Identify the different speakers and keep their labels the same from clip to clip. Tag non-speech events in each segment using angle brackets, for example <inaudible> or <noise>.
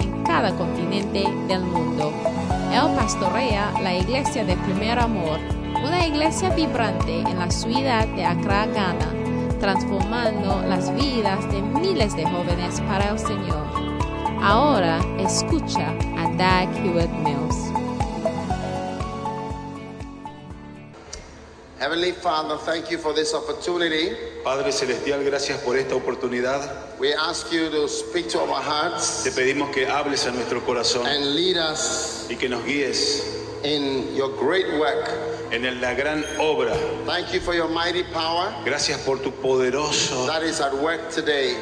Speaker 1: en cada continente del mundo. Él pastorea la iglesia de Primer Amor, una iglesia vibrante en la ciudad de Accra, Ghana, transformando las vidas de miles de jóvenes para el Señor. Ahora escucha a Doug Hewitt Mills.
Speaker 2: Heavenly Father, thank you for this opportunity.
Speaker 3: Padre Celestial, gracias por esta oportunidad.
Speaker 2: We ask you to speak to our hearts
Speaker 3: Te pedimos que hables a nuestro corazón
Speaker 2: and lead us
Speaker 3: y que nos guíes
Speaker 2: in your great work.
Speaker 3: en la gran obra.
Speaker 2: Thank you for your mighty power
Speaker 3: Gracias por tu poderoso,
Speaker 2: that is at work today.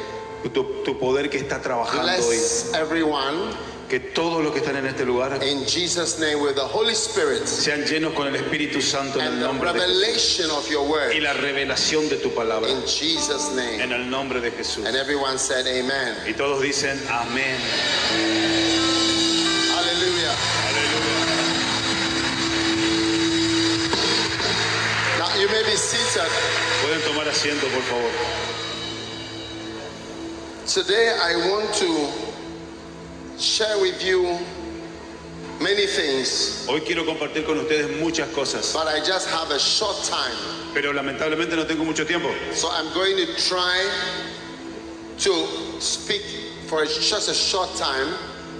Speaker 3: tu, tu poder que está trabajando hoy.
Speaker 2: Bless everyone
Speaker 3: Que todos los que están en este lugar
Speaker 2: in Jesus' name with the Holy Spirit
Speaker 3: sean llenos con el Espíritu Santo en el
Speaker 2: and the
Speaker 3: nombre de Jesús.
Speaker 2: revelation of your
Speaker 3: Y
Speaker 2: word
Speaker 3: la revelación de tu palabra
Speaker 2: in Jesus'
Speaker 3: en
Speaker 2: name.
Speaker 3: el nombre de Jesús.
Speaker 2: And everyone said, Amen.
Speaker 3: Y todos dicen amén.
Speaker 2: Hallelujah.
Speaker 3: Aleluya.
Speaker 2: Now you may be seated.
Speaker 3: Pueden tomar asiento, por favor.
Speaker 2: Today I want to share with you many things,
Speaker 3: Hoy quiero compartir con ustedes muchas cosas,
Speaker 2: but I just have a short time.
Speaker 3: pero lamentablemente no tengo mucho tiempo.
Speaker 2: So I'm going to try to speak for just a short time,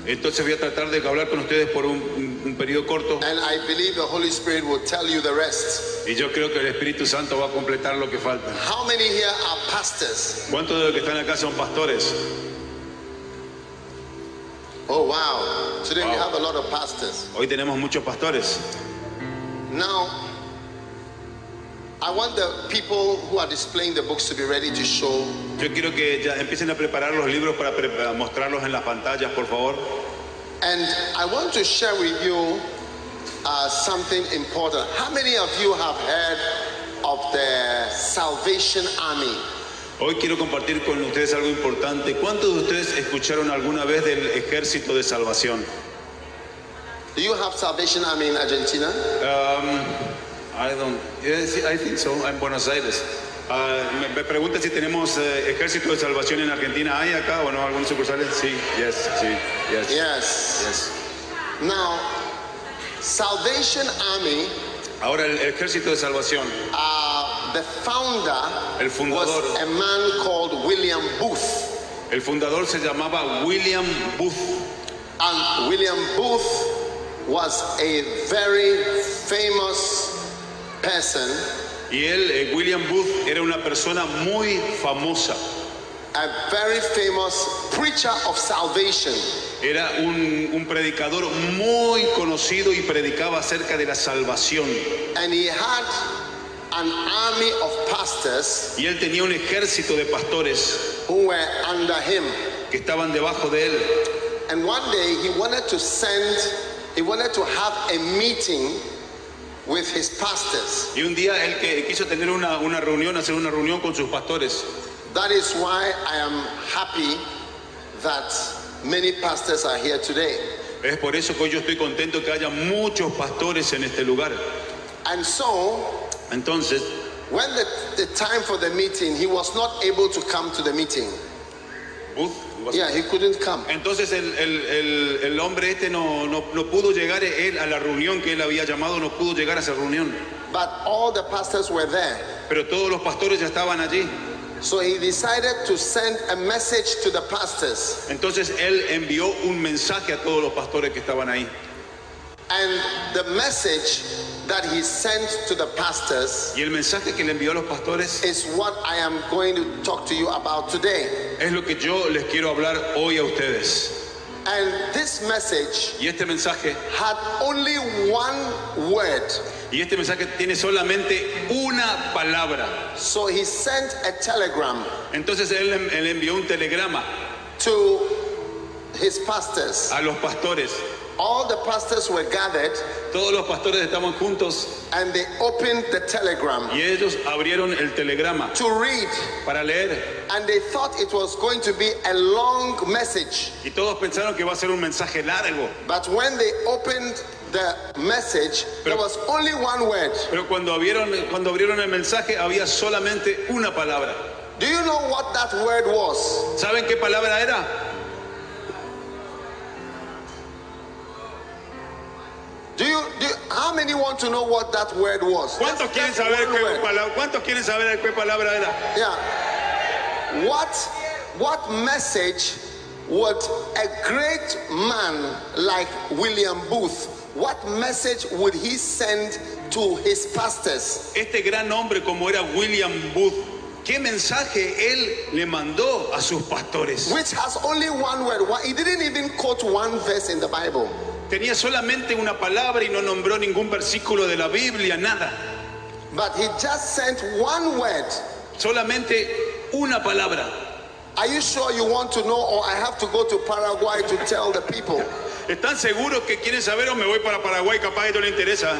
Speaker 3: Entonces voy a tratar de hablar con ustedes por un, un- un periodo corto
Speaker 2: and I believe the Holy Spirit will tell you the rest.
Speaker 3: y yo creo que el Espíritu Santo va a completar lo que falta.
Speaker 2: How many here are pastors?
Speaker 3: ¿Cuántos de los que están acá son pastores?
Speaker 2: Oh, wow. Today we
Speaker 3: Wow.
Speaker 2: have a lot of pastors.
Speaker 3: Hoy tenemos muchos pastores.
Speaker 2: Now, I want the people who are displaying the books to be ready to show
Speaker 3: Yo quiero que ya empiecen a preparar los libros para, pre- para mostrarlos en las pantallas, por favor.
Speaker 2: And I want to share with you uh, something important. How many of you have heard of the Salvation Army?
Speaker 3: Hoy quiero compartir con ustedes algo importante. ¿Cuántos de ustedes escucharon alguna vez del Ejército de Salvación?
Speaker 2: Do you have Salvation Army in Argentina?
Speaker 3: Um, I don't. yes, I think so. I'm Buenos Aires. Ah, me, me pregunta si tenemos eh, Ejército de Salvación en Argentina. ¿Hay acá o no? ¿Algunos sucursales? Sí, yes, sí, yes.
Speaker 2: Yes.
Speaker 3: yes.
Speaker 2: Now, Salvation Army,
Speaker 3: Ahora, el Ejército de Salvación.
Speaker 2: uh, the founder
Speaker 3: El fundador.
Speaker 2: was a man called William Booth.
Speaker 3: El fundador se llamaba William Booth.
Speaker 2: And William Booth was a very famous person.
Speaker 3: Y él, eh, William Booth, era una persona muy famosa.
Speaker 2: a very famous preacher of salvation.
Speaker 3: Era un, un predicador muy conocido y predicaba acerca de la salvación.
Speaker 2: And he had an army of pastors
Speaker 3: Y él tenía un ejército de pastores
Speaker 2: who were under him.
Speaker 3: que estaban debajo de él.
Speaker 2: And one day he wanted to send, he wanted to have a meeting with his pastors.
Speaker 3: Y un día él que quiso tener una, una reunión, hacer una reunión con sus pastores.
Speaker 2: That is why I am happy that many pastors are here today.
Speaker 3: Es por eso que hoy yo estoy contento que haya muchos pastores en este lugar.
Speaker 2: And so,
Speaker 3: Entonces,
Speaker 2: when the, the time for the meeting, he was not able to come to the meeting.
Speaker 3: Booth, was-
Speaker 2: Yeah, he couldn't come.
Speaker 3: uh, entonces el, el- el- el hombre este no, no, no pudo llegar él a la reunión que él había llamado, no pudo llegar a esa reunión.
Speaker 2: But all the pastors were there.
Speaker 3: Pero todos los pastores ya estaban allí.
Speaker 2: So he decided to send a message to the pastors.
Speaker 3: Entonces él envió un mensaje a todos los pastores que estaban ahí.
Speaker 2: And the message that he sent to the pastors
Speaker 3: Y el mensaje que le envió a los pastores
Speaker 2: is what I am going to talk to you about today.
Speaker 3: es lo que yo les quiero hablar hoy a ustedes.
Speaker 2: And this message
Speaker 3: Y este mensaje
Speaker 2: had only one word.
Speaker 3: Y este mensaje tiene solamente una palabra.
Speaker 2: So he sent a telegram
Speaker 3: Entonces él, él envió un telegrama
Speaker 2: to his his pastors.
Speaker 3: a los pastores.
Speaker 2: All the pastors were gathered
Speaker 3: Todos los pastores estaban juntos
Speaker 2: and they opened the telegram
Speaker 3: y ellos abrieron el telegrama
Speaker 2: to read.
Speaker 3: para leer
Speaker 2: And they thought it was going to be a long message.
Speaker 3: y todos pensaron que iba a ser un mensaje largo.
Speaker 2: But when they opened the message, there was only one word.
Speaker 3: Pero cuando abrieron, cuando abrieron el mensaje había solamente una palabra.
Speaker 2: Do you know what that word was?
Speaker 3: ¿Saben qué palabra era?
Speaker 2: Do you, do you- how many want to know what that word was?
Speaker 3: ¿Cuántos
Speaker 2: Just-
Speaker 3: quieren
Speaker 2: just
Speaker 3: saber
Speaker 2: one
Speaker 3: qué
Speaker 2: word.
Speaker 3: palabra, ¿cuántos quieren saber qué palabra era?
Speaker 2: Yeah. What what message would a great man like William Booth, what message would he send to his pastors?
Speaker 3: Este gran hombre como era William Booth, ¿qué mensaje él le mandó a sus pastores?
Speaker 2: Which has only one word. One- He didn't even quote one verse in the Bible.
Speaker 3: Tenía solamente una palabra y no nombró ningún versículo de la Biblia, nada.
Speaker 2: But he just sent one word.
Speaker 3: Solamente una palabra.
Speaker 2: Are you sure you want to know or I have to go to Paraguay to tell the people?
Speaker 3: ¿Están seguros que quieren saber o me voy para Paraguay? Capaz que no le interesa.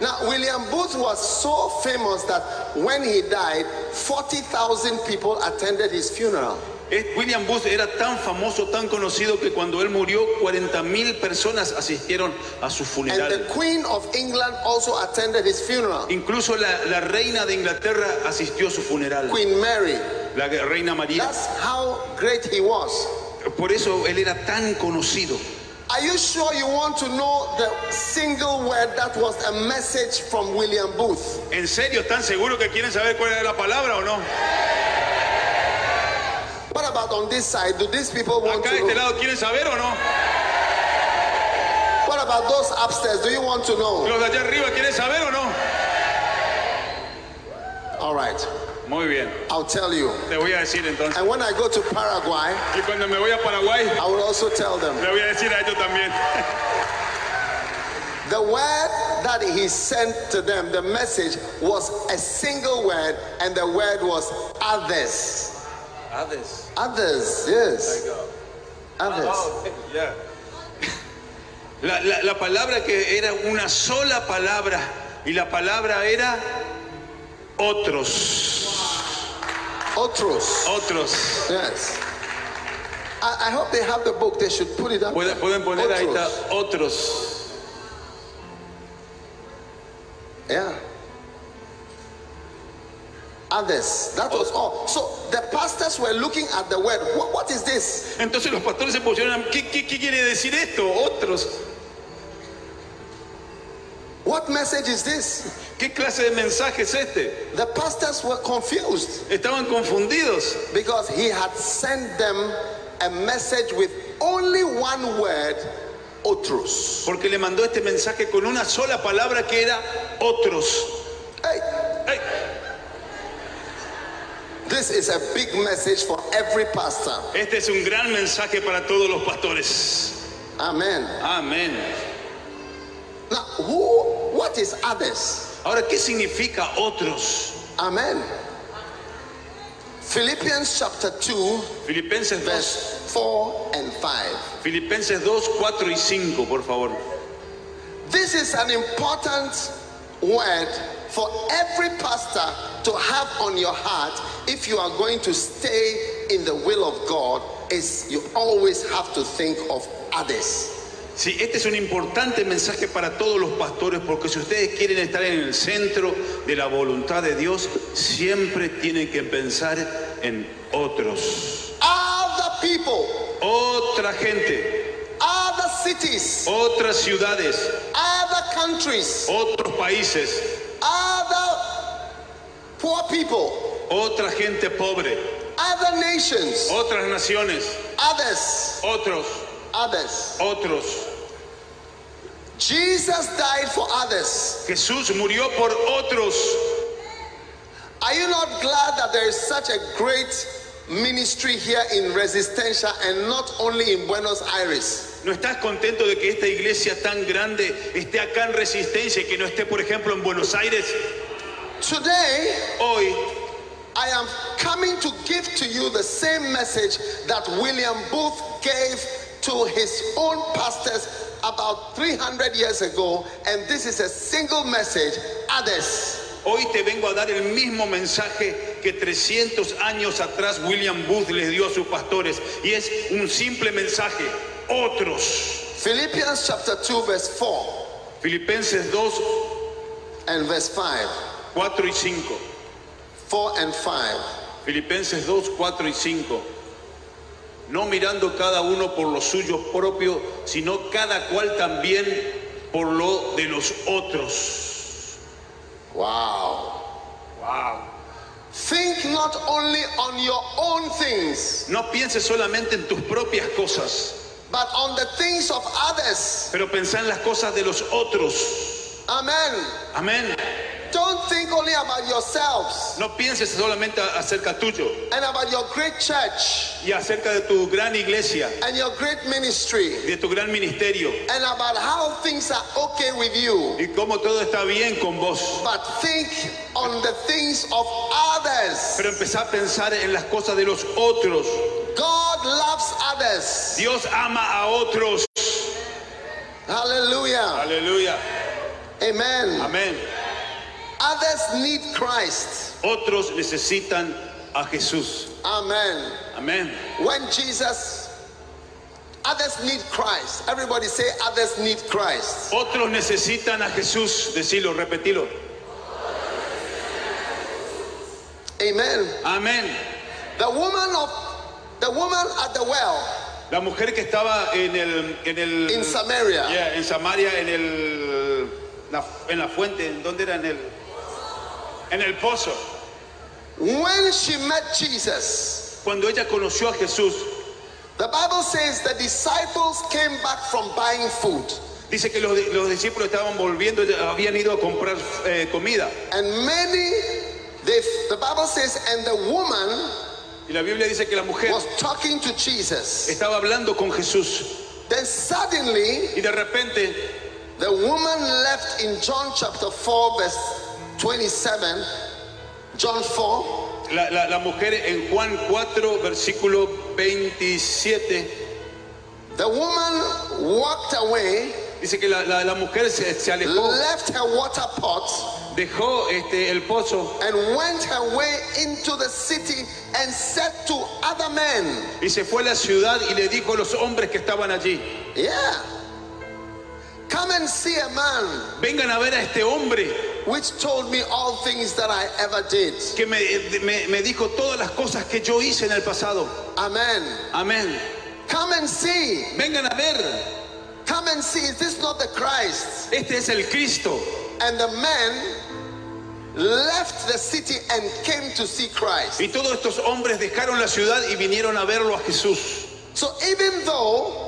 Speaker 2: Now, William Booth was so famous that when he died, 40,000 people attended his funeral.
Speaker 3: Es- William Booth era tan famoso, tan conocido que cuando él murió 40.000 personas asistieron a su
Speaker 2: And the
Speaker 3: funeral.
Speaker 2: Queen of England also attended his funeral,
Speaker 3: Incluso la, la reina de Inglaterra asistió a su funeral,
Speaker 2: Queen Mary.
Speaker 3: la reina María.
Speaker 2: That's how great he was.
Speaker 3: Por eso él era tan conocido.
Speaker 2: Are you sure you want to know the single word that was a message from William Booth?
Speaker 3: ¿En serio están seguros que quieren saber cuál era la palabra o no?
Speaker 2: What about on this side? Do these people want
Speaker 3: Acá de
Speaker 2: to
Speaker 3: este
Speaker 2: know?
Speaker 3: lado quieren saber o no?
Speaker 2: What about those upstairs? Do you want to know?
Speaker 3: Los de allá arriba quieren saber o no?
Speaker 2: All right,
Speaker 3: Muy bien,
Speaker 2: I'll tell you.
Speaker 3: te voy a decir entonces.
Speaker 2: And when I go to Paraguay,
Speaker 3: Y cuando me voy a Paraguay,
Speaker 2: I will also tell them.
Speaker 3: le voy a decir a ellos también.
Speaker 2: The word that he sent to them, the message, was a single word, and the word was others. Others, yes. Others.
Speaker 3: La, la- la palabra que era una sola palabra y la palabra era otros,
Speaker 2: Otros.
Speaker 3: otros.
Speaker 2: Yes. I, I hope they have the book. They should put it up.
Speaker 3: Pueden, pueden poner ahí está
Speaker 2: Otros.
Speaker 3: otros.
Speaker 2: Yeah. Others. That was all. So the pastors were looking at the word. What, what is this?
Speaker 3: Entonces los pastores se pusieron, a- ¿qué, qué, qué quiere decir esto? Otros.
Speaker 2: What message is this?
Speaker 3: ¿Qué clase de mensaje es este?
Speaker 2: The pastors were confused.
Speaker 3: Estaban confundidos
Speaker 2: Because he had sent them a message with only one word, otros.
Speaker 3: porque le mandó este mensaje con una sola palabra que era otros.
Speaker 2: Hey,
Speaker 3: ¡Ey!
Speaker 2: this is a big message for every pastor.
Speaker 3: Este es un gran mensaje para todos los pastores.
Speaker 2: Amen.
Speaker 3: Amén.
Speaker 2: Now, who, what is others?
Speaker 3: Ahora, ¿qué significa otros?
Speaker 2: Amen. Philippians chapter 2,
Speaker 3: Filipenses 2,
Speaker 2: verse 4 and 5.
Speaker 3: Filipenses 2, 4 y 5, por favor.
Speaker 2: This is an important word for every pastor to have on your heart if you are going to stay in the will of God is you always have to think of others.
Speaker 3: Sí, este es un importante mensaje para todos los pastores porque si ustedes quieren estar en el centro de la voluntad de Dios, siempre tienen que pensar en otros.
Speaker 2: Other people,
Speaker 3: Otra gente,
Speaker 2: other cities,
Speaker 3: otras ciudades,
Speaker 2: other countries,
Speaker 3: otros países,
Speaker 2: other poor people,
Speaker 3: otra gente pobre,
Speaker 2: other nations,
Speaker 3: otras naciones,
Speaker 2: others,
Speaker 3: otros,
Speaker 2: others.
Speaker 3: otros.
Speaker 2: Jesus died for others.
Speaker 3: Jesús murió por otros.
Speaker 2: Are you not glad that there is such a great ministry here in Resistencia and not only in Buenos Aires?
Speaker 3: ¿No estás contento de que esta iglesia tan grande esté acá en Resistencia y que no esté, por ejemplo, en Buenos Aires?
Speaker 2: Today,
Speaker 3: Hoy
Speaker 2: I am coming to give to you the same message that William Booth gave to his own pastors about 300 years ago, and this is a single message. Others,
Speaker 3: Hoy te vengo a dar el mismo mensaje que 300 años atrás William Booth les dio a sus pastores. Y es un simple mensaje. Otros.
Speaker 2: Philippians chapter 2, verse 4
Speaker 3: Filipenses 2,
Speaker 2: and verse 5.
Speaker 3: 4 y 5.
Speaker 2: 4 and 5.
Speaker 3: Filipenses 2, 4 y 5. No mirando cada uno por lo suyo propio, sino cada cual también por lo de los otros.
Speaker 2: Wow.
Speaker 3: Wow.
Speaker 2: Think not only on your own things,
Speaker 3: No pienses solamente en tus propias cosas,
Speaker 2: but on the things of others.
Speaker 3: pero pensá en las cosas de los otros.
Speaker 2: Amen.
Speaker 3: Amén.
Speaker 2: Don't think only about yourselves
Speaker 3: No pienses solamente a- acerca tuyo
Speaker 2: and about your great church
Speaker 3: y acerca de tu gran iglesia,
Speaker 2: and your great ministry
Speaker 3: de tu gran ministerio
Speaker 2: and about how things are okay with you,
Speaker 3: y cómo todo está bien con vos.
Speaker 2: but think on the things of others.
Speaker 3: Pero empezá a pensar en las cosas de los otros.
Speaker 2: God loves others.
Speaker 3: Dios ama a otros.
Speaker 2: Hallelujah.
Speaker 3: Aleluya.
Speaker 2: Amen.
Speaker 3: Amén.
Speaker 2: Others need Christ.
Speaker 3: Otros necesitan a Jesús.
Speaker 2: Amen.
Speaker 3: Amén.
Speaker 2: When Jesus, others need Christ. Everybody say, others need Christ.
Speaker 3: Otros necesitan a Jesús. Decilo, repetilo.
Speaker 2: Amen.
Speaker 3: Amén.
Speaker 2: The woman of the woman at the well
Speaker 3: La mujer que estaba en el. En, el,
Speaker 2: in Samaria.
Speaker 3: Yeah, en Samaria, en el. la- en la fuente, ¿en dónde era? En el. En el pozo.
Speaker 2: When she met Jesus,
Speaker 3: Cuando ella conoció a Jesús,
Speaker 2: the Bible says the disciples came back from buying food
Speaker 3: dice que los, los discípulos estaban volviendo, ya habían ido a comprar eh, comida.
Speaker 2: and many they the Bible says and the woman
Speaker 3: Y la Biblia dice que la mujer
Speaker 2: was talking to Jesus.
Speaker 3: estaba hablando con Jesús.
Speaker 2: Then suddenly
Speaker 3: Y de repente,
Speaker 2: the woman left in John chapter 4 verse 27 John 4
Speaker 3: la, la- la mujer en Juan 4, versículo 27,
Speaker 2: the woman walked away
Speaker 3: dice que la, la- la mujer se, se alejó,
Speaker 2: left her water pot
Speaker 3: dejó este, el pozo
Speaker 2: and went her way into the city and said to other men,
Speaker 3: Y se fue a la ciudad y le dijo a los hombres que estaban allí,
Speaker 2: Yeah, come and see a man
Speaker 3: vengan a ver a este hombre
Speaker 2: which told me all things that I ever did.
Speaker 3: que me, me- me dijo todas las cosas que yo hice en el pasado.
Speaker 2: Amen.
Speaker 3: Amén.
Speaker 2: Come and see.
Speaker 3: Vengan a ver,
Speaker 2: Come and see. Is this not the Christ?
Speaker 3: este es el Cristo.
Speaker 2: And the man left the city and came to see Christ.
Speaker 3: Y todos estos hombres dejaron la ciudad y vinieron a verlo a Jesús.
Speaker 2: So even though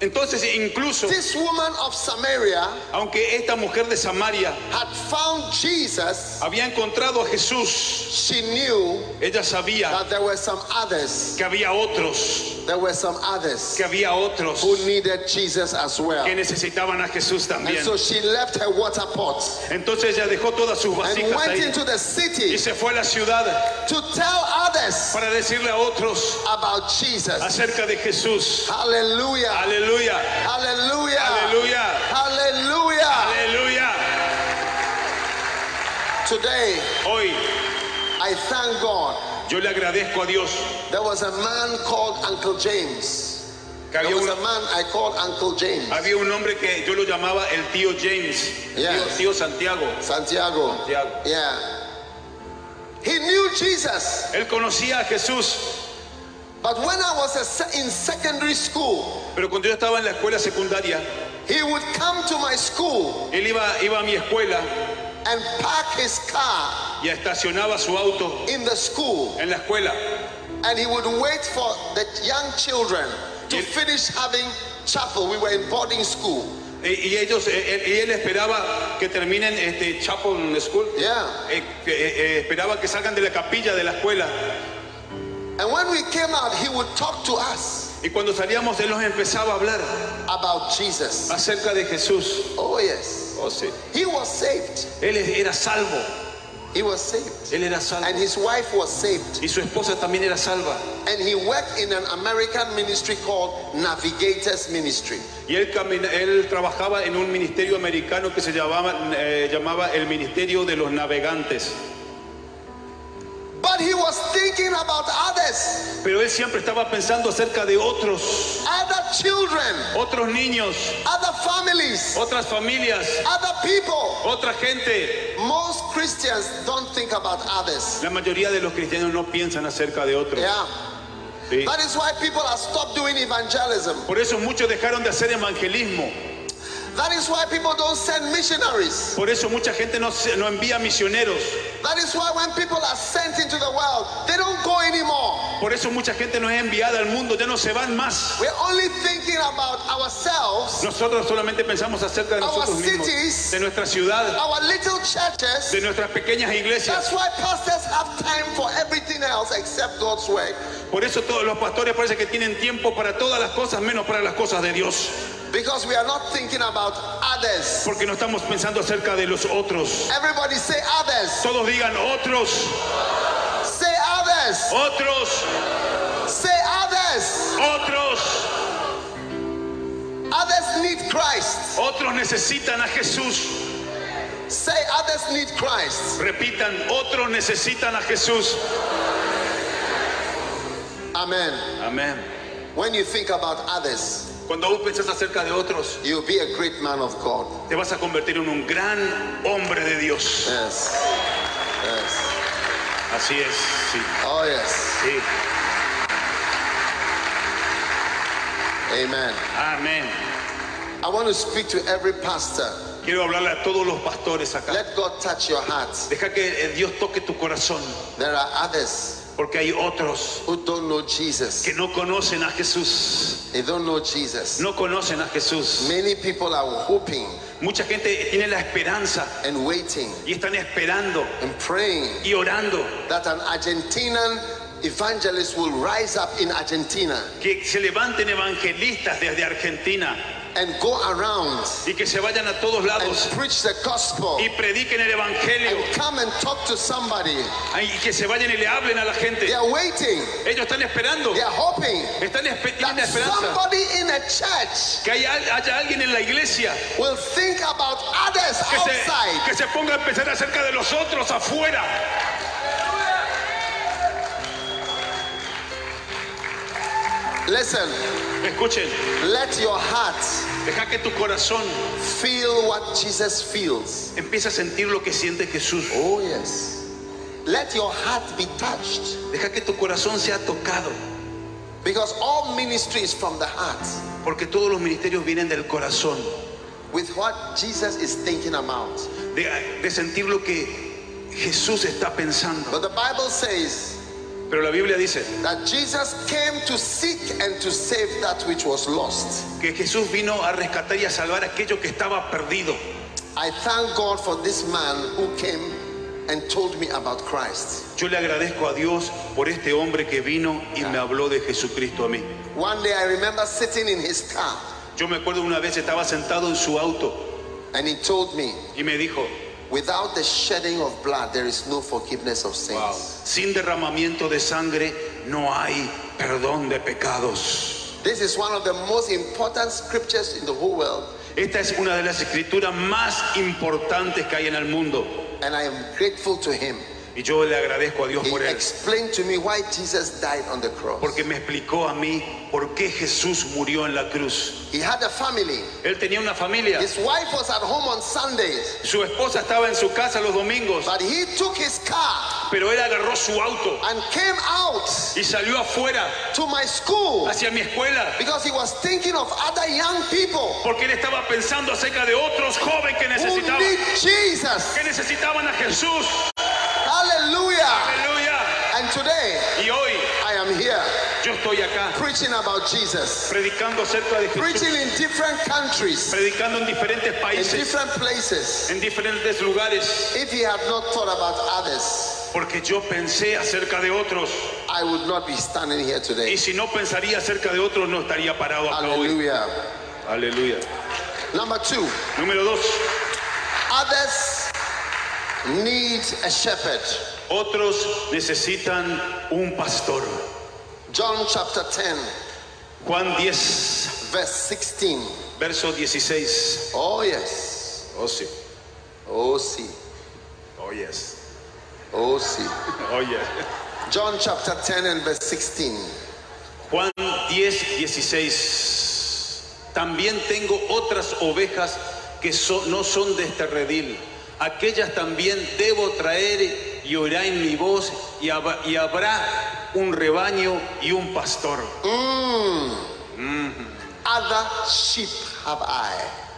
Speaker 3: Entonces, incluso,
Speaker 2: this woman of Samaria
Speaker 3: aunque esta mujer de Samaria
Speaker 2: had found Jesus,
Speaker 3: había encontrado a Jesús,
Speaker 2: she knew
Speaker 3: ella sabía
Speaker 2: that there were some others.
Speaker 3: que había otros,
Speaker 2: There were some others
Speaker 3: que había otros
Speaker 2: who needed Jesus as well.
Speaker 3: que necesitaban a Jesús
Speaker 2: And
Speaker 3: también.
Speaker 2: so she left her water pot
Speaker 3: Entonces ella dejó todas sus
Speaker 2: and
Speaker 3: vasijas
Speaker 2: went
Speaker 3: ahí
Speaker 2: into the
Speaker 3: y
Speaker 2: city
Speaker 3: se fue a la ciudad.
Speaker 2: to tell others
Speaker 3: para decirle a otros
Speaker 2: about Jesus.
Speaker 3: acerca de Jesús.
Speaker 2: Hallelujah.
Speaker 3: Aleluya,
Speaker 2: Hallelujah.
Speaker 3: aleluya,
Speaker 2: Hallelujah.
Speaker 3: aleluya.
Speaker 2: Today,
Speaker 3: Hoy
Speaker 2: I thank God.
Speaker 3: yo le agradezco a Dios
Speaker 2: There was a man called Uncle James.
Speaker 3: que
Speaker 2: There
Speaker 3: había
Speaker 2: was
Speaker 3: un,
Speaker 2: a man I called Uncle James.
Speaker 3: había un hombre que yo lo llamaba el tío James, el tío,
Speaker 2: Yes.
Speaker 3: tío Santiago.
Speaker 2: Santiago.
Speaker 3: Santiago.
Speaker 2: Yeah. He knew Jesus.
Speaker 3: Él conocía a Jesús,
Speaker 2: But when I was a se- in secondary school,
Speaker 3: pero cuando yo estaba en la escuela secundaria,
Speaker 2: he would come to my school
Speaker 3: él iba, iba a mi escuela
Speaker 2: and park his car
Speaker 3: y estacionaba su auto
Speaker 2: in the school
Speaker 3: en la escuela
Speaker 2: and he would wait for the young children to
Speaker 3: Yes.
Speaker 2: finish having chapel. We were in boarding school.
Speaker 3: y, y ellos eh, él- y él esperaba que terminen este Chapel School.
Speaker 2: Yeah.
Speaker 3: Eh, que, eh, eh, esperaba que salgan de la capilla de la escuela
Speaker 2: And when we came out, he would talk to us
Speaker 3: Y cuando salíamos, él nos empezaba a hablar
Speaker 2: about Jesus.
Speaker 3: acerca de Jesús.
Speaker 2: Oh, yes.
Speaker 3: Oh, sí.
Speaker 2: He was saved.
Speaker 3: Él era salvo.
Speaker 2: He was saved.
Speaker 3: Él era
Speaker 2: And
Speaker 3: salvo.
Speaker 2: his wife was saved.
Speaker 3: Y su esposa también era salva.
Speaker 2: And he worked in an American ministry called Navigators Ministry.
Speaker 3: Y él, camina- él trabajaba en un ministerio americano que se llamaba, eh, llamaba el Ministerio de los Navegantes.
Speaker 2: But he was thinking about others,
Speaker 3: Pero él siempre estaba pensando acerca de otros,
Speaker 2: other children,
Speaker 3: otros niños,
Speaker 2: other families,
Speaker 3: otras familias,
Speaker 2: other people.
Speaker 3: otra gente.
Speaker 2: Most Christians don't think about others.
Speaker 3: La mayoría de los cristianos no piensan acerca de otros.
Speaker 2: Yeah.
Speaker 3: ¿sí?
Speaker 2: That is why people have stopped doing evangelism.
Speaker 3: Por eso muchos dejaron de hacer evangelismo.
Speaker 2: That is why people don't send missionaries.
Speaker 3: Por eso mucha gente no, se- no envía misioneros.
Speaker 2: That is why when people are sent into the world, they don't go anymore.
Speaker 3: Por eso mucha gente no es enviada al mundo, ya no se van más.
Speaker 2: We're only thinking about ourselves,
Speaker 3: Nosotros solamente pensamos acerca de
Speaker 2: Our
Speaker 3: nosotros mismos,
Speaker 2: cities.
Speaker 3: de nuestra ciudad,
Speaker 2: our little churches.
Speaker 3: de nuestras pequeñas iglesias.
Speaker 2: That's why pastors have time for everything else except God's work.
Speaker 3: Por eso todos los pastores parece que tienen tiempo para todas las cosas menos para las cosas de Dios,
Speaker 2: Because we are not thinking about others.
Speaker 3: porque no estamos pensando acerca de los otros.
Speaker 2: Everybody say others.
Speaker 3: Todos digan otros,
Speaker 2: Say others.
Speaker 3: otros,
Speaker 2: Say others.
Speaker 3: otros,
Speaker 2: Others need Christ.
Speaker 3: otros necesitan a Jesús.
Speaker 2: Say others need Christ.
Speaker 3: Repitan, otros necesitan a Jesús.
Speaker 2: Amen.
Speaker 3: Amén.
Speaker 2: When you think about others,
Speaker 3: Cuando vos pensás acerca de otros,
Speaker 2: you'll be a great man of God.
Speaker 3: te vas a convertir en un gran hombre de Dios.
Speaker 2: Yes. Yes.
Speaker 3: Así es, sí,
Speaker 2: Oh, yes.
Speaker 3: sí.
Speaker 2: Amen.
Speaker 3: Amén.
Speaker 2: I want to speak to every pastor.
Speaker 3: Quiero hablarle a todos los pastores acá.
Speaker 2: Let God touch your heart.
Speaker 3: Deja que eh, Dios toque tu corazón,
Speaker 2: There are others
Speaker 3: porque hay otros
Speaker 2: who don't know Jesus.
Speaker 3: que no conocen a Jesús.
Speaker 2: They don't know Jesus.
Speaker 3: No conocen a Jesús.
Speaker 2: Many people are hoping
Speaker 3: Mucha gente tiene la esperanza
Speaker 2: and waiting
Speaker 3: y están esperando
Speaker 2: and praying
Speaker 3: y orando
Speaker 2: that an Argentinian evangelist will rise up in Argentina
Speaker 3: que se levanten evangelistas desde Argentina
Speaker 2: and go around
Speaker 3: y que se vayan a todos
Speaker 2: and
Speaker 3: lados
Speaker 2: preach the gospel
Speaker 3: y prediquen el evangelio
Speaker 2: and come and talk to somebody.
Speaker 3: y que se vayan y le hablen a la gente.
Speaker 2: They are waiting,
Speaker 3: Ellos están esperando,
Speaker 2: they are hoping
Speaker 3: están espe- tienen la
Speaker 2: that
Speaker 3: esperanza
Speaker 2: somebody in a church
Speaker 3: que hay al- haya alguien en la iglesia
Speaker 2: will think about others
Speaker 3: que se,
Speaker 2: outside.
Speaker 3: que se ponga a pensar acerca de los otros afuera.
Speaker 2: Listen,
Speaker 3: Escuchen,
Speaker 2: let your heart
Speaker 3: deja que tu corazón
Speaker 2: feel what Jesus feels.
Speaker 3: empiece a sentir lo que siente Jesús.
Speaker 2: Oh, yes. Let your heart be touched
Speaker 3: Deja que tu corazón sea tocado,
Speaker 2: because all ministry is from the heart
Speaker 3: porque todos los ministerios vienen del corazón,
Speaker 2: with what Jesus is thinking about.
Speaker 3: de, de sentir lo que Jesús está pensando.
Speaker 2: But the Bible says
Speaker 3: Pero la Biblia dice
Speaker 2: that Jesus came to seek and to save that which was lost.
Speaker 3: que Jesús vino a rescatar y a salvar aquello que estaba perdido.
Speaker 2: I thank God for this man who came and told me about Christ.
Speaker 3: Yo le agradezco a Dios por este hombre que vino y me habló de Jesucristo a mí.
Speaker 2: One day I remember sitting in his car
Speaker 3: Yo me acuerdo una vez estaba sentado en su auto
Speaker 2: and he told me,
Speaker 3: y me dijo,
Speaker 2: without the shedding of blood, there is no forgiveness of sins.
Speaker 3: sin derramamiento de sangre no hay perdón de pecados.
Speaker 2: This is one of the most important scriptures in the whole world,
Speaker 3: Esta es una de las escrituras más importantes que hay en el mundo
Speaker 2: and I am grateful to him.
Speaker 3: y yo le agradezco a Dios
Speaker 2: He
Speaker 3: por él
Speaker 2: explained to me why Jesus died on the cross.
Speaker 3: porque me explicó a mí por qué Jesús murió en la cruz.
Speaker 2: He had a family.
Speaker 3: Él tenía una familia,
Speaker 2: His wife was at home on Sundays,
Speaker 3: su esposa estaba en su casa los domingos,
Speaker 2: but he took his car
Speaker 3: pero él agarró su auto
Speaker 2: and came out
Speaker 3: y salió afuera
Speaker 2: to my school
Speaker 3: hacia mi escuela
Speaker 2: because he was thinking of other young people
Speaker 3: porque él estaba pensando acerca de otros jóvenes que
Speaker 2: who
Speaker 3: necesitaban
Speaker 2: need Jesus.
Speaker 3: que necesitaban a Jesús.
Speaker 2: Hallelujah.
Speaker 3: Aleluya.
Speaker 2: And today
Speaker 3: Y hoy
Speaker 2: I am here
Speaker 3: yo estoy acá
Speaker 2: preaching about Jesus,
Speaker 3: predicando acerca de Jesús,
Speaker 2: preaching in different countries,
Speaker 3: predicando en diferentes
Speaker 2: in
Speaker 3: países,
Speaker 2: different places.
Speaker 3: en diferentes lugares,
Speaker 2: If he had not thought about others,
Speaker 3: porque yo pensé acerca de otros
Speaker 2: I would not be standing here
Speaker 3: y
Speaker 2: today.
Speaker 3: si no pensaría acerca de otros no estaría parado acá hoy.
Speaker 2: Hallelujah.
Speaker 3: Aleluya.
Speaker 2: Number two,
Speaker 3: Número dos,
Speaker 2: others needs a shepherd.
Speaker 3: Otros necesitan un pastor.
Speaker 2: John chapter 10,
Speaker 3: Juan 10,
Speaker 2: verse 16.
Speaker 3: verso 16.
Speaker 2: Oh, yes.
Speaker 3: Oh, sí.
Speaker 2: Oh, see.
Speaker 3: Oh, yes.
Speaker 2: Oh, see.
Speaker 3: Oh, yes.
Speaker 2: John chapter 10 and verse 16.
Speaker 3: Juan 10, 16. También tengo otras ovejas que so- no son de este redil. Aquellas también debo traer y oirá en mi voz y, hab- y habrá un rebaño y un pastor.
Speaker 2: Mm. Other sheep have I.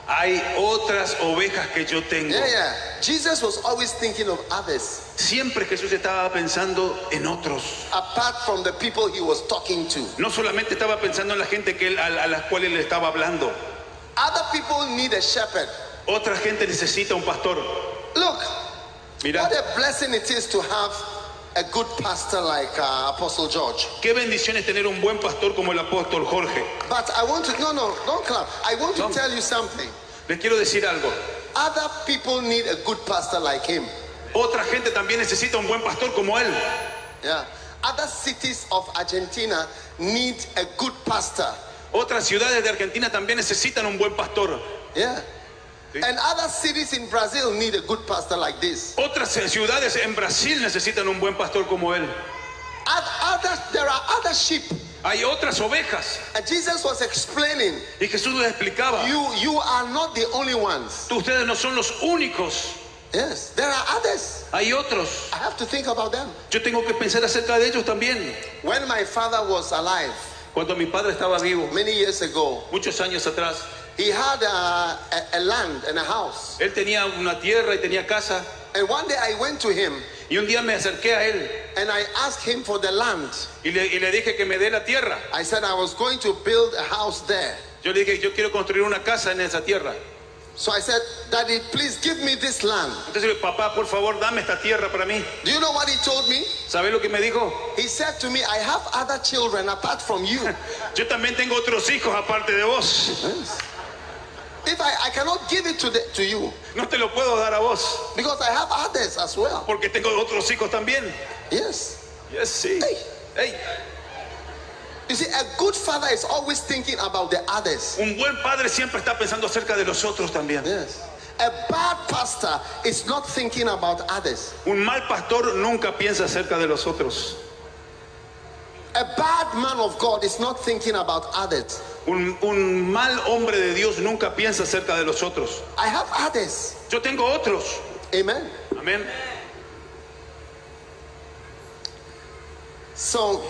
Speaker 3: Hay otras ovejas que yo tengo.
Speaker 2: Yeah, yeah. Jesus was always thinking of others,
Speaker 3: Siempre Jesús estaba pensando en otros.
Speaker 2: apart from the people he was talking to.
Speaker 3: No solamente estaba pensando en la gente que él- a, a las cuales le estaba hablando.
Speaker 2: Other people need a shepherd.
Speaker 3: Otra gente necesita un pastor.
Speaker 2: Look,
Speaker 3: Mira.
Speaker 2: what a blessing it is to have a good pastor like uh, Apostle George.
Speaker 3: Qué bendición es tener un buen pastor como el apóstol Jorge.
Speaker 2: But I want to, no, no, don't clap. I want to
Speaker 3: No.
Speaker 2: tell you something.
Speaker 3: Les quiero decir algo.
Speaker 2: Other people need a good pastor like him.
Speaker 3: Otra gente también necesita un buen pastor como él.
Speaker 2: Yeah. Other cities of Argentina need a good pastor.
Speaker 3: Otras ciudades de Argentina también necesitan un buen pastor.
Speaker 2: Yeah.
Speaker 3: Sí.
Speaker 2: And other cities in Brazil need a good pastor like this.
Speaker 3: Otras eh, ciudades en Brasil necesitan un buen pastor como él.
Speaker 2: Oth- Other, there are other sheep.
Speaker 3: Hay otras ovejas.
Speaker 2: And Jesus was explaining,
Speaker 3: Y Jesús les explicaba,
Speaker 2: you you are not the only ones.
Speaker 3: "Tú- ustedes no son los únicos.
Speaker 2: Yes, there are others.
Speaker 3: Hay otros.
Speaker 2: I have to think about them.
Speaker 3: Yo tengo que pensar acerca de ellos también.
Speaker 2: When my father was alive
Speaker 3: Cuando mi padre estaba vivo,
Speaker 2: many years ago,
Speaker 3: muchos años atrás,
Speaker 2: he had a, a, a land and a house.
Speaker 3: él tenía una tierra y tenía casa.
Speaker 2: And one day I went to him
Speaker 3: Y un día me acerqué a él
Speaker 2: and I asked him for the land.
Speaker 3: y le- y le dije que me dé la tierra.
Speaker 2: I said I was going to build a house there.
Speaker 3: Yo le dije, yo quiero construir una casa en esa tierra.
Speaker 2: So I said, Daddy, please give me this land.
Speaker 3: Entonces, le digo, papá, por favor, dame esta tierra para mí.
Speaker 2: Do you know what he told me?
Speaker 3: ¿Sabes lo que me dijo?
Speaker 2: He said to me, I have other children apart from you.
Speaker 3: Yo también tengo otros hijos aparte de vos.
Speaker 2: if I, I cannot give it to, the, to you
Speaker 3: No te lo puedo dar a vos,
Speaker 2: because I have others as well.
Speaker 3: porque tengo otros hijos también.
Speaker 2: Yes.
Speaker 3: Yes, sí.
Speaker 2: Hey.
Speaker 3: Hey,
Speaker 2: You see, a good father is always thinking about the others.
Speaker 3: Un buen padre siempre está pensando acerca de los otros también.
Speaker 2: Yes. A bad pastor is not thinking about others.
Speaker 3: Un mal pastor nunca piensa acerca de los otros.
Speaker 2: A bad man of God is not thinking about others.
Speaker 3: Un, un mal hombre de Dios nunca piensa acerca de los otros.
Speaker 2: I have others.
Speaker 3: Yo tengo otros.
Speaker 2: Amen.
Speaker 3: Amén.
Speaker 2: So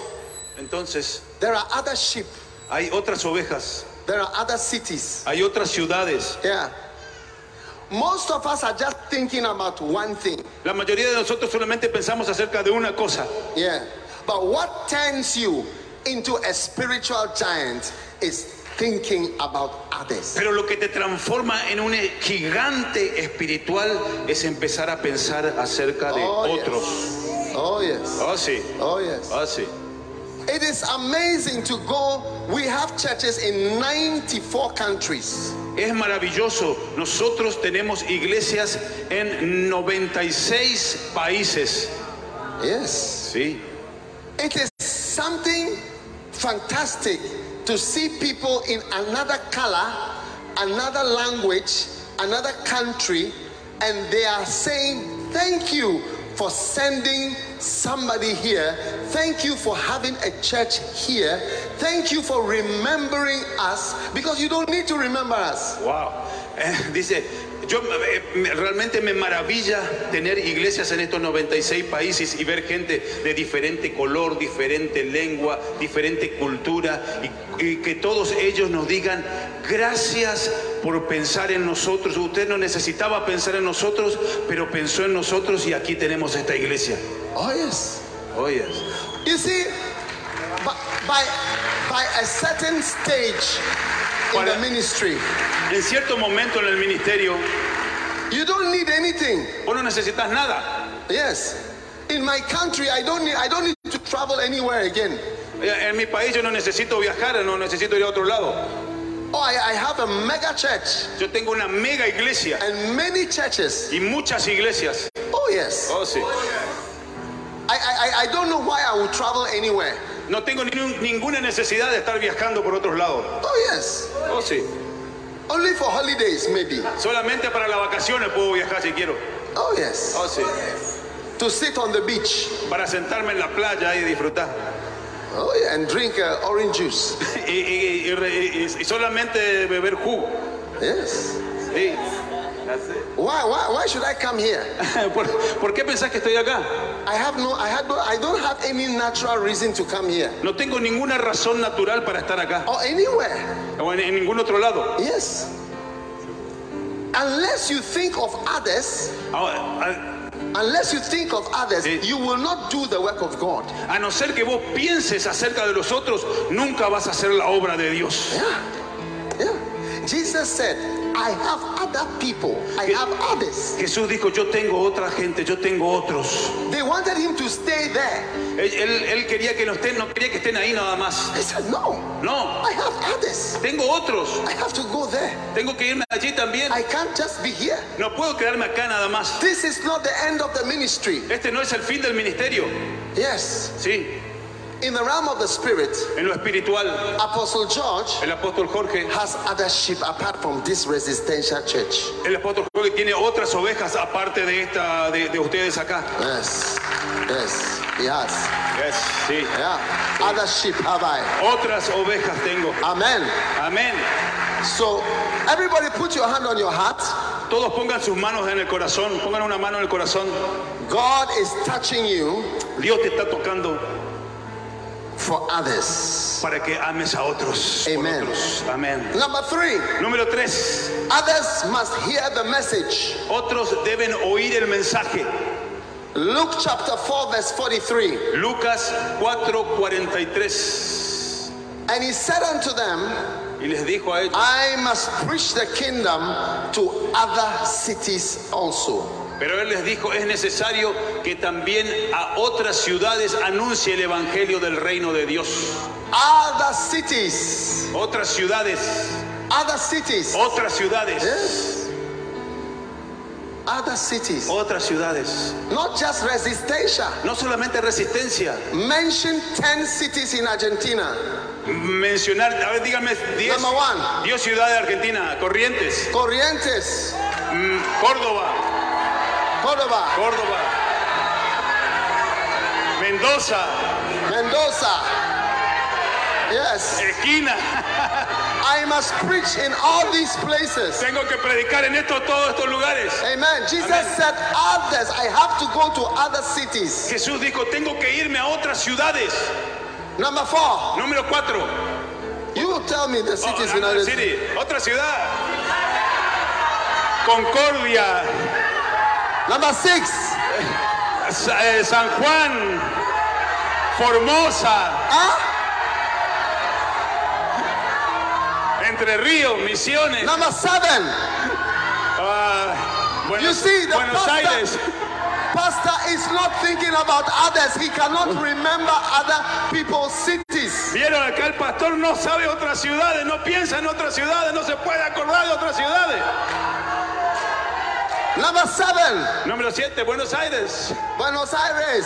Speaker 3: Entonces,
Speaker 2: there are other sheep,
Speaker 3: hay otras ovejas,
Speaker 2: there are other cities.
Speaker 3: hay otras ciudades,
Speaker 2: Yeah. Most of us are just thinking about one thing.
Speaker 3: La mayoría de nosotros solamente pensamos acerca de una cosa,
Speaker 2: Yeah. But what turns you into a spiritual giant is thinking about others.
Speaker 3: pero lo que te transforma en un gigante espiritual es empezar a pensar acerca de otros.
Speaker 2: Oh, yes. Oh yes.
Speaker 3: Ah, sí,
Speaker 2: Oh yes.
Speaker 3: ah, sí.
Speaker 2: It is amazing to go. We have churches in 94 countries.
Speaker 3: Es maravilloso. Nosotros tenemos iglesias en 96 países.
Speaker 2: Yes.
Speaker 3: Sí.
Speaker 2: It is something fantastic to see people in another color, another language, another country, and they are saying, Thank you for sending somebody here. Thank you for having a church here. Thank you for remembering us because you don't need to remember us.
Speaker 3: Wow. Eh, dice, yo eh, me- realmente me maravilla tener iglesias en estos 96 países y ver gente de diferente color, diferente lengua, diferente cultura y, y que todos ellos nos digan gracias por pensar en nosotros. Usted no necesitaba pensar en nosotros, pero pensó en nosotros y aquí tenemos esta iglesia.
Speaker 2: Oh, yes.
Speaker 3: Oye.
Speaker 2: You see, by, by, by a certain stage in the
Speaker 3: Para-
Speaker 2: ministry,
Speaker 3: En cierto momento en el ministerio,
Speaker 2: you don't need anything.
Speaker 3: vos no necesitas nada.
Speaker 2: Yes. In my country, I don't need I don't need to travel anywhere again.
Speaker 3: Eh, En mi país yo no necesito viajar, no necesito ir a otro lado.
Speaker 2: Oh, I, I have a mega church
Speaker 3: Yo tengo una mega iglesia
Speaker 2: and many churches.
Speaker 3: y muchas iglesias.
Speaker 2: Oh yes.
Speaker 3: Oh, sí.
Speaker 2: I, I, I- I don't know why I would travel anywhere.
Speaker 3: No tengo ningún- ninguna necesidad de estar viajando por otros lados.
Speaker 2: Oh, yes.
Speaker 3: Oh, sí.
Speaker 2: Only for holidays, maybe.
Speaker 3: Solamente para las vacaciones puedo viajar si quiero.
Speaker 2: Oh, yes.
Speaker 3: Oh, sí.
Speaker 2: To sit on the beach.
Speaker 3: Para sentarme en la playa y disfrutar. <laughs>
Speaker 2: Oh, yeah. And drink uh, orange juice. <laughs>
Speaker 3: Y, y- y- y- y- y solamente beber jugo.
Speaker 2: Yes.
Speaker 3: Sí. <laughs>
Speaker 2: Why, why, why should I come here? <laughs>
Speaker 3: ¿Por, por qué pensás que estoy acá?
Speaker 2: I have no, I had, no- I don't have any natural reason to come here
Speaker 3: No tengo ninguna razón natural para estar acá.
Speaker 2: or anywhere.
Speaker 3: O en, en ningún otro lado.
Speaker 2: Yes. Unless you think of others,
Speaker 3: A,
Speaker 2: unless you think of others,
Speaker 3: Sí.
Speaker 2: you will not do the work of God.
Speaker 3: a- a no ser que vos pienses acerca de los otros, nunca vas a hacer la obra de Dios.
Speaker 2: Yeah. Yeah. Jesus said, I have other people. I have others.
Speaker 3: Jesús dijo, yo tengo otra gente, yo tengo otros.
Speaker 2: They wanted him to stay there.
Speaker 3: Él, él- él quería que no estén, no quería que estén ahí nada más.
Speaker 2: He said, No,
Speaker 3: No,
Speaker 2: I have others.
Speaker 3: tengo otros.
Speaker 2: I have to go there.
Speaker 3: Tengo que irme allí también.
Speaker 2: I can't just be here.
Speaker 3: No puedo quedarme acá nada más.
Speaker 2: This is not the end of the ministry.
Speaker 3: Este no es el fin del ministerio.
Speaker 2: Yes.
Speaker 3: Sí,
Speaker 2: In the realm of the spirit,
Speaker 3: en lo espiritual,
Speaker 2: Apostle George
Speaker 3: el apóstol Jorge,
Speaker 2: has other sheep apart from this resistential church.
Speaker 3: el apóstol Jorge tiene otras ovejas aparte de esta, de, de ustedes acá.
Speaker 2: Yes, yes, he has.
Speaker 3: Yes, sí.
Speaker 2: Yeah, other sheep have I.
Speaker 3: Otras ovejas tengo.
Speaker 2: Amen.
Speaker 3: Amén.
Speaker 2: So, everybody put your hand on your heart.
Speaker 3: Todos pongan sus manos en el corazón, pongan una mano en el corazón.
Speaker 2: God is touching you
Speaker 3: Dios te está tocando
Speaker 2: for others.
Speaker 3: para que ames a otros. por
Speaker 2: Amen.
Speaker 3: otros. Amén.
Speaker 2: Number three,
Speaker 3: Número tres,
Speaker 2: others must hear the message.
Speaker 3: otros deben oír el mensaje.
Speaker 2: Luke chapter 4, verse 43.
Speaker 3: Lucas 4:43.
Speaker 2: And he said unto them,
Speaker 3: Y les dijo a ellos,
Speaker 2: I must preach the kingdom to other cities also.
Speaker 3: pero él les dijo, es necesario que también a otras ciudades anuncie el evangelio del reino de Dios.
Speaker 2: Other cities.
Speaker 3: Otras ciudades,
Speaker 2: Other cities.
Speaker 3: otras ciudades,
Speaker 2: Yes. Other cities.
Speaker 3: otras ciudades.
Speaker 2: Not just Resistencia.
Speaker 3: No solamente resistencia.
Speaker 2: Mention 10 cities in Argentina.
Speaker 3: Mencionar, a ver, díganme 10
Speaker 2: Number one.
Speaker 3: ciudades de Argentina, Corrientes,
Speaker 2: Corrientes.
Speaker 3: mm, Córdoba,
Speaker 2: Córdoba.
Speaker 3: Córdoba, Mendoza,
Speaker 2: Mendoza. Yes.
Speaker 3: Esquina.
Speaker 2: I must preach in all these places.
Speaker 3: Tengo que predicar en estos todos estos lugares.
Speaker 2: Amen. Jesus
Speaker 3: Amen.
Speaker 2: said, others. I have to go to other cities.
Speaker 3: Jesús dijo, tengo que irme a otras ciudades.
Speaker 2: Number four.
Speaker 3: Número 4.
Speaker 2: You tell me the cities
Speaker 3: Oh,
Speaker 2: in United States.
Speaker 3: Otra ciudad. Concordia,
Speaker 2: Number six.
Speaker 3: Sa- eh, San Juan, Formosa,
Speaker 2: Huh?
Speaker 3: Entre Ríos, Misiones,
Speaker 2: Number seven.
Speaker 3: ah,
Speaker 2: You
Speaker 3: Buenos,
Speaker 2: see, the
Speaker 3: Buenos
Speaker 2: pastor,
Speaker 3: Aires.
Speaker 2: pastor is not thinking about others. He cannot remember other people's cities.
Speaker 3: Vieron acá el pastor no sabe otras ciudades, no piensa en otras ciudades, no se puede acordar de otras ciudades.
Speaker 2: Number seven,
Speaker 3: Número 7, Buenos Aires.
Speaker 2: Buenos Aires.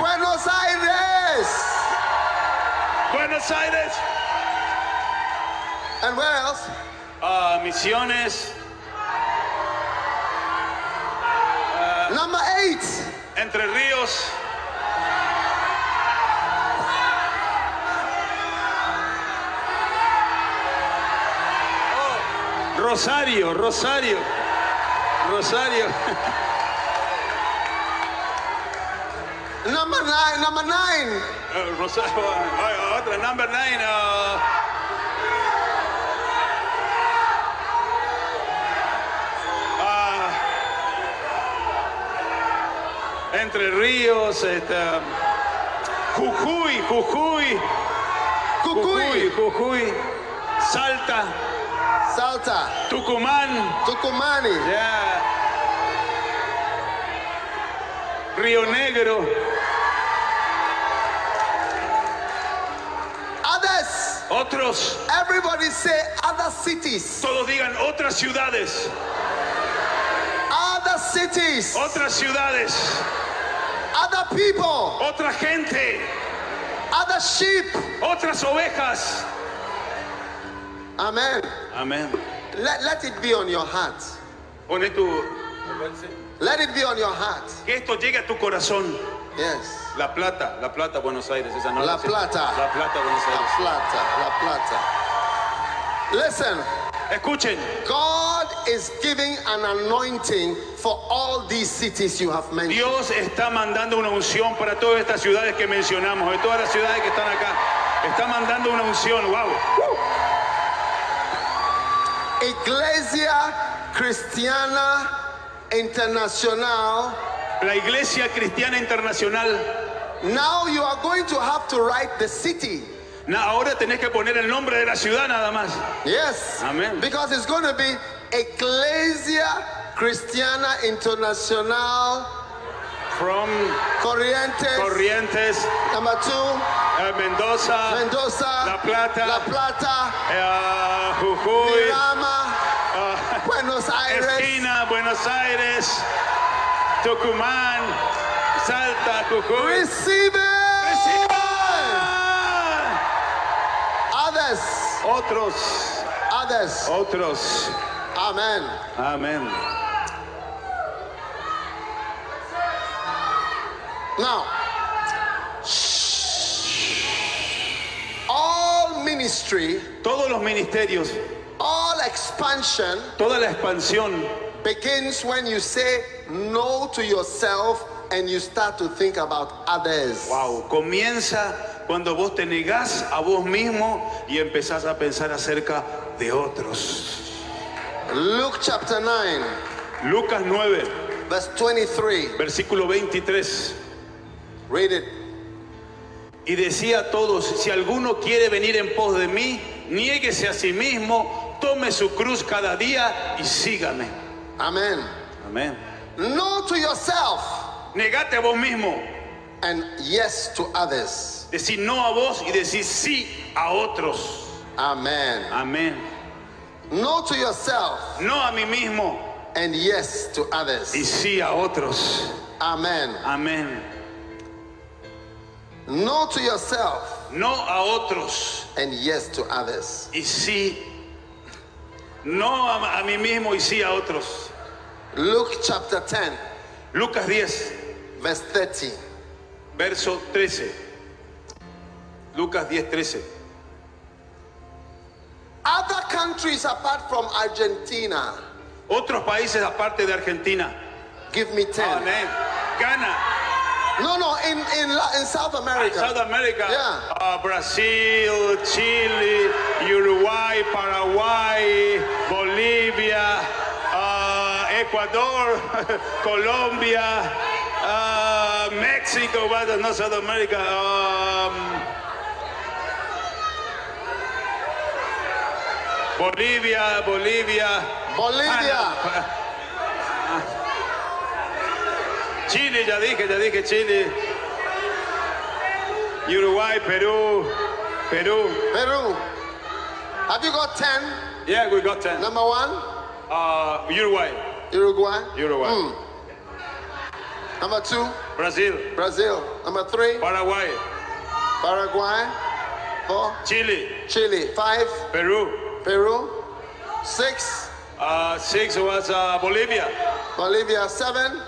Speaker 2: Buenos Aires.
Speaker 3: Buenos Aires.
Speaker 2: And where else?
Speaker 3: Ah, Misiones,
Speaker 2: Number eight,
Speaker 3: Entre Ríos. Oh, Rosario, Rosario, Rosario.
Speaker 2: number nine, number nine,
Speaker 3: Eh, Rosario, ah, otra, number nine. ah, ah, Entre Ríos, esta, Jujuy, Jujuy.
Speaker 2: Cucuy,
Speaker 3: Jujuy, Jujuy, Salta,
Speaker 2: Salta,
Speaker 3: Tucumán,
Speaker 2: Tucumani,
Speaker 3: ya. Río Negro,
Speaker 2: others.
Speaker 3: otros,
Speaker 2: Everybody say other cities,
Speaker 3: todos digan otras ciudades,
Speaker 2: other cities,
Speaker 3: otras ciudades,
Speaker 2: other people,
Speaker 3: otra gente,
Speaker 2: other sheep.
Speaker 3: otras ovejas.
Speaker 2: Amen.
Speaker 3: Amén.
Speaker 2: Let, let it be on your heart.
Speaker 3: Pon en tu,
Speaker 2: Let it be on your heart.
Speaker 3: que esto llegue a tu corazón.
Speaker 2: Yes.
Speaker 3: La Plata, La Plata, Buenos Aires. Esa no
Speaker 2: La
Speaker 3: sé.
Speaker 2: Plata.
Speaker 3: La Plata, Buenos
Speaker 2: La
Speaker 3: Aires.
Speaker 2: plata, la plata. Listen,
Speaker 3: Escuchen,
Speaker 2: God is giving an anointing for all these cities you have mentioned.
Speaker 3: Dios está mandando una unción para todas estas ciudades que mencionamos, de todas las ciudades que están acá. Está mandando una unción, wow.
Speaker 2: Iglesia Cristiana International.
Speaker 3: La Iglesia Cristiana Internacional.
Speaker 2: Now you are going to have to write the city.
Speaker 3: na- ahora tenés que poner el nombre de la ciudad nada más.
Speaker 2: Yes.
Speaker 3: Amen.
Speaker 2: Because it's going to be Ecclesia Cristiana International
Speaker 3: From
Speaker 2: Corrientes.
Speaker 3: Corrientes,
Speaker 2: Number two,
Speaker 3: eh, Mendoza,
Speaker 2: Mendoza.
Speaker 3: La Plata.
Speaker 2: La Plata.
Speaker 3: eh, Jujuy,
Speaker 2: Lima.
Speaker 3: ah,
Speaker 2: Buenos Aires.
Speaker 3: Esquina, Buenos Aires, Tucumán, Salta, Jujuy.
Speaker 2: Receive it.
Speaker 3: ¡Reciban!
Speaker 2: Others.
Speaker 3: Otros,
Speaker 2: Others.
Speaker 3: otros.
Speaker 2: Amen.
Speaker 3: Amén.
Speaker 2: Now, all ministry,
Speaker 3: Todos los ministerios,
Speaker 2: all expansion
Speaker 3: toda la expansión
Speaker 2: begins when you say no to yourself and you start to think about others.
Speaker 3: Wow, comienza cuando vos te negás a vos mismo y empezás a pensar acerca de otros.
Speaker 2: Luke chapter 9,
Speaker 3: Lucas 9,
Speaker 2: verse 23.
Speaker 3: versículo 23.
Speaker 2: Read it.
Speaker 3: Y decía a todos, si alguno quiere venir en pos de mí, niéguese a sí mismo, tome su cruz cada día y sígame.
Speaker 2: Amen.
Speaker 3: Amén.
Speaker 2: No to yourself
Speaker 3: Negate a vos mismo,
Speaker 2: and yes to others.
Speaker 3: decir no a vos y decir sí a otros.
Speaker 2: Amen.
Speaker 3: Amén.
Speaker 2: No to yourself
Speaker 3: No a mí mismo
Speaker 2: and yes to
Speaker 3: y
Speaker 2: others.
Speaker 3: sí a otros.
Speaker 2: Amen.
Speaker 3: Amén.
Speaker 2: No to yourself
Speaker 3: No a otros.
Speaker 2: and yes to others.
Speaker 3: y sí, no a, a mí mismo y sí a otros.
Speaker 2: Luke chapter 10,
Speaker 3: Lucas 10,
Speaker 2: verse 30.
Speaker 3: verso 13. Lucas 10, 13.
Speaker 2: Other countries apart from Argentina,
Speaker 3: Otros países aparte de Argentina.
Speaker 2: give me 10.
Speaker 3: Amén. Ghana,
Speaker 2: no, no, in, in, La- in South America.
Speaker 3: South America,
Speaker 2: Yeah.
Speaker 3: ah, Brasil, Chile, Uruguay, Paraguay, Bolivia, ah, Ecuador, <laughs> Colombia, ah, México, but no South America. um, Bolivia, Bolivia, Ah.
Speaker 2: Bolivia,
Speaker 3: Chile, ya dije, ya dije Chile. Y Uruguay, Perú, Perú.
Speaker 2: Peru. Have you got 10?
Speaker 3: Yeah, we got 10.
Speaker 2: Number one,
Speaker 3: Uh, Uruguay,
Speaker 2: Uruguay. Hmm.
Speaker 3: Uruguay.
Speaker 2: Number two,
Speaker 3: Brasil,
Speaker 2: Brazil. Number three,
Speaker 3: Paraguay,
Speaker 2: Paraguay. Four,
Speaker 3: Chile,
Speaker 2: Chile. Five,
Speaker 3: Perú.
Speaker 2: Peru. Six,
Speaker 3: Uh, six was uh, Bolivia.
Speaker 2: Bolivia. Seven.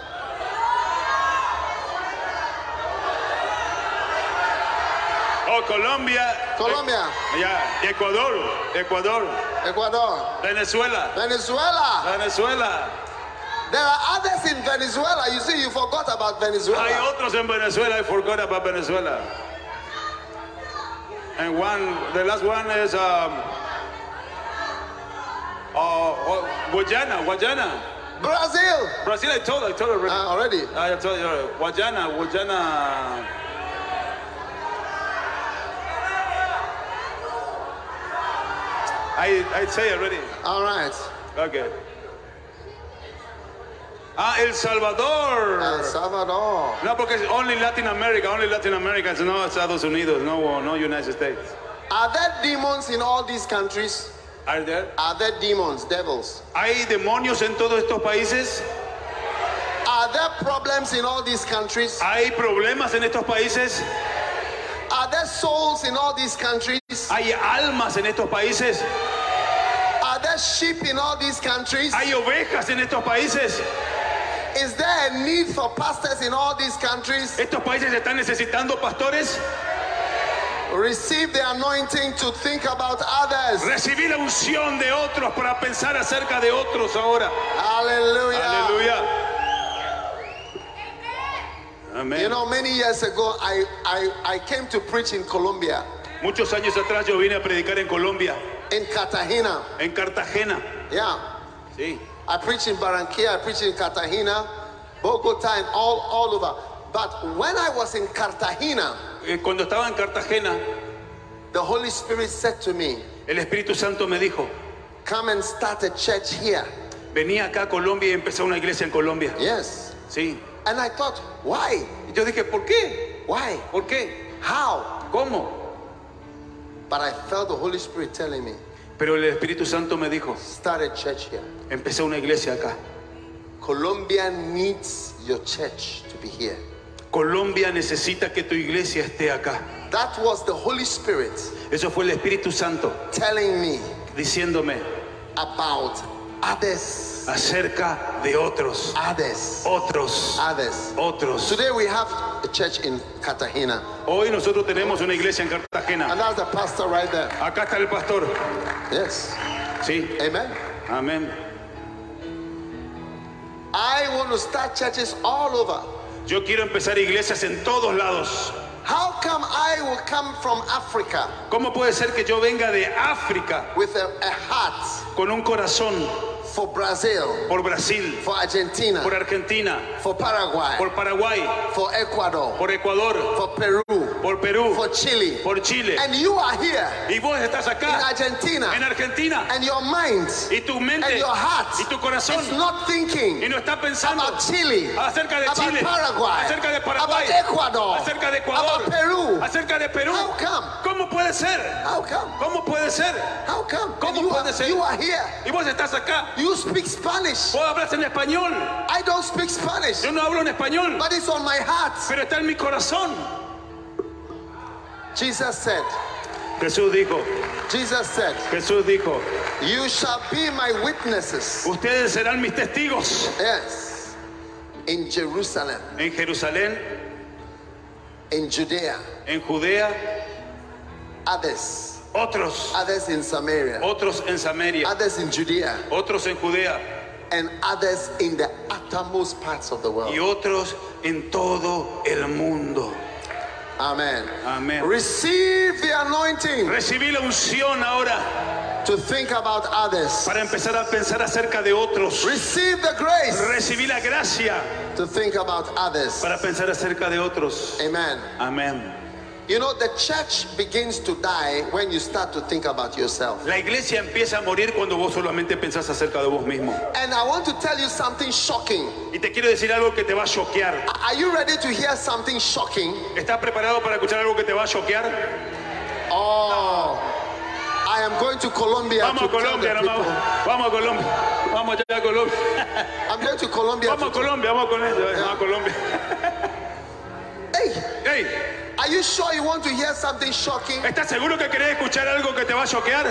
Speaker 3: Oh, Colombia.
Speaker 2: Colombia.
Speaker 3: Yeah, Ecuador, Ecuador,
Speaker 2: Ecuador.
Speaker 3: Venezuela,
Speaker 2: Venezuela.
Speaker 3: Venezuela.
Speaker 2: There are others in Venezuela. You see, you forgot about
Speaker 3: Hay
Speaker 2: Venezuela.
Speaker 3: otros en Venezuela, I forgot about Venezuela. And one, the last one is um, uh, uh, Guyana, Guyana.
Speaker 2: Brazil.
Speaker 3: Brazil, I told, I told already.
Speaker 2: Uh, already.
Speaker 3: I told you, already. Guyana, Guyana. I, I say already.
Speaker 2: All right.
Speaker 3: Okay. Ah, El Salvador.
Speaker 2: El Uh, Salvador.
Speaker 3: No, porque es only Latin America, only Latin America, it's no Estados Unidos, no, no United States.
Speaker 2: Are there demons in all these countries?
Speaker 3: Are there?
Speaker 2: Are there demons, devils?
Speaker 3: ¿Hay demonios en todos estos países?
Speaker 2: Are there problems in all these countries?
Speaker 3: ¿Hay problemas en estos países?
Speaker 2: Are there souls in all these countries?
Speaker 3: ¿Hay almas en estos países?
Speaker 2: Are there sheep in all these countries?
Speaker 3: ¿Hay ovejas en estos países?
Speaker 2: Is there a need for pastors in all these countries?
Speaker 3: ¿Estos países están necesitando pastores?
Speaker 2: Receive the anointing to think about others.
Speaker 3: Recibí la unción de otros para pensar acerca de otros ahora.
Speaker 2: Hallelujah.
Speaker 3: Aleluya.
Speaker 2: You
Speaker 3: Amén.
Speaker 2: know, many years ago, I, I, I came to preach in Colombia,
Speaker 3: Muchos años atrás yo vine a predicar en Colombia,
Speaker 2: in Cartagena.
Speaker 3: en Cartagena.
Speaker 2: Yeah.
Speaker 3: Sí.
Speaker 2: I preached in Barranquilla, I preached in Cartagena, Bogota, and all, all over. But when I was in Cartagena,
Speaker 3: Eh, Cuando estaba en Cartagena,
Speaker 2: the Holy Spirit said to me,
Speaker 3: el Espíritu Santo me dijo,
Speaker 2: Come and start a church here.
Speaker 3: venía acá a Colombia y empecé una iglesia en Colombia.
Speaker 2: Yes.
Speaker 3: Sí.
Speaker 2: And I thought, why?
Speaker 3: Y yo dije, ¿por qué?
Speaker 2: Why?
Speaker 3: ¿Por qué?
Speaker 2: How?
Speaker 3: ¿Cómo?
Speaker 2: But I felt the Holy Spirit telling me,
Speaker 3: Pero el Espíritu Santo me dijo,
Speaker 2: Start a church here.
Speaker 3: empecé una iglesia acá.
Speaker 2: Colombia needs your church to be here.
Speaker 3: Colombia necesita que tu iglesia esté acá.
Speaker 2: That was the Holy Spirit
Speaker 3: Eso fue el Espíritu Santo
Speaker 2: telling me
Speaker 3: diciéndome
Speaker 2: about others,
Speaker 3: acerca de otros,
Speaker 2: others,
Speaker 3: otros,
Speaker 2: others.
Speaker 3: otros.
Speaker 2: Today we have a church in Cartagena,
Speaker 3: Hoy nosotros tenemos una iglesia en Cartagena.
Speaker 2: and that's the pastor right there.
Speaker 3: Acá está el pastor.
Speaker 2: Yes,
Speaker 3: Sí.
Speaker 2: amen.
Speaker 3: Amén.
Speaker 2: I want to start churches all over.
Speaker 3: Yo quiero empezar iglesias en todos lados.
Speaker 2: How come I will come from Africa
Speaker 3: ¿Cómo puede ser que yo venga de África
Speaker 2: with a, a heart
Speaker 3: con un corazón
Speaker 2: for Brazil,
Speaker 3: por Brasil,
Speaker 2: for Argentina,
Speaker 3: por Argentina,
Speaker 2: for Paraguay,
Speaker 3: por Paraguay,
Speaker 2: for Ecuador,
Speaker 3: por Ecuador,
Speaker 2: for Peru,
Speaker 3: por Perú,
Speaker 2: for Chile,
Speaker 3: por Chile?
Speaker 2: and you are here
Speaker 3: Y vos estás
Speaker 2: in
Speaker 3: acá
Speaker 2: Argentina,
Speaker 3: en Argentina
Speaker 2: and your mind
Speaker 3: y tu
Speaker 2: and
Speaker 3: mente
Speaker 2: your heart
Speaker 3: y tu corazón
Speaker 2: is not thinking
Speaker 3: y no está pensando
Speaker 2: about Chile,
Speaker 3: acerca de
Speaker 2: about
Speaker 3: Chile,
Speaker 2: Paraguay,
Speaker 3: acerca de Paraguay,
Speaker 2: about Ecuador,
Speaker 3: acerca de Ecuador,
Speaker 2: about Perú.
Speaker 3: acerca de Perú.
Speaker 2: How come?
Speaker 3: ¿Cómo puede ser?
Speaker 2: How come?
Speaker 3: ¿Cómo puede ser?
Speaker 2: How come? And
Speaker 3: ¿Cómo
Speaker 2: you,
Speaker 3: puede
Speaker 2: are,
Speaker 3: ser?
Speaker 2: you are here.
Speaker 3: Y vos estás acá.
Speaker 2: You speak Spanish.
Speaker 3: Vos hablas en español.
Speaker 2: I don't speak Spanish,
Speaker 3: Yo no hablo en español,
Speaker 2: but it's on my heart.
Speaker 3: pero está en mi corazón.
Speaker 2: Jesus said,
Speaker 3: Jesús dijo,
Speaker 2: Jesus said,
Speaker 3: Jesús dijo,
Speaker 2: You shall be my witnesses.
Speaker 3: ustedes serán mis testigos
Speaker 2: Yes. In Jerusalem,
Speaker 3: en Jerusalén,
Speaker 2: in Judea,
Speaker 3: en Judea,
Speaker 2: others,
Speaker 3: otros,
Speaker 2: others in Samaria,
Speaker 3: otros en Samaria,
Speaker 2: others in Judea,
Speaker 3: otros en Judea
Speaker 2: and others in the uttermost parts of the world.
Speaker 3: y otros en todo el mundo.
Speaker 2: Amen.
Speaker 3: Amen.
Speaker 2: Receive the anointing
Speaker 3: Recibí la unción ahora
Speaker 2: to think about others.
Speaker 3: para empezar a pensar acerca de otros.
Speaker 2: Receive the grace
Speaker 3: Recibí la gracia
Speaker 2: to think about others.
Speaker 3: para pensar acerca de otros.
Speaker 2: Amen.
Speaker 3: Amén.
Speaker 2: You know, the church begins to die when you start to think about yourself.
Speaker 3: La iglesia empieza a morir cuando vos solamente pensás acerca de vos mismo.
Speaker 2: And I want to tell you something shocking.
Speaker 3: Y te quiero decir algo que te va a choquear.
Speaker 2: Are you ready to hear something shocking?
Speaker 3: ¿Estás preparado para escuchar algo que te va a choquear?
Speaker 2: Oh, I am going to Colombia
Speaker 3: Vamos a
Speaker 2: to tell
Speaker 3: Colombia,
Speaker 2: the
Speaker 3: no,
Speaker 2: people.
Speaker 3: vamos, vamos a Colombia. Vamos allá a Colombia.
Speaker 2: I'm going to Colombia.
Speaker 3: Vamos a
Speaker 2: to-
Speaker 3: Colombia, vamos con eso. Vamos a Colombia.
Speaker 2: hey,
Speaker 3: Hey,
Speaker 2: are you sure you want to hear something shocking?
Speaker 3: ¿estás seguro que querés escuchar algo que te va a choquear?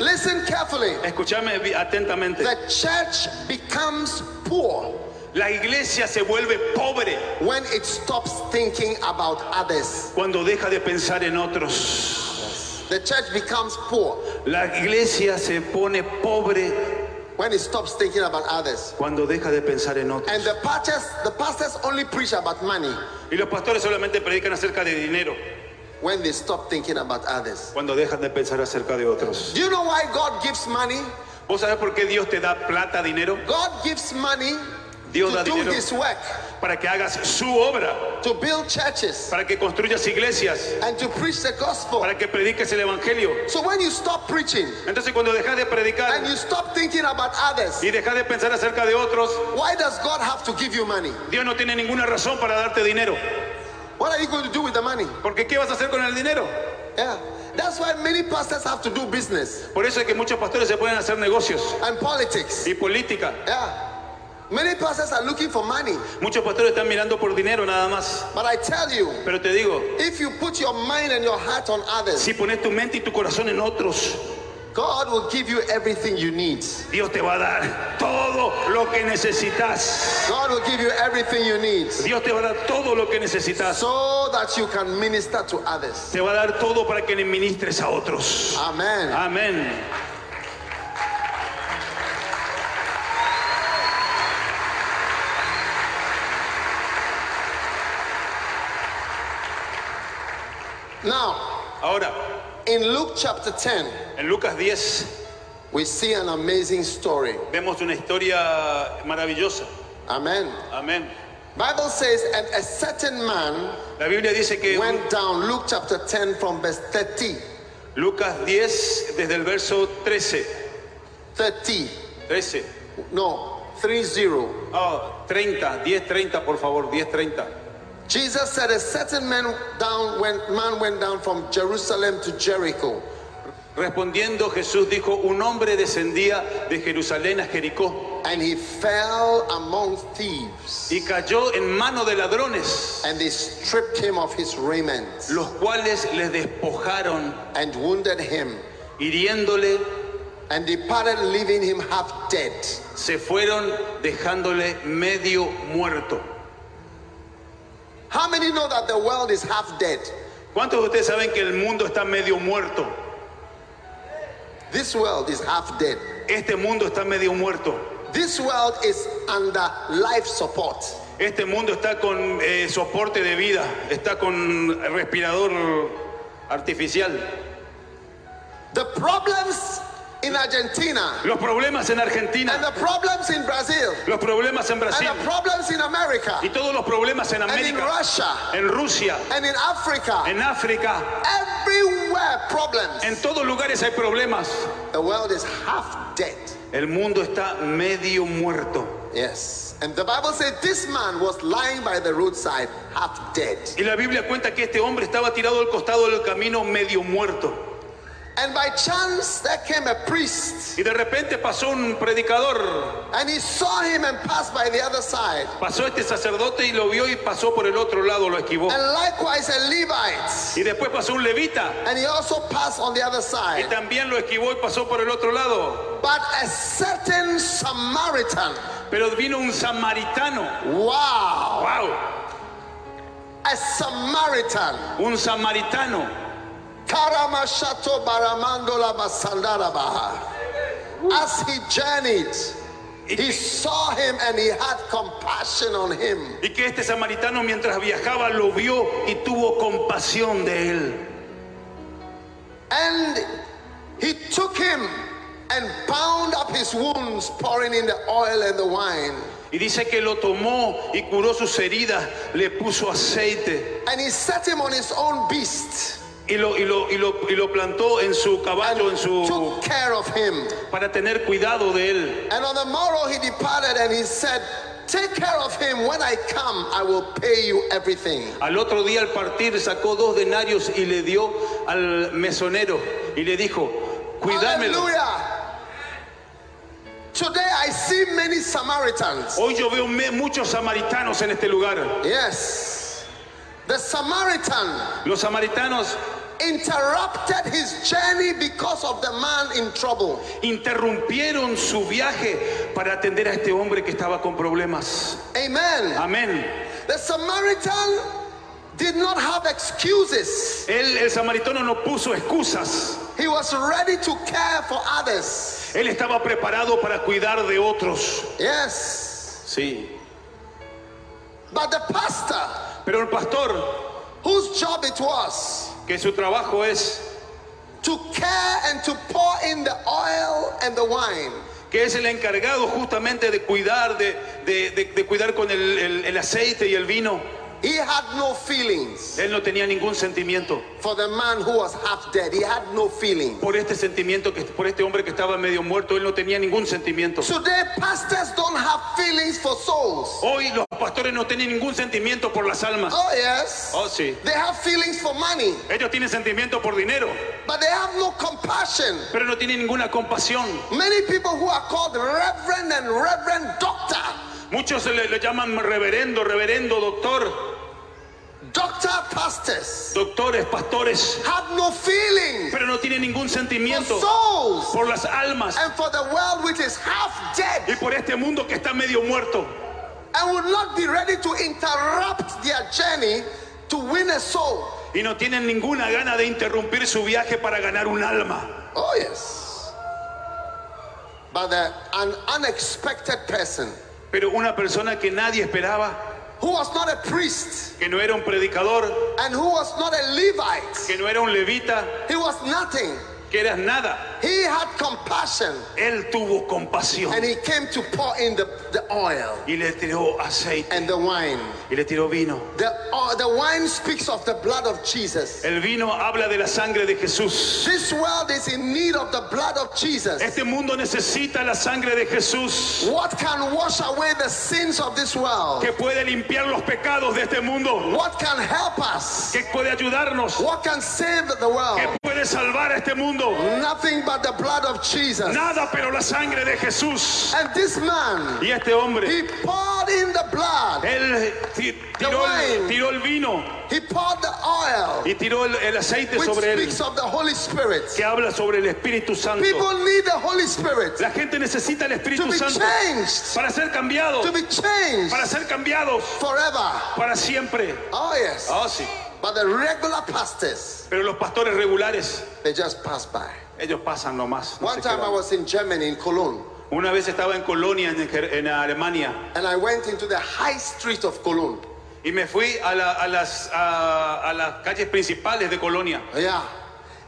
Speaker 2: Listen carefully.
Speaker 3: Escúchame vi- atentamente.
Speaker 2: The church becomes poor
Speaker 3: La iglesia se vuelve pobre
Speaker 2: when it stops thinking about others.
Speaker 3: cuando deja de pensar en otros.
Speaker 2: The church becomes poor
Speaker 3: La iglesia se pone pobre
Speaker 2: when it stops thinking about others.
Speaker 3: cuando deja de pensar en otros.
Speaker 2: And the pastors, the pastors only preach about money
Speaker 3: Y los pastores solamente predican acerca de dinero
Speaker 2: when they stop thinking about others.
Speaker 3: cuando dejan de pensar acerca de otros.
Speaker 2: Do you know why God gives money?
Speaker 3: ¿Vos sabés por qué Dios te da plata, dinero?
Speaker 2: God gives money
Speaker 3: Dios da
Speaker 2: to do
Speaker 3: dinero
Speaker 2: His work,
Speaker 3: para que hagas su obra,
Speaker 2: to build churches,
Speaker 3: para que construyas iglesias,
Speaker 2: and to preach the gospel.
Speaker 3: para que prediques el evangelio.
Speaker 2: So when you stop preaching
Speaker 3: Entonces cuando dejas de
Speaker 2: and
Speaker 3: predicar
Speaker 2: you stop thinking about others,
Speaker 3: y dejas de pensar acerca de otros,
Speaker 2: why does God have to give you money?
Speaker 3: Dios no tiene ninguna razón para darte dinero.
Speaker 2: What are you going to do with the money?
Speaker 3: Porque ¿qué vas a hacer con el dinero?
Speaker 2: Yeah. That's why many pastors have to do business
Speaker 3: Por eso es que muchos pastores se pueden hacer negocios
Speaker 2: and politics.
Speaker 3: y política.
Speaker 2: Yeah. Many pastors are looking for money,
Speaker 3: Muchos pastores están mirando por dinero nada más.
Speaker 2: but I tell you,
Speaker 3: Pero te digo,
Speaker 2: if you put your mind and your heart on others,
Speaker 3: si pones tu mente y tu corazón en otros,
Speaker 2: God will give you everything you need.
Speaker 3: Dios te va a dar todo lo que necesitas.
Speaker 2: God will give you everything you need
Speaker 3: Dios te va a dar todo lo que necesitas.
Speaker 2: so that you can minister to others.
Speaker 3: Te va a dar todo para que le ministres a otros.
Speaker 2: Amen.
Speaker 3: Amén.
Speaker 2: Now,
Speaker 3: Ahora,
Speaker 2: in Luke chapter 10,
Speaker 3: en Lucas 10
Speaker 2: we see an amazing story.
Speaker 3: vemos una historia maravillosa.
Speaker 2: Amen.
Speaker 3: Amén.
Speaker 2: Bible says, and a certain man
Speaker 3: La Biblia dice que un-
Speaker 2: went down. Luke chapter 10 from verse 30.
Speaker 3: Lucas 10 desde el verso 13,
Speaker 2: 30.
Speaker 3: 13,
Speaker 2: No, 30.
Speaker 3: ah, 30, 10, 30 por favor, 10, 30.
Speaker 2: Jesus said, a certain man down went man went down from Jerusalem to Jericho
Speaker 3: Respondiendo Jesús dijo, un hombre descendía de Jerusalén a Jericó
Speaker 2: and he fell among thieves
Speaker 3: y cayó en mano de ladrones,
Speaker 2: and they stripped him of his raiment
Speaker 3: los cuales les despojaron,
Speaker 2: and wounded him
Speaker 3: hiriéndole,
Speaker 2: and departed leaving him half dead
Speaker 3: se fueron dejándole medio muerto.
Speaker 2: how many know that the world is half dead
Speaker 3: ¿Cuántos de ustedes saben que el mundo está medio muerto?
Speaker 2: this world is half dead
Speaker 3: Este mundo está medio muerto.
Speaker 2: this world is under life support
Speaker 3: Este mundo está con eh, soporte de vida, está con respirador artificial.
Speaker 2: the problems in argentina
Speaker 3: Los problemas en
Speaker 2: and
Speaker 3: Argentina,
Speaker 2: the problems in brazil
Speaker 3: los problemas en
Speaker 2: and
Speaker 3: Brasil
Speaker 2: the problems in america
Speaker 3: y todos los problemas en
Speaker 2: and in
Speaker 3: América,
Speaker 2: russia
Speaker 3: en Rusia,
Speaker 2: and in africa
Speaker 3: en África,
Speaker 2: everywhere problems
Speaker 3: en todos lugares hay problemas.
Speaker 2: The world is half dead.
Speaker 3: El mundo está medio muerto.
Speaker 2: Yes. And the Bible said this man was lying by the roadside, half dead.
Speaker 3: Y la Biblia cuenta que este hombre estaba tirado al costado del camino medio muerto.
Speaker 2: And by chance, there came a priest
Speaker 3: Y de repente pasó un predicador,
Speaker 2: and he saw him and passed by the other side.
Speaker 3: pasó este sacerdote y lo vio y pasó por el otro lado, lo esquivó.
Speaker 2: And likewise, a Levite.
Speaker 3: Y después pasó un levita
Speaker 2: And he also passed on the other
Speaker 3: Y
Speaker 2: side.
Speaker 3: también lo esquivó y pasó por el otro lado.
Speaker 2: But a certain Samaritan,
Speaker 3: Pero vino un samaritano.
Speaker 2: wow,
Speaker 3: ¡Wow!
Speaker 2: a Samaritan,
Speaker 3: Un samaritano.
Speaker 2: Karamashato Baramandola Basandarabaha. As he journeyed,
Speaker 3: Y,
Speaker 2: He saw him and he had compassion on him.
Speaker 3: y que este samaritano mientras viajaba lo vio y tuvo compasión de él.
Speaker 2: And he took him and bound up his wounds, pouring in the oil and the wine.
Speaker 3: Y dice que lo tomó y curó sus heridas, le puso aceite
Speaker 2: And he set him on his own beast
Speaker 3: y lo, y lo, y lo, y lo plantó en su caballo, en su
Speaker 2: took care of him.
Speaker 3: para tener cuidado de él.
Speaker 2: And on the morrow he departed and he said, Take care of him. When I come, I will pay you everything.
Speaker 3: Al otro día al partir sacó dos denarios y le dio al mesonero y le dijo, cuídamelo.
Speaker 2: Hallelujah. Today I see many Samaritans.
Speaker 3: Hoy yo veo me- muchos samaritanos en este lugar.
Speaker 2: Yes. The Samaritan
Speaker 3: Los samaritanos
Speaker 2: interrupted his journey because of the man in trouble.
Speaker 3: interrumpieron su viaje para atender a este hombre que estaba con problemas.
Speaker 2: Amen.
Speaker 3: Amén.
Speaker 2: The Samaritan did not have excuses.
Speaker 3: Él, el samaritano, no puso excusas.
Speaker 2: He was ready to care for others.
Speaker 3: Él estaba preparado para cuidar de otros.
Speaker 2: Yes.
Speaker 3: Sí.
Speaker 2: But the pastor,
Speaker 3: Pero el pastor,
Speaker 2: whose job it was
Speaker 3: que su trabajo es
Speaker 2: to care and to pour in the oil and the wine,
Speaker 3: que es el encargado justamente de cuidar, de, de- de- de cuidar con el, el- el aceite y el vino.
Speaker 2: he had no feelings
Speaker 3: Él no tenía ningún sentimiento
Speaker 2: for the man who was half dead. He had no feelings.
Speaker 3: por este sentimiento, que, por este hombre que estaba medio muerto. Él no tenía ningún sentimiento.
Speaker 2: Today, pastors don't have feelings for souls.
Speaker 3: Hoy los pastores no tienen ningún sentimiento por las almas.
Speaker 2: Oh, yes.
Speaker 3: Oh, sí.
Speaker 2: They have feelings for money,
Speaker 3: Ellos tienen sentimiento por dinero,
Speaker 2: but they have no compassion.
Speaker 3: pero no tienen ninguna compasión.
Speaker 2: Many people who are called reverend and reverend doctor
Speaker 3: Muchos le, le llaman reverendo, reverendo, doctor,
Speaker 2: Doctor pastors
Speaker 3: doctores, pastores,
Speaker 2: have no feeling
Speaker 3: pero no tienen ningún
Speaker 2: for
Speaker 3: sentimiento
Speaker 2: souls
Speaker 3: por las almas
Speaker 2: and for the world which is half
Speaker 3: y
Speaker 2: dead
Speaker 3: por este mundo que está medio muerto
Speaker 2: and will not be ready to interrupt their journey to win a soul.
Speaker 3: y no tienen ninguna gana de interrumpir su viaje para ganar un alma.
Speaker 2: Oh, yes. But the, an unexpected person
Speaker 3: Pero una persona que nadie esperaba,
Speaker 2: who was not a priest
Speaker 3: que no era un predicador,
Speaker 2: and who was not a Levite,
Speaker 3: que no era un levita,
Speaker 2: he was nothing.
Speaker 3: que eras nada,
Speaker 2: He had compassion
Speaker 3: él tuvo compasión
Speaker 2: and he came to pour in the, the oil
Speaker 3: y le tiró aceite
Speaker 2: and the wine.
Speaker 3: y le tiró vino.
Speaker 2: The, uh, the wine speaks of the blood of Jesus.
Speaker 3: El vino habla de la sangre de Jesús.
Speaker 2: This world is in need of the blood of Jesus.
Speaker 3: Este mundo necesita la sangre de Jesús
Speaker 2: What can wash away the sins of this world?
Speaker 3: que puede limpiar los pecados de este mundo,
Speaker 2: What can help us?
Speaker 3: que puede ayudarnos,
Speaker 2: What can save the
Speaker 3: que
Speaker 2: world?
Speaker 3: puede salvar a este mundo.
Speaker 2: Nothing but the blood of Jesus.
Speaker 3: Nada pero la sangre de Jesús.
Speaker 2: And this man,
Speaker 3: Y este hombre,
Speaker 2: he poured in the blood,
Speaker 3: él ti- tiró, el- tiró el vino
Speaker 2: he poured the oil,
Speaker 3: y tiró el, el aceite
Speaker 2: which
Speaker 3: sobre él,
Speaker 2: speaks of the Holy Spirit.
Speaker 3: que habla sobre el Espíritu Santo.
Speaker 2: People need the Holy Spirit
Speaker 3: La gente necesita el
Speaker 2: to
Speaker 3: Espíritu
Speaker 2: be
Speaker 3: Santo
Speaker 2: changed,
Speaker 3: para ser cambiados,
Speaker 2: to be changed
Speaker 3: para ser cambiados
Speaker 2: forever.
Speaker 3: para siempre.
Speaker 2: Oh, yes.
Speaker 3: Ah, sí.
Speaker 2: But the regular pastors,
Speaker 3: Pero los pastores regulares,
Speaker 2: they just pass by.
Speaker 3: ellos pasan nomás. no
Speaker 2: One
Speaker 3: se
Speaker 2: time I
Speaker 3: quedan.
Speaker 2: was in Germany, in Cologne,
Speaker 3: Una vez estaba en Colonia, en, Ger- en Alemania,
Speaker 2: and I went into the high street of Cologne.
Speaker 3: y me fui a, la- a las, a- a las calles principales de Colonia.
Speaker 2: Yeah.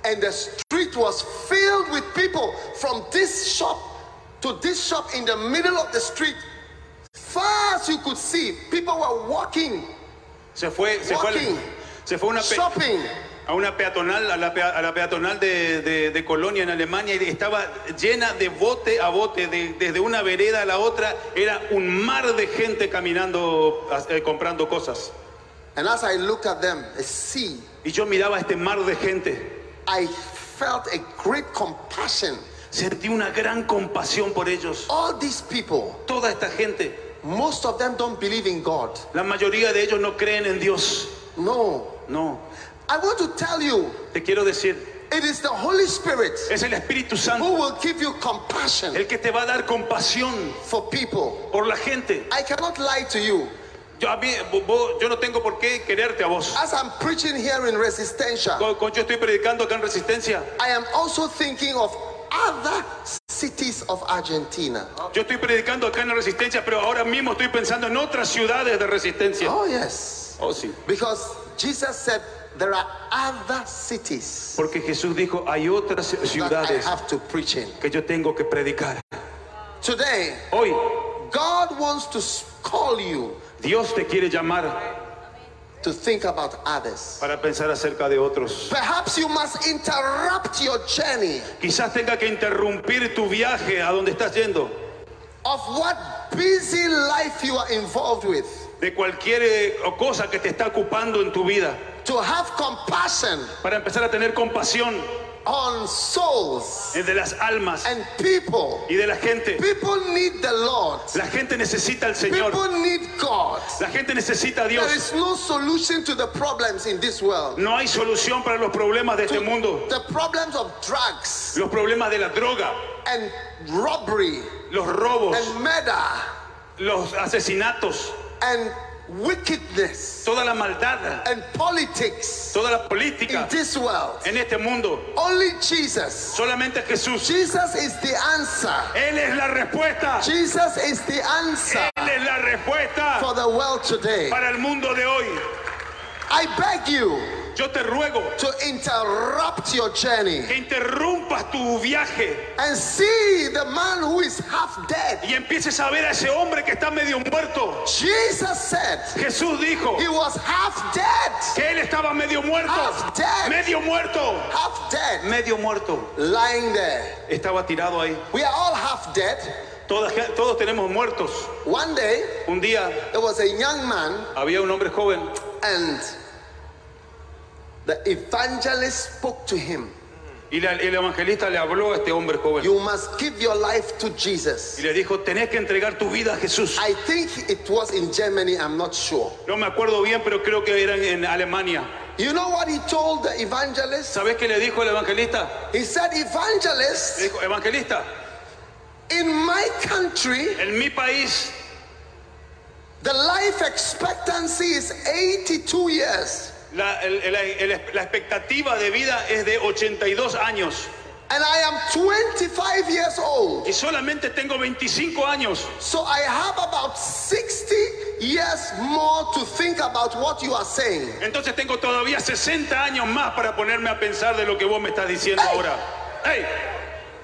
Speaker 2: And the street was filled with people from this shop to this shop in the middle of the street. Far as you could see, people were walking,
Speaker 3: Se fue, se fue, al-
Speaker 2: Walking.
Speaker 3: se fue a una pe-
Speaker 2: shopping.
Speaker 3: a una peatonal, a la, pea- a la peatonal de, de- de Colonia en Alemania, y estaba llena de bote a bote, de- desde una vereda a la otra, era un mar de gente caminando, as- eh, comprando cosas.
Speaker 2: And as I looked at them, a sea,
Speaker 3: Y yo miraba este mar de gente,
Speaker 2: I felt a great compassion.
Speaker 3: sentí una gran compasión por ellos.
Speaker 2: All these people,
Speaker 3: Toda esta gente,
Speaker 2: most of them don't believe in God.
Speaker 3: la mayoría de ellos no creen en Dios.
Speaker 2: No.
Speaker 3: No,
Speaker 2: I want to tell you,
Speaker 3: te quiero decir,
Speaker 2: it is the Holy Spirit
Speaker 3: es el Espíritu
Speaker 2: who
Speaker 3: Santo
Speaker 2: will give you compassion
Speaker 3: el que te va a dar compasión
Speaker 2: for people.
Speaker 3: por la gente.
Speaker 2: I cannot lie to you.
Speaker 3: Yo, a mí, vo- vo- yo no tengo por qué quererte a vos.
Speaker 2: As I'm preaching here in Resistencia,
Speaker 3: Co- co- Yo estoy predicando acá en Resistencia.
Speaker 2: I am also thinking of other cities of Argentina.
Speaker 3: Yo estoy predicando acá en la Resistencia, pero ahora mismo estoy pensando en otras ciudades de Resistencia.
Speaker 2: Oh, yes.
Speaker 3: Oh, sí.
Speaker 2: Because Jesus said there are other cities
Speaker 3: Porque Jesús dijo, hay otras
Speaker 2: that I
Speaker 3: ciudades
Speaker 2: have to preach in.
Speaker 3: que yo tengo que predicar.
Speaker 2: Today,
Speaker 3: Hoy,
Speaker 2: God wants to s- call you
Speaker 3: Dios te quiere llamar
Speaker 2: to think about others.
Speaker 3: para pensar acerca de otros.
Speaker 2: Perhaps you must interrupt your journey
Speaker 3: Quizás tenga que interrumpir tu viaje a donde estás yendo,
Speaker 2: of what busy life you are involved with
Speaker 3: de cualquier eh, cosa que te está ocupando en tu vida,
Speaker 2: to have compassion
Speaker 3: para empezar a tener compasión
Speaker 2: on souls
Speaker 3: eh, de las almas
Speaker 2: and people
Speaker 3: y de la gente.
Speaker 2: People need the Lord.
Speaker 3: La gente necesita al Señor.
Speaker 2: People need God.
Speaker 3: La gente necesita a
Speaker 2: There
Speaker 3: Dios.
Speaker 2: is no solution to the problems in this world.
Speaker 3: No hay solución para los problemas de
Speaker 2: To
Speaker 3: este mundo.
Speaker 2: the problems of drugs
Speaker 3: Los problemas de la droga,
Speaker 2: and robbery
Speaker 3: los robos,
Speaker 2: and murder
Speaker 3: los asesinatos,
Speaker 2: and wickedness
Speaker 3: toda la maldad,
Speaker 2: and politics
Speaker 3: toda la
Speaker 2: in
Speaker 3: política
Speaker 2: this world.
Speaker 3: en este mundo.
Speaker 2: Only Jesus.
Speaker 3: Solamente Jesús.
Speaker 2: Jesus is the answer.
Speaker 3: Él es la respuesta.
Speaker 2: Jesus is the answer
Speaker 3: Él es la respuesta
Speaker 2: for the world today.
Speaker 3: para el mundo de hoy.
Speaker 2: I beg you
Speaker 3: Yo te ruego
Speaker 2: to interrupt your journey
Speaker 3: que interrumpas tu viaje
Speaker 2: and see the man who is half dead.
Speaker 3: y empieces a ver a ese hombre que está medio muerto.
Speaker 2: Jesus said
Speaker 3: Jesús dijo
Speaker 2: he was half dead,
Speaker 3: que él estaba medio muerto.
Speaker 2: half dead,
Speaker 3: Medio muerto.
Speaker 2: half dead,
Speaker 3: Medio muerto.
Speaker 2: lying there.
Speaker 3: Estaba tirado ahí.
Speaker 2: We are all half dead.
Speaker 3: Todas- todos tenemos muertos.
Speaker 2: One day,
Speaker 3: Un día
Speaker 2: there was a young man,
Speaker 3: había un hombre joven
Speaker 2: and the evangelist spoke to him
Speaker 3: Y la- el evangelista le habló a este hombre joven
Speaker 2: You must give your life to
Speaker 3: y
Speaker 2: Jesus.
Speaker 3: le dijo, tenés que entregar tu vida a Jesús.
Speaker 2: I think it was in Germany, I'm not sure.
Speaker 3: No me acuerdo bien, pero creo que eran en Alemania.
Speaker 2: You know what he told the evangelist?
Speaker 3: ¿Sabés qué le dijo el evangelista?
Speaker 2: He said,
Speaker 3: Le
Speaker 2: Evangelist,
Speaker 3: dijo, evangelista,
Speaker 2: in my country,
Speaker 3: en mi país
Speaker 2: the life expectancy is 82 years.
Speaker 3: la, el- el- el- la expectativa de vida es de 82 años
Speaker 2: And I am 25 years old.
Speaker 3: y solamente tengo 25 años.
Speaker 2: So I have about 60 years more to think about what you are saying.
Speaker 3: Entonces tengo todavía 60 años más para ponerme a pensar de lo que vos me estás diciendo
Speaker 2: ¡Ey!
Speaker 3: ahora. ¡Ey!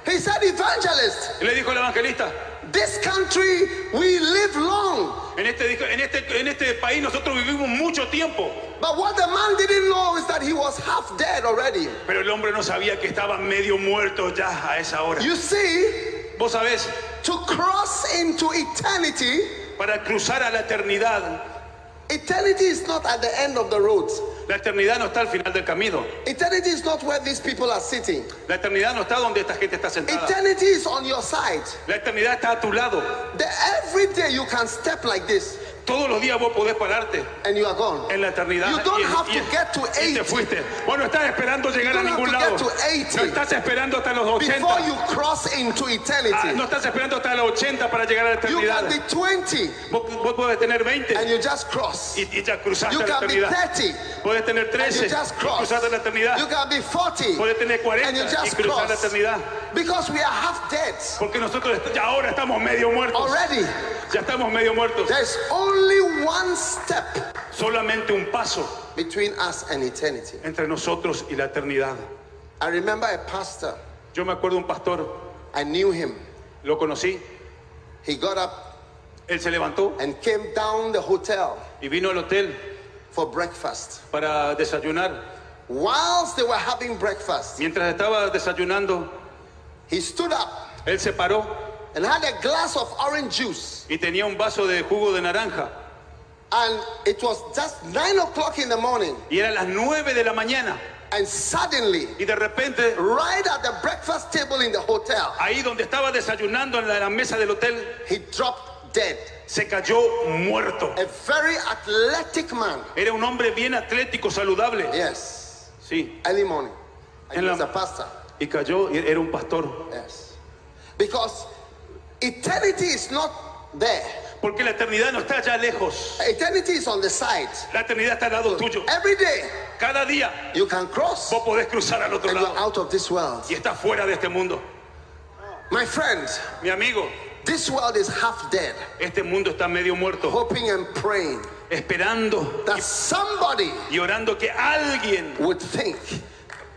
Speaker 2: He said, Evangelist,
Speaker 3: Le dijo el evangelista,
Speaker 2: this country, we live long.
Speaker 3: en este, dijo- en este, en este país nosotros vivimos mucho tiempo,
Speaker 2: But what the man didn't know is that he was half dead already.
Speaker 3: pero el hombre no sabía que estaba medio muerto ya a esa hora.
Speaker 2: You see,
Speaker 3: Vos sabés,
Speaker 2: to cross into eternity,
Speaker 3: para cruzar a la eternidad,
Speaker 2: eternity is not at the end of the road.
Speaker 3: la eternidad no está al final del camino.
Speaker 2: Eternity is not where these people are sitting.
Speaker 3: La eternidad no está donde esta gente está sentada.
Speaker 2: Eternity is on your side.
Speaker 3: La eternidad está a tu lado.
Speaker 2: The, every day you can step like this
Speaker 3: Todos los días vos podés pararte
Speaker 2: and you are gone.
Speaker 3: en la eternidad.
Speaker 2: You don't
Speaker 3: y-
Speaker 2: have
Speaker 3: y-
Speaker 2: to get to
Speaker 3: y te
Speaker 2: 80.
Speaker 3: fuiste. Bueno, estás esperando llegar
Speaker 2: You
Speaker 3: a
Speaker 2: don't have
Speaker 3: ningún
Speaker 2: to
Speaker 3: lado.
Speaker 2: get to 80
Speaker 3: No estás esperando hasta los
Speaker 2: Before
Speaker 3: 80.
Speaker 2: you cross into
Speaker 3: Ah,
Speaker 2: eternity,
Speaker 3: no estás esperando hasta los 80 para llegar a la
Speaker 2: you
Speaker 3: eternidad.
Speaker 2: can be 20
Speaker 3: Vos, vos podés tener 20
Speaker 2: and you just cross.
Speaker 3: y, y ya cruzaste
Speaker 2: You
Speaker 3: la
Speaker 2: can be
Speaker 3: eternidad.
Speaker 2: 30
Speaker 3: Podés tener
Speaker 2: and
Speaker 3: 13
Speaker 2: you
Speaker 3: y
Speaker 2: just cross.
Speaker 3: cruzar la
Speaker 2: You
Speaker 3: eternidad.
Speaker 2: can be 40
Speaker 3: Podés
Speaker 2: and
Speaker 3: tener
Speaker 2: you
Speaker 3: 40 y
Speaker 2: just
Speaker 3: cruzar la
Speaker 2: cross.
Speaker 3: eternidad.
Speaker 2: Because we are half dead
Speaker 3: Porque nosotros est- ya ahora estamos medio muertos.
Speaker 2: already.
Speaker 3: Ya estamos medio muertos.
Speaker 2: There's only one step
Speaker 3: Solamente un paso
Speaker 2: between us and eternity.
Speaker 3: entre nosotros y la eternidad.
Speaker 2: I remember a pastor.
Speaker 3: Yo me acuerdo un pastor,
Speaker 2: I knew him.
Speaker 3: lo conocí,
Speaker 2: He got up
Speaker 3: él se levantó
Speaker 2: and came down the hotel
Speaker 3: y vino al hotel
Speaker 2: for breakfast.
Speaker 3: para desayunar.
Speaker 2: Whilst they were having breakfast,
Speaker 3: Mientras estaba desayunando,
Speaker 2: he stood up
Speaker 3: él se paró
Speaker 2: and had a glass of orange juice.
Speaker 3: y tenía un vaso de jugo de naranja.
Speaker 2: And it was just nine o'clock in the morning.
Speaker 3: Y eran las 9 de la mañana.
Speaker 2: And suddenly,
Speaker 3: Y de repente,
Speaker 2: right at the breakfast table in the hotel,
Speaker 3: ahí donde estaba desayunando en la, la mesa del hotel,
Speaker 2: he dropped dead.
Speaker 3: se cayó muerto.
Speaker 2: A very athletic man.
Speaker 3: Era un hombre bien atlético, saludable.
Speaker 2: Yes.
Speaker 3: Sí.
Speaker 2: Early morning. And he
Speaker 3: En
Speaker 2: was
Speaker 3: la-
Speaker 2: a pastor.
Speaker 3: Y cayó y era un pastor.
Speaker 2: Yes. Because eternity is not there.
Speaker 3: Porque la eternidad no está allá lejos.
Speaker 2: Eternity is on the side.
Speaker 3: La eternidad está al lado tuyo.
Speaker 2: Every day
Speaker 3: Cada día
Speaker 2: you can cross
Speaker 3: vos podés cruzar al otro
Speaker 2: and you're
Speaker 3: lado.
Speaker 2: out of this world.
Speaker 3: Y estás fuera de este mundo.
Speaker 2: My friend,
Speaker 3: Mi amigo,
Speaker 2: this world is half dead,
Speaker 3: este mundo está medio muerto.
Speaker 2: hoping and praying
Speaker 3: Esperando
Speaker 2: that somebody
Speaker 3: y orando que alguien
Speaker 2: would think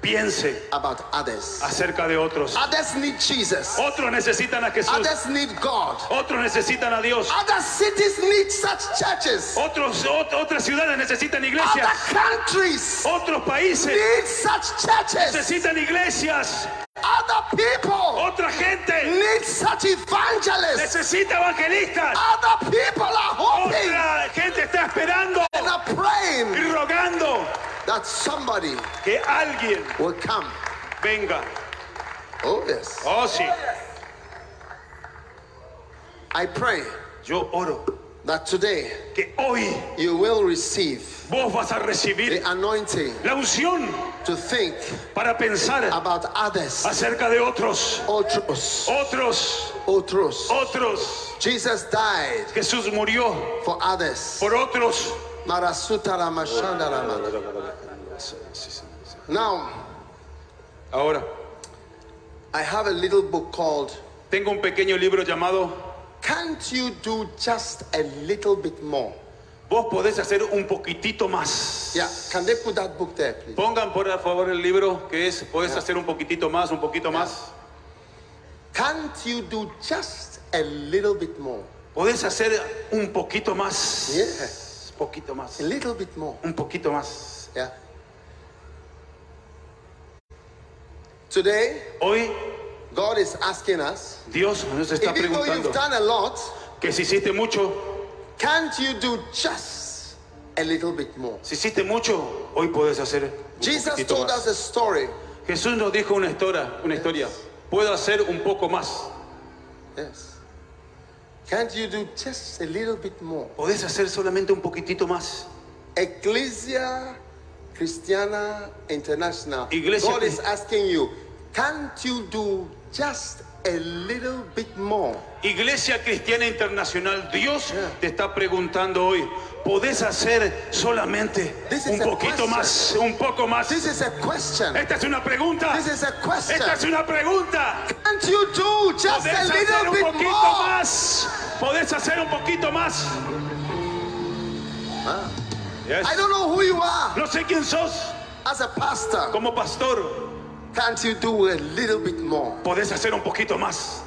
Speaker 3: piense
Speaker 2: about others.
Speaker 3: acerca de otros.
Speaker 2: Others need Jesus.
Speaker 3: Otros necesitan a Jesús.
Speaker 2: Others need God.
Speaker 3: Otros necesitan a Dios.
Speaker 2: Other cities need such churches.
Speaker 3: Otros, ot- otras ciudades necesitan
Speaker 2: Other
Speaker 3: iglesias.
Speaker 2: countries
Speaker 3: Otros países
Speaker 2: need such churches.
Speaker 3: necesitan iglesias.
Speaker 2: Other people
Speaker 3: Otra gente
Speaker 2: need such evangelists.
Speaker 3: necesita evangelistas.
Speaker 2: Other people are hoping
Speaker 3: Otra gente está esperando
Speaker 2: and are praying
Speaker 3: y rogando
Speaker 2: that somebody
Speaker 3: que alguien
Speaker 2: will come.
Speaker 3: venga.
Speaker 2: Oh, yes.
Speaker 3: Oh, sí.
Speaker 2: I pray
Speaker 3: Yo oro
Speaker 2: that today
Speaker 3: que hoy
Speaker 2: you will receive
Speaker 3: vos vas a recibir
Speaker 2: the anointing
Speaker 3: la unción
Speaker 2: to think
Speaker 3: para pensar
Speaker 2: about others.
Speaker 3: acerca de otros,
Speaker 2: Otros,
Speaker 3: otros,
Speaker 2: otros.
Speaker 3: otros.
Speaker 2: Jesus died
Speaker 3: Jesús murió
Speaker 2: for others.
Speaker 3: por otros.
Speaker 2: Marasutarama shandarama. Now,
Speaker 3: Ahora,
Speaker 2: I have a little book called
Speaker 3: tengo un pequeño libro llamado
Speaker 2: Can't You Do Just a Little Bit More?
Speaker 3: Vos podés hacer un poquitito más.
Speaker 2: Yeah, can they put that book there, please?
Speaker 3: Pongan por favor el libro que es Podés hacer un poquitito más, un poquito más.
Speaker 2: Can't you do just a little bit more?
Speaker 3: Podés hacer un poquito más.
Speaker 2: Yeah,
Speaker 3: Poquito más.
Speaker 2: a little bit more.
Speaker 3: Un poquito más.
Speaker 2: Yeah. Today,
Speaker 3: Hoy
Speaker 2: God is asking us,
Speaker 3: Dios nos está
Speaker 2: even though you've
Speaker 3: preguntando
Speaker 2: done a lot,
Speaker 3: que si hiciste mucho,
Speaker 2: can't you do just a little bit more?
Speaker 3: si hiciste mucho, hoy podés hacer un
Speaker 2: Jesus
Speaker 3: poquitito
Speaker 2: told
Speaker 3: más.
Speaker 2: us a story
Speaker 3: Jesús Jesús nos dijo una historia, una historia. Puedo hacer un poco más.
Speaker 2: Yes. Can't you do just a little bit more?
Speaker 3: Podés hacer solamente un poquitito más.
Speaker 2: Ecclesia Christiana International.
Speaker 3: Iglesia
Speaker 2: God is
Speaker 3: Cris-
Speaker 2: asking you, can't you do just a little bit more?
Speaker 3: Iglesia Cristiana Internacional, Dios
Speaker 2: Yeah.
Speaker 3: te está preguntando hoy, ¿podés hacer solamente
Speaker 2: This is
Speaker 3: un
Speaker 2: a
Speaker 3: poquito
Speaker 2: question.
Speaker 3: más, un poco más?
Speaker 2: This is a question.
Speaker 3: Esta es una pregunta.
Speaker 2: This is a question.
Speaker 3: Esta es una pregunta.
Speaker 2: Can't you do just
Speaker 3: ¿Podés
Speaker 2: a
Speaker 3: hacer
Speaker 2: little
Speaker 3: un
Speaker 2: bit
Speaker 3: poquito
Speaker 2: more?
Speaker 3: más? ¿Podés hacer un poquito más? Ah. Yes.
Speaker 2: I don't know who you are
Speaker 3: No sé quién sos
Speaker 2: as a pastor.
Speaker 3: como pastor.
Speaker 2: Can't you do a little bit more?
Speaker 3: Podés hacer un poquito más.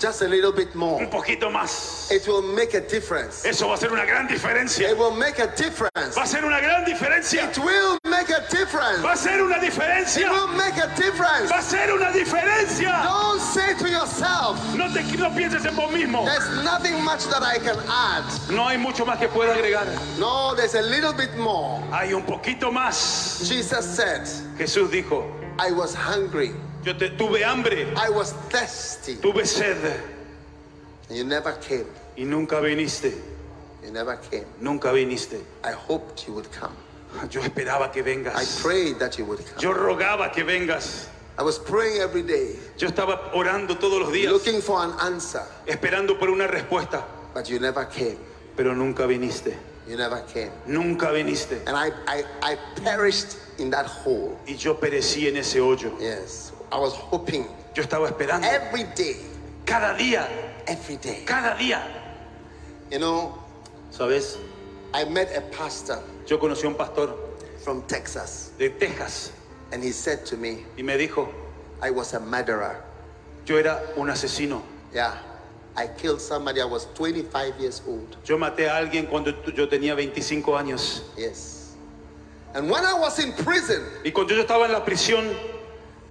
Speaker 2: Just a little bit
Speaker 3: Un
Speaker 2: more.
Speaker 3: poquito más.
Speaker 2: It will make a difference.
Speaker 3: Eso va a ser una gran diferencia.
Speaker 2: It will make a difference.
Speaker 3: Va a ser una gran diferencia.
Speaker 2: It will make a
Speaker 3: Va
Speaker 2: difference.
Speaker 3: a ser una
Speaker 2: It
Speaker 3: diferencia.
Speaker 2: will make a difference.
Speaker 3: Va a ser una diferencia.
Speaker 2: Don't say to yourself,
Speaker 3: No te no pienses en vos mismo.
Speaker 2: there's nothing much that I can add.
Speaker 3: No hay mucho más que pueda agregar.
Speaker 2: No, there's a little bit more.
Speaker 3: Hay un poquito más.
Speaker 2: Jesus said,
Speaker 3: Jesús dijo,
Speaker 2: I was hungry.
Speaker 3: yo te, tuve hambre,
Speaker 2: I was thirsty.
Speaker 3: tuve sed
Speaker 2: And you never came.
Speaker 3: y nunca viniste.
Speaker 2: You never came.
Speaker 3: Nunca viniste.
Speaker 2: I hoped you would come.
Speaker 3: Yo esperaba que
Speaker 2: I
Speaker 3: vengas.
Speaker 2: prayed that you would come.
Speaker 3: Yo rogaba que vengas.
Speaker 2: I was praying every day,
Speaker 3: Yo estaba orando todos los días,
Speaker 2: looking for an answer,
Speaker 3: esperando por una respuesta,
Speaker 2: but you never came.
Speaker 3: pero nunca viniste.
Speaker 2: You never came.
Speaker 3: Nunca viniste.
Speaker 2: And I, I, I perished in that hole.
Speaker 3: Y yo perecí en ese hoyo.
Speaker 2: Yes. I was hoping
Speaker 3: Yo estaba esperando.
Speaker 2: every day,
Speaker 3: Cada día,
Speaker 2: every day.
Speaker 3: cada día.
Speaker 2: You know,
Speaker 3: ¿Sabes?
Speaker 2: I met a pastor
Speaker 3: Yo conocí a un pastor
Speaker 2: from Texas,
Speaker 3: de Texas
Speaker 2: and he said to me,
Speaker 3: y me dijo,
Speaker 2: I was a murderer.
Speaker 3: yo era un asesino.
Speaker 2: Yeah. I killed somebody. I was 25 years old.
Speaker 3: Yo maté a alguien cuando tu- yo tenía 25 años.
Speaker 2: Yes. And when I was in prison,
Speaker 3: Y cuando yo estaba en la prisión,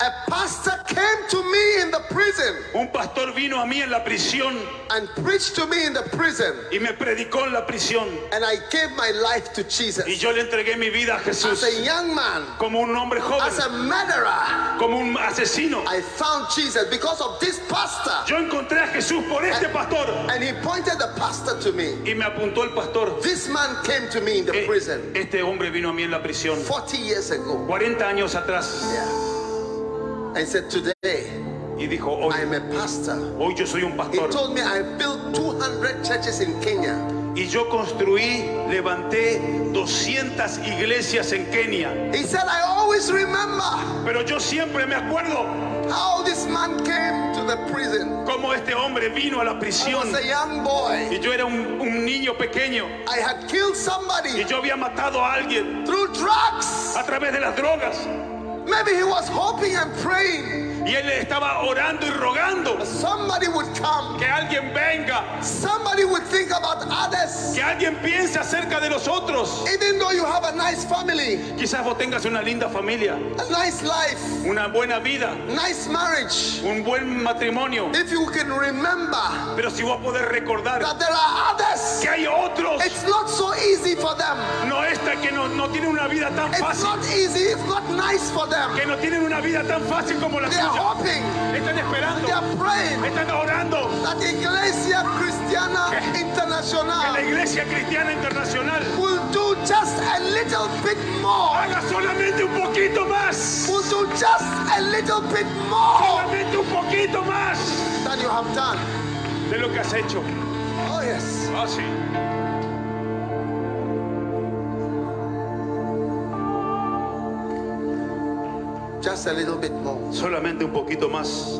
Speaker 2: a pastor came to me in the prison
Speaker 3: un pastor vino a mí en la prisión
Speaker 2: and preached to me in the prison.
Speaker 3: y me predicó en la prisión.
Speaker 2: And I gave my life to
Speaker 3: Y
Speaker 2: Jesus.
Speaker 3: yo le entregué mi vida a Jesús
Speaker 2: As a young man,
Speaker 3: como un hombre joven,
Speaker 2: as a murderer,
Speaker 3: como un asesino.
Speaker 2: I found Jesus because of this pastor.
Speaker 3: Yo encontré a Jesús por este pastor
Speaker 2: And he pointed the pastor to me.
Speaker 3: y me apuntó el pastor.
Speaker 2: This man came to me in the
Speaker 3: Eh,
Speaker 2: prison
Speaker 3: Este hombre vino a mí en la prisión
Speaker 2: 40 years ago.
Speaker 3: 40 años atrás
Speaker 2: Yeah. And said, Today,
Speaker 3: y dijo, hoy,
Speaker 2: I'm a pastor.
Speaker 3: hoy yo soy un
Speaker 2: He
Speaker 3: pastor.
Speaker 2: told me I built 200 churches in Kenya.
Speaker 3: Y yo construí, levanté 200 iglesias en Kenia.
Speaker 2: He said, I always remember
Speaker 3: Pero yo siempre me acuerdo
Speaker 2: how this man came to the prison.
Speaker 3: cómo este hombre vino a la
Speaker 2: I
Speaker 3: prisión.
Speaker 2: was a young boy.
Speaker 3: Y yo era un, un niño pequeño.
Speaker 2: I had killed
Speaker 3: Y
Speaker 2: somebody
Speaker 3: yo había matado a alguien
Speaker 2: through drugs.
Speaker 3: a través de las drogas.
Speaker 2: Maybe he was hoping and praying
Speaker 3: Y él estaba orando y rogando
Speaker 2: somebody would come.
Speaker 3: que alguien venga,
Speaker 2: Somebody would think about others.
Speaker 3: que alguien piense acerca de los otros.
Speaker 2: Even though you have a nice family,
Speaker 3: Quizás vos tengas una linda familia,
Speaker 2: a nice life,
Speaker 3: una buena vida,
Speaker 2: nice marriage,
Speaker 3: un buen matrimonio.
Speaker 2: if you can remember
Speaker 3: Pero si vos podés recordar
Speaker 2: that there are others,
Speaker 3: que hay otros,
Speaker 2: it's not so easy for them.
Speaker 3: no esta que no, no tiene una vida tan
Speaker 2: It's
Speaker 3: fácil.
Speaker 2: not easy, it's not nice for them.
Speaker 3: que no tienen una vida tan fácil como la
Speaker 2: They are
Speaker 3: tuya.
Speaker 2: hoping,
Speaker 3: Están esperando,
Speaker 2: they are praying
Speaker 3: están orando
Speaker 2: that Iglesia Cristiana
Speaker 3: que la
Speaker 2: Internacional
Speaker 3: Iglesia Cristiana Internacional
Speaker 2: will do just a little bit more.
Speaker 3: haga solamente un poquito más,
Speaker 2: Will do just a little bit more
Speaker 3: solamente un poquito más
Speaker 2: than you have done.
Speaker 3: de lo que has hecho.
Speaker 2: Oh, yes.
Speaker 3: Ah, sí.
Speaker 2: Just a little bit more.
Speaker 3: Solamente un poquito más.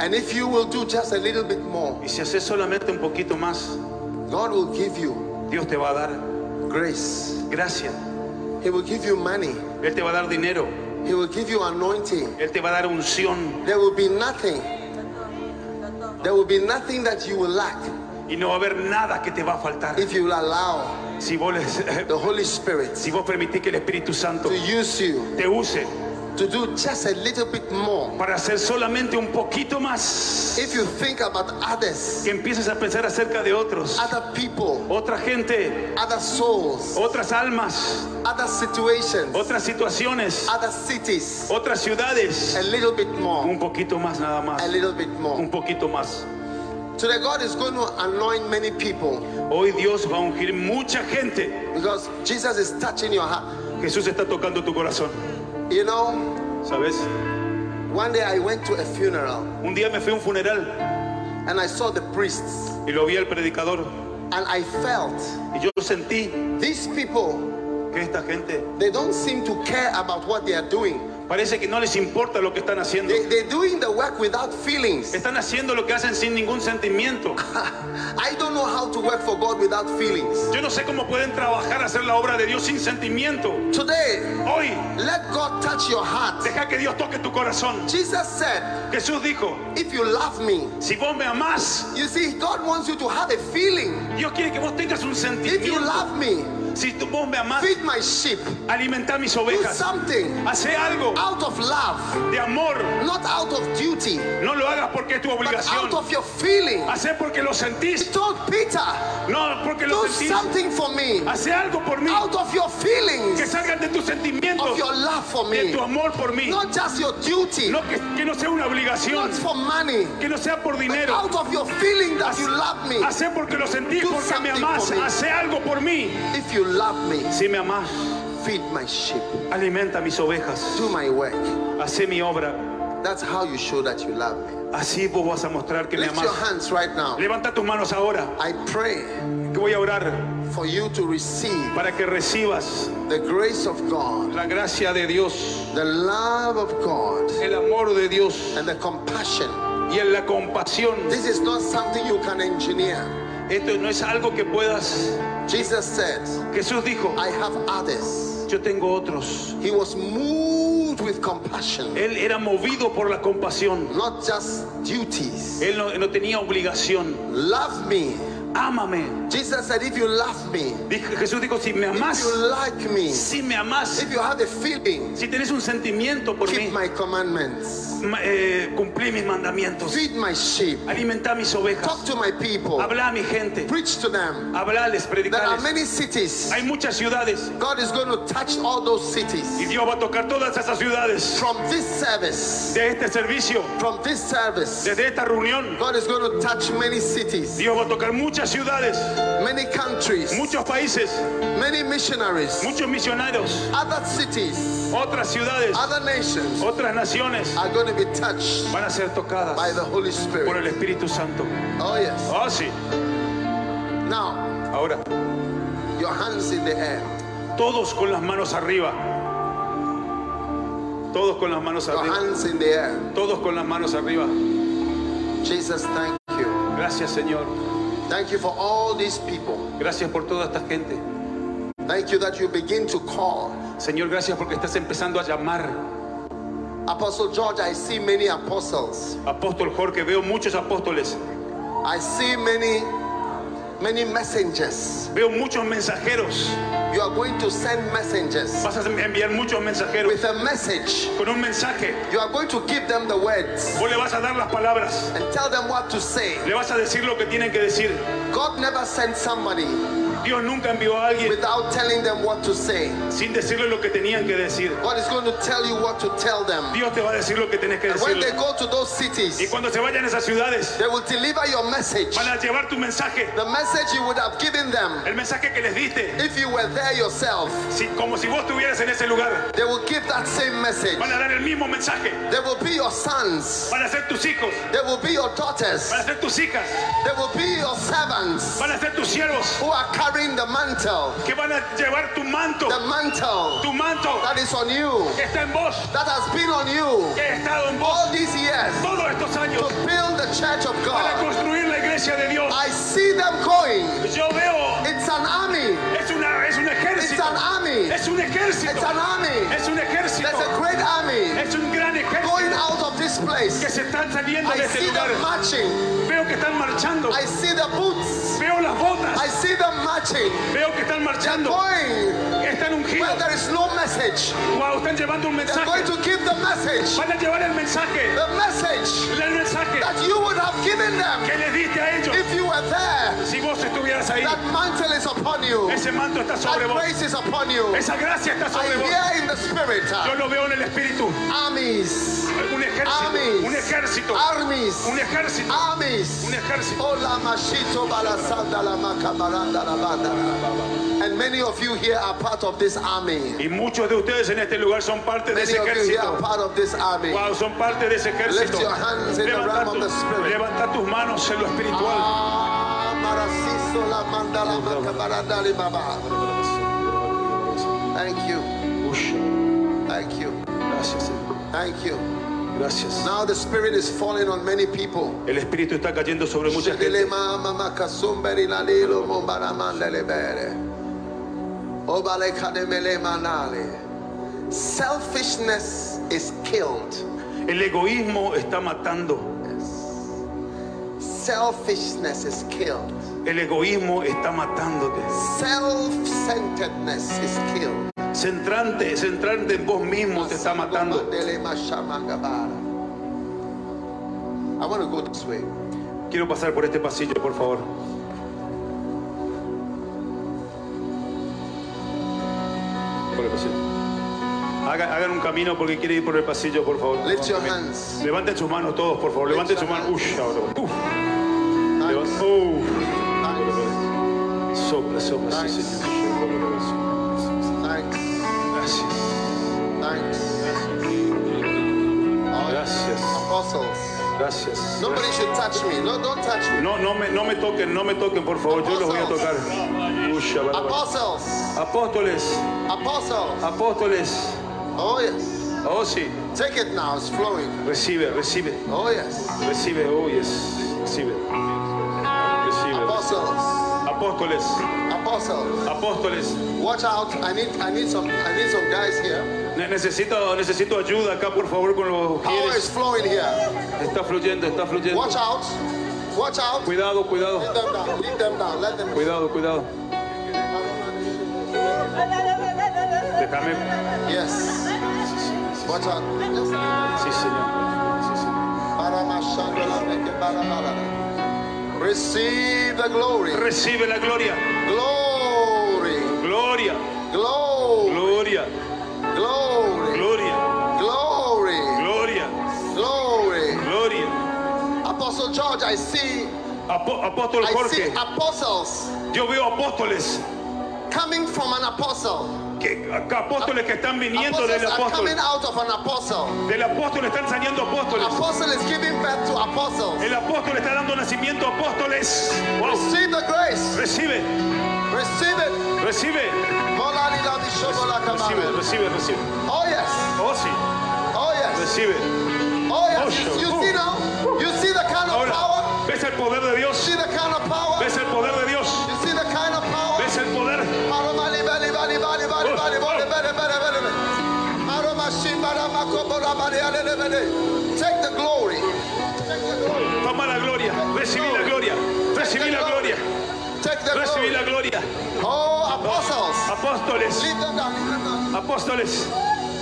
Speaker 2: And if you will do just a little bit more,
Speaker 3: Y si haces solamente un poquito más,
Speaker 2: God will give you
Speaker 3: Dios te va a dar
Speaker 2: grace.
Speaker 3: gracia.
Speaker 2: He will give you money.
Speaker 3: Él te va a dar dinero.
Speaker 2: He will give you anointing.
Speaker 3: Él te va a dar unción.
Speaker 2: There will be nothing. There will be nothing that you will lack
Speaker 3: Y no va a haber nada que te va a faltar.
Speaker 2: if you will allow
Speaker 3: <laughs> Si vos, les-
Speaker 2: the Holy Spirit
Speaker 3: si vos permitís que el Espíritu Santo
Speaker 2: to use you
Speaker 3: te use
Speaker 2: to do just a little bit more.
Speaker 3: para hacer solamente un poquito más.
Speaker 2: If you think about others,
Speaker 3: Que empieces a pensar acerca de otros,
Speaker 2: other people,
Speaker 3: otra gente,
Speaker 2: other souls,
Speaker 3: otras almas,
Speaker 2: other situations,
Speaker 3: otras situaciones,
Speaker 2: other cities,
Speaker 3: otras ciudades.
Speaker 2: a little bit more,
Speaker 3: Un poquito más nada
Speaker 2: a
Speaker 3: más.
Speaker 2: little bit
Speaker 3: Un
Speaker 2: more.
Speaker 3: poquito más.
Speaker 2: Today, God is going to anoint many people
Speaker 3: Hoy Dios va a ungir mucha gente.
Speaker 2: because Jesus is touching your heart.
Speaker 3: Jesús está tocando tu corazón.
Speaker 2: You know,
Speaker 3: ¿Sabes?
Speaker 2: one day I went to a funeral
Speaker 3: Un día me fui a un funeral
Speaker 2: and I saw the priests
Speaker 3: y lo vi al predicador.
Speaker 2: and I felt
Speaker 3: Y yo sentí
Speaker 2: these people,
Speaker 3: que esta gente
Speaker 2: they don't seem to care about what they are doing.
Speaker 3: parece que no les importa lo que están haciendo.
Speaker 2: They, they're doing the work without feelings.
Speaker 3: Están haciendo lo que hacen sin ningún sentimiento.
Speaker 2: I don't know how to work for God without feelings.
Speaker 3: Yo no sé cómo pueden trabajar, hacer la obra de Dios sin sentimiento.
Speaker 2: Today,
Speaker 3: Hoy,
Speaker 2: let God touch your heart.
Speaker 3: deja que Dios toque tu corazón.
Speaker 2: Jesus said,
Speaker 3: Jesús dijo,
Speaker 2: If you love me,
Speaker 3: si vos me amás,
Speaker 2: you see, God wants you to have a feeling.
Speaker 3: Dios quiere que vos tengas un
Speaker 2: If you
Speaker 3: sentimiento.
Speaker 2: love me,
Speaker 3: Si tú, vos me amás,
Speaker 2: feed my sheep.
Speaker 3: alimenta mis
Speaker 2: Do
Speaker 3: ovejas.
Speaker 2: something
Speaker 3: Hace algo
Speaker 2: out of love,
Speaker 3: de amor.
Speaker 2: not out of duty,
Speaker 3: No lo hagas porque es tu
Speaker 2: but
Speaker 3: obligación.
Speaker 2: out of your feeling.
Speaker 3: Hace porque lo
Speaker 2: He
Speaker 3: sentís.
Speaker 2: told Peter,
Speaker 3: No porque lo
Speaker 2: Do
Speaker 3: sentís.
Speaker 2: something for me
Speaker 3: Hace algo por mí.
Speaker 2: out of your
Speaker 3: Que
Speaker 2: feelings,
Speaker 3: salgan de tus
Speaker 2: of
Speaker 3: sentimientos.
Speaker 2: your love for
Speaker 3: De
Speaker 2: me,
Speaker 3: tu amor por mí.
Speaker 2: not just your duty,
Speaker 3: No, que, que no sea una obligación.
Speaker 2: not for money.
Speaker 3: Que no sea por
Speaker 2: But
Speaker 3: dinero.
Speaker 2: out of your feeling that you love me,
Speaker 3: Hace porque lo sentí,
Speaker 2: Do
Speaker 3: porque me
Speaker 2: something
Speaker 3: amás.
Speaker 2: for me.
Speaker 3: Hace algo por mí.
Speaker 2: if you love me,
Speaker 3: Si me amás,
Speaker 2: feed my sheep,
Speaker 3: alimenta mis ovejas.
Speaker 2: do my work.
Speaker 3: Hace mi obra.
Speaker 2: That's how you show that you love me.
Speaker 3: Así vos vas a mostrar que me
Speaker 2: Lift your
Speaker 3: amás.
Speaker 2: hands right now.
Speaker 3: Levanta tus manos ahora,
Speaker 2: I pray
Speaker 3: que voy a orar
Speaker 2: for you to receive
Speaker 3: para que recibas
Speaker 2: the grace of God,
Speaker 3: la gracia de Dios,
Speaker 2: the love of God,
Speaker 3: el amor de Dios
Speaker 2: and the compassion.
Speaker 3: y en la compasión.
Speaker 2: This is not something you can engineer.
Speaker 3: Esto no es algo que puedas.
Speaker 2: Jesus said,
Speaker 3: Jesús dijo,
Speaker 2: I have others.
Speaker 3: yo tengo otros.
Speaker 2: He was moved with compassion,
Speaker 3: Él era movido por la compasión.
Speaker 2: not just duties.
Speaker 3: Él no, no tenía obligación.
Speaker 2: Love me.
Speaker 3: Ámame.
Speaker 2: Jesus said, if you love me,
Speaker 3: Dijo- Jesús dijo, si me
Speaker 2: If
Speaker 3: amás,
Speaker 2: you like me,
Speaker 3: si me amás,
Speaker 2: if you have a feeling,
Speaker 3: si tenés un sentimiento por mí,
Speaker 2: keep my commandments,
Speaker 3: ma- eh, cumplí mis mandamientos,
Speaker 2: feed my sheep,
Speaker 3: alimenta mis ovejas,
Speaker 2: talk to my people,
Speaker 3: habla a mi gente,
Speaker 2: preach to them.
Speaker 3: hablales,
Speaker 2: There are
Speaker 3: predicales.
Speaker 2: many cities.
Speaker 3: Hay muchas ciudades
Speaker 2: God is going to touch all those
Speaker 3: y
Speaker 2: cities
Speaker 3: Dios va a tocar todas esas ciudades
Speaker 2: from this service.
Speaker 3: de este servicio,
Speaker 2: From this service,
Speaker 3: desde esta reunión.
Speaker 2: God is going to touch many cities,
Speaker 3: Dios va a tocar muchas ciudades,
Speaker 2: many countries,
Speaker 3: muchos países,
Speaker 2: many missionaries,
Speaker 3: muchos misioneros,
Speaker 2: other cities,
Speaker 3: otras ciudades,
Speaker 2: other nations
Speaker 3: otras naciones
Speaker 2: are going to be touched
Speaker 3: van a ser
Speaker 2: by
Speaker 3: tocadas
Speaker 2: the Holy
Speaker 3: por el
Speaker 2: Spirit.
Speaker 3: Espíritu Santo.
Speaker 2: Oh, yes.
Speaker 3: Ah, sí.
Speaker 2: Now,
Speaker 3: Ahora,
Speaker 2: your hands in the air.
Speaker 3: todos con las manos arriba. Todos con las manos
Speaker 2: Your
Speaker 3: arriba.
Speaker 2: hands in the air.
Speaker 3: Todos con las manos arriba.
Speaker 2: Jesus, thank you.
Speaker 3: Gracias, Señor.
Speaker 2: Thank you for all these people.
Speaker 3: Gracias por toda esta gente.
Speaker 2: Thank you that you begin to call.
Speaker 3: Señor, gracias porque estás empezando a llamar.
Speaker 2: Apostle George, I see many apostles.
Speaker 3: Apóstol Jorge, veo muchos apóstoles.
Speaker 2: I see many, many messengers.
Speaker 3: Veo muchos mensajeros.
Speaker 2: You are going to send messengers
Speaker 3: Vas a enviar muchos mensajeros
Speaker 2: with a message.
Speaker 3: con un mensaje.
Speaker 2: You are going to give them the words
Speaker 3: Vos le vas a dar las palabras.
Speaker 2: and tell them what to say.
Speaker 3: Le vas a decir lo que tienen que decir.
Speaker 2: God never sent somebody
Speaker 3: Dios nunca envió a alguien
Speaker 2: without telling them what to say.
Speaker 3: sin decirle lo que tenían que decir.
Speaker 2: God is going to tell you what to tell them.
Speaker 3: Dios te va a decir lo que tenés que
Speaker 2: And when they
Speaker 3: decirle.
Speaker 2: go to those
Speaker 3: Y
Speaker 2: cities,
Speaker 3: cuando se vayan a esas ciudades,
Speaker 2: they will deliver your message.
Speaker 3: van a llevar tu mensaje.
Speaker 2: The message you would have given them
Speaker 3: El mensaje que les diste.
Speaker 2: If you were there yourself,
Speaker 3: Si- como si vos estuvieras en ese lugar.
Speaker 2: they will give that same message.
Speaker 3: Van a dar el mismo mensaje.
Speaker 2: They will be your sons.
Speaker 3: Van a ser tus hijos.
Speaker 2: They will be your daughters.
Speaker 3: Van a ser tus hijas.
Speaker 2: They will be your servants
Speaker 3: Van a ser tus siervos.
Speaker 2: who are carrying the mantle.
Speaker 3: Que van a llevar tu manto.
Speaker 2: The mantle
Speaker 3: Tu manto
Speaker 2: that is on you,
Speaker 3: que está en vos.
Speaker 2: that has been on you
Speaker 3: Que ha estado en vos
Speaker 2: all these years
Speaker 3: todos estos
Speaker 2: to
Speaker 3: años.
Speaker 2: build the church of
Speaker 3: Para
Speaker 2: God.
Speaker 3: construir la iglesia de Dios.
Speaker 2: I see them going.
Speaker 3: Yo veo
Speaker 2: It's an army,
Speaker 3: Es, una, es un
Speaker 2: it's It's
Speaker 3: ejército.
Speaker 2: an army.
Speaker 3: Es un ejército.
Speaker 2: It's an army.
Speaker 3: Es un ejército.
Speaker 2: There's a great army
Speaker 3: Es un gran ejército
Speaker 2: going out of this place.
Speaker 3: que se están saliendo
Speaker 2: I
Speaker 3: de este
Speaker 2: see
Speaker 3: lugar.
Speaker 2: them marching.
Speaker 3: Veo que están marchando.
Speaker 2: I see the boots.
Speaker 3: Veo las
Speaker 2: I
Speaker 3: botas.
Speaker 2: see them marching.
Speaker 3: Veo que
Speaker 2: They're
Speaker 3: están marchando.
Speaker 2: going
Speaker 3: Están
Speaker 2: where
Speaker 3: ungidos.
Speaker 2: there is no message.
Speaker 3: Wow, están llevando un
Speaker 2: They're
Speaker 3: mensaje.
Speaker 2: going to give the message.
Speaker 3: Van a llevar el mensaje.
Speaker 2: The message
Speaker 3: El mensaje
Speaker 2: that you would have given them
Speaker 3: que le diste a ellos.
Speaker 2: if you were there.
Speaker 3: Si vos estuvieras ahí,
Speaker 2: That mantle is upon you.
Speaker 3: ese manto está sobre
Speaker 2: That
Speaker 3: vos.
Speaker 2: grace is upon you.
Speaker 3: Esa gracia está
Speaker 2: I
Speaker 3: sobre vos.
Speaker 2: hear in the spirit
Speaker 3: Yo
Speaker 2: uh,
Speaker 3: lo veo en el espíritu.
Speaker 2: armies,
Speaker 3: Un ejército. Un ejército.
Speaker 2: armies,
Speaker 3: Un ejército.
Speaker 2: armies. Oh,
Speaker 3: Un ejército.
Speaker 2: Ola mashito balasanda la makabaranda la banda. And many of you here are part of this army.
Speaker 3: Y muchos de ustedes en este lugar son parte de
Speaker 2: Many
Speaker 3: ese
Speaker 2: of you here
Speaker 3: ejército.
Speaker 2: are part of this army.
Speaker 3: Wow, son parte de ese ejército.
Speaker 2: Lift your hands in the
Speaker 3: Levanta,
Speaker 2: realm of
Speaker 3: tu-
Speaker 2: the spirit.
Speaker 3: levanta tus manos en lo espiritual.
Speaker 2: Ah, marasiso la manda la makabaranda li baba. Thank you,
Speaker 3: Ush,
Speaker 2: thank you,
Speaker 3: Gracias, Señor.
Speaker 2: thank you.
Speaker 3: gracias.
Speaker 2: Now the spirit is falling on many people.
Speaker 3: El espíritu está cayendo sobre mucha
Speaker 2: Shedele
Speaker 3: gente.
Speaker 2: mama makasumberi lalilo mumbara mandele bere. Obale kademele manale. Selfishness is killed.
Speaker 3: El egoísmo está matando.
Speaker 2: Selfishness is killed.
Speaker 3: El egoísmo está matándote.
Speaker 2: Self-centeredness is killed.
Speaker 3: Centrante, centrante en vos mismo te está matando.
Speaker 2: Mandele mashamagabara. I want to go this way.
Speaker 3: Quiero pasar por este pasillo, por favor. Por el pasillo. Haga- hagan un camino porque quiere ir por el pasillo, por favor.
Speaker 2: Lift your
Speaker 3: Camino.
Speaker 2: hands.
Speaker 3: Levanten sus manos todos, por favor.
Speaker 2: Lift
Speaker 3: Levanten
Speaker 2: your
Speaker 3: sus manos.
Speaker 2: hands.
Speaker 3: Ush, ahora. Uf.
Speaker 2: Thanks,
Speaker 3: Levanta- Uf.
Speaker 2: thanks,
Speaker 3: Sopla, sopla, sí,
Speaker 2: Nice.
Speaker 3: señor.
Speaker 2: thanks,
Speaker 3: Gracias.
Speaker 2: thanks.
Speaker 3: Gracias.
Speaker 2: Apostles.
Speaker 3: Gracias.
Speaker 2: Nobody should touch me. No, don't touch me.
Speaker 3: No, no me, no me toquen, no me toquen, por favor. Yo los voy a tocar. Ush, ahora.
Speaker 2: Apostles.
Speaker 3: Apóstoles,
Speaker 2: Apostles.
Speaker 3: apóstoles.
Speaker 2: Oh, yes.
Speaker 3: Oh, sí.
Speaker 2: Take it now. It's flowing.
Speaker 3: Recibe, recibe,
Speaker 2: Oh, yes.
Speaker 3: recibe. Oh, yes. Recibe. Recibe.
Speaker 2: Apostles.
Speaker 3: Apóstoles,
Speaker 2: Apostles.
Speaker 3: apóstoles.
Speaker 2: Watch out. I need I need some I need some guys here.
Speaker 3: Ne- necesito, necesito ayuda acá, por favor, con los
Speaker 2: Power is
Speaker 3: quieres.
Speaker 2: flowing here.
Speaker 3: Está fluyendo, está fluyendo.
Speaker 2: Watch out. Watch out. Leave
Speaker 3: Cuidado, cuidado,
Speaker 2: them down. Leave them down. Let them
Speaker 3: cuidado, cuidado. Déjame.
Speaker 2: Yes. Watch out.
Speaker 3: Sí, señor. Sí, señor.
Speaker 2: Yes. Receive the glory.
Speaker 3: Recibe la gloria,
Speaker 2: Glory.
Speaker 3: gloria,
Speaker 2: Glory.
Speaker 3: gloria,
Speaker 2: Glory.
Speaker 3: gloria,
Speaker 2: Glory,
Speaker 3: gloria,
Speaker 2: glory.
Speaker 3: gloria.
Speaker 2: Apostle George, I see,
Speaker 3: Apo- Apóstol
Speaker 2: I see
Speaker 3: Jorge,
Speaker 2: apostles
Speaker 3: yo veo apóstoles.
Speaker 2: coming from an apostle.
Speaker 3: que, que apóstoles que están viniendo
Speaker 2: Apostles
Speaker 3: del
Speaker 2: are
Speaker 3: apóstol.
Speaker 2: coming out of an apostle.
Speaker 3: Del apóstol están saliendo apóstoles.
Speaker 2: Apostle is giving birth to apostles.
Speaker 3: El apóstol está dando nacimiento a apóstoles. Wow.
Speaker 2: Receive the grace.
Speaker 3: Recibe,
Speaker 2: Receive it.
Speaker 3: recibe, recibe,
Speaker 2: Oh
Speaker 3: recibe, recibe.
Speaker 2: yes.
Speaker 3: Oh sí,
Speaker 2: Oh yes.
Speaker 3: recibe.
Speaker 2: Oh yes. You, you see now? You see the kind of power?
Speaker 3: Ahora, ves el poder de Dios,
Speaker 2: See the kind of power?
Speaker 3: ves el poder de Dios,
Speaker 2: You see the kind of power?
Speaker 3: ves el poder.
Speaker 2: Take the glory. Take the glory.
Speaker 3: Toma la gloria, recibí la gloria, recibí la gloria,
Speaker 2: Take the
Speaker 3: recibí la
Speaker 2: glory.
Speaker 3: gloria.
Speaker 2: Oh, apostles.
Speaker 3: Apóstoles,
Speaker 2: Lead them down. lead them down.
Speaker 3: apóstoles,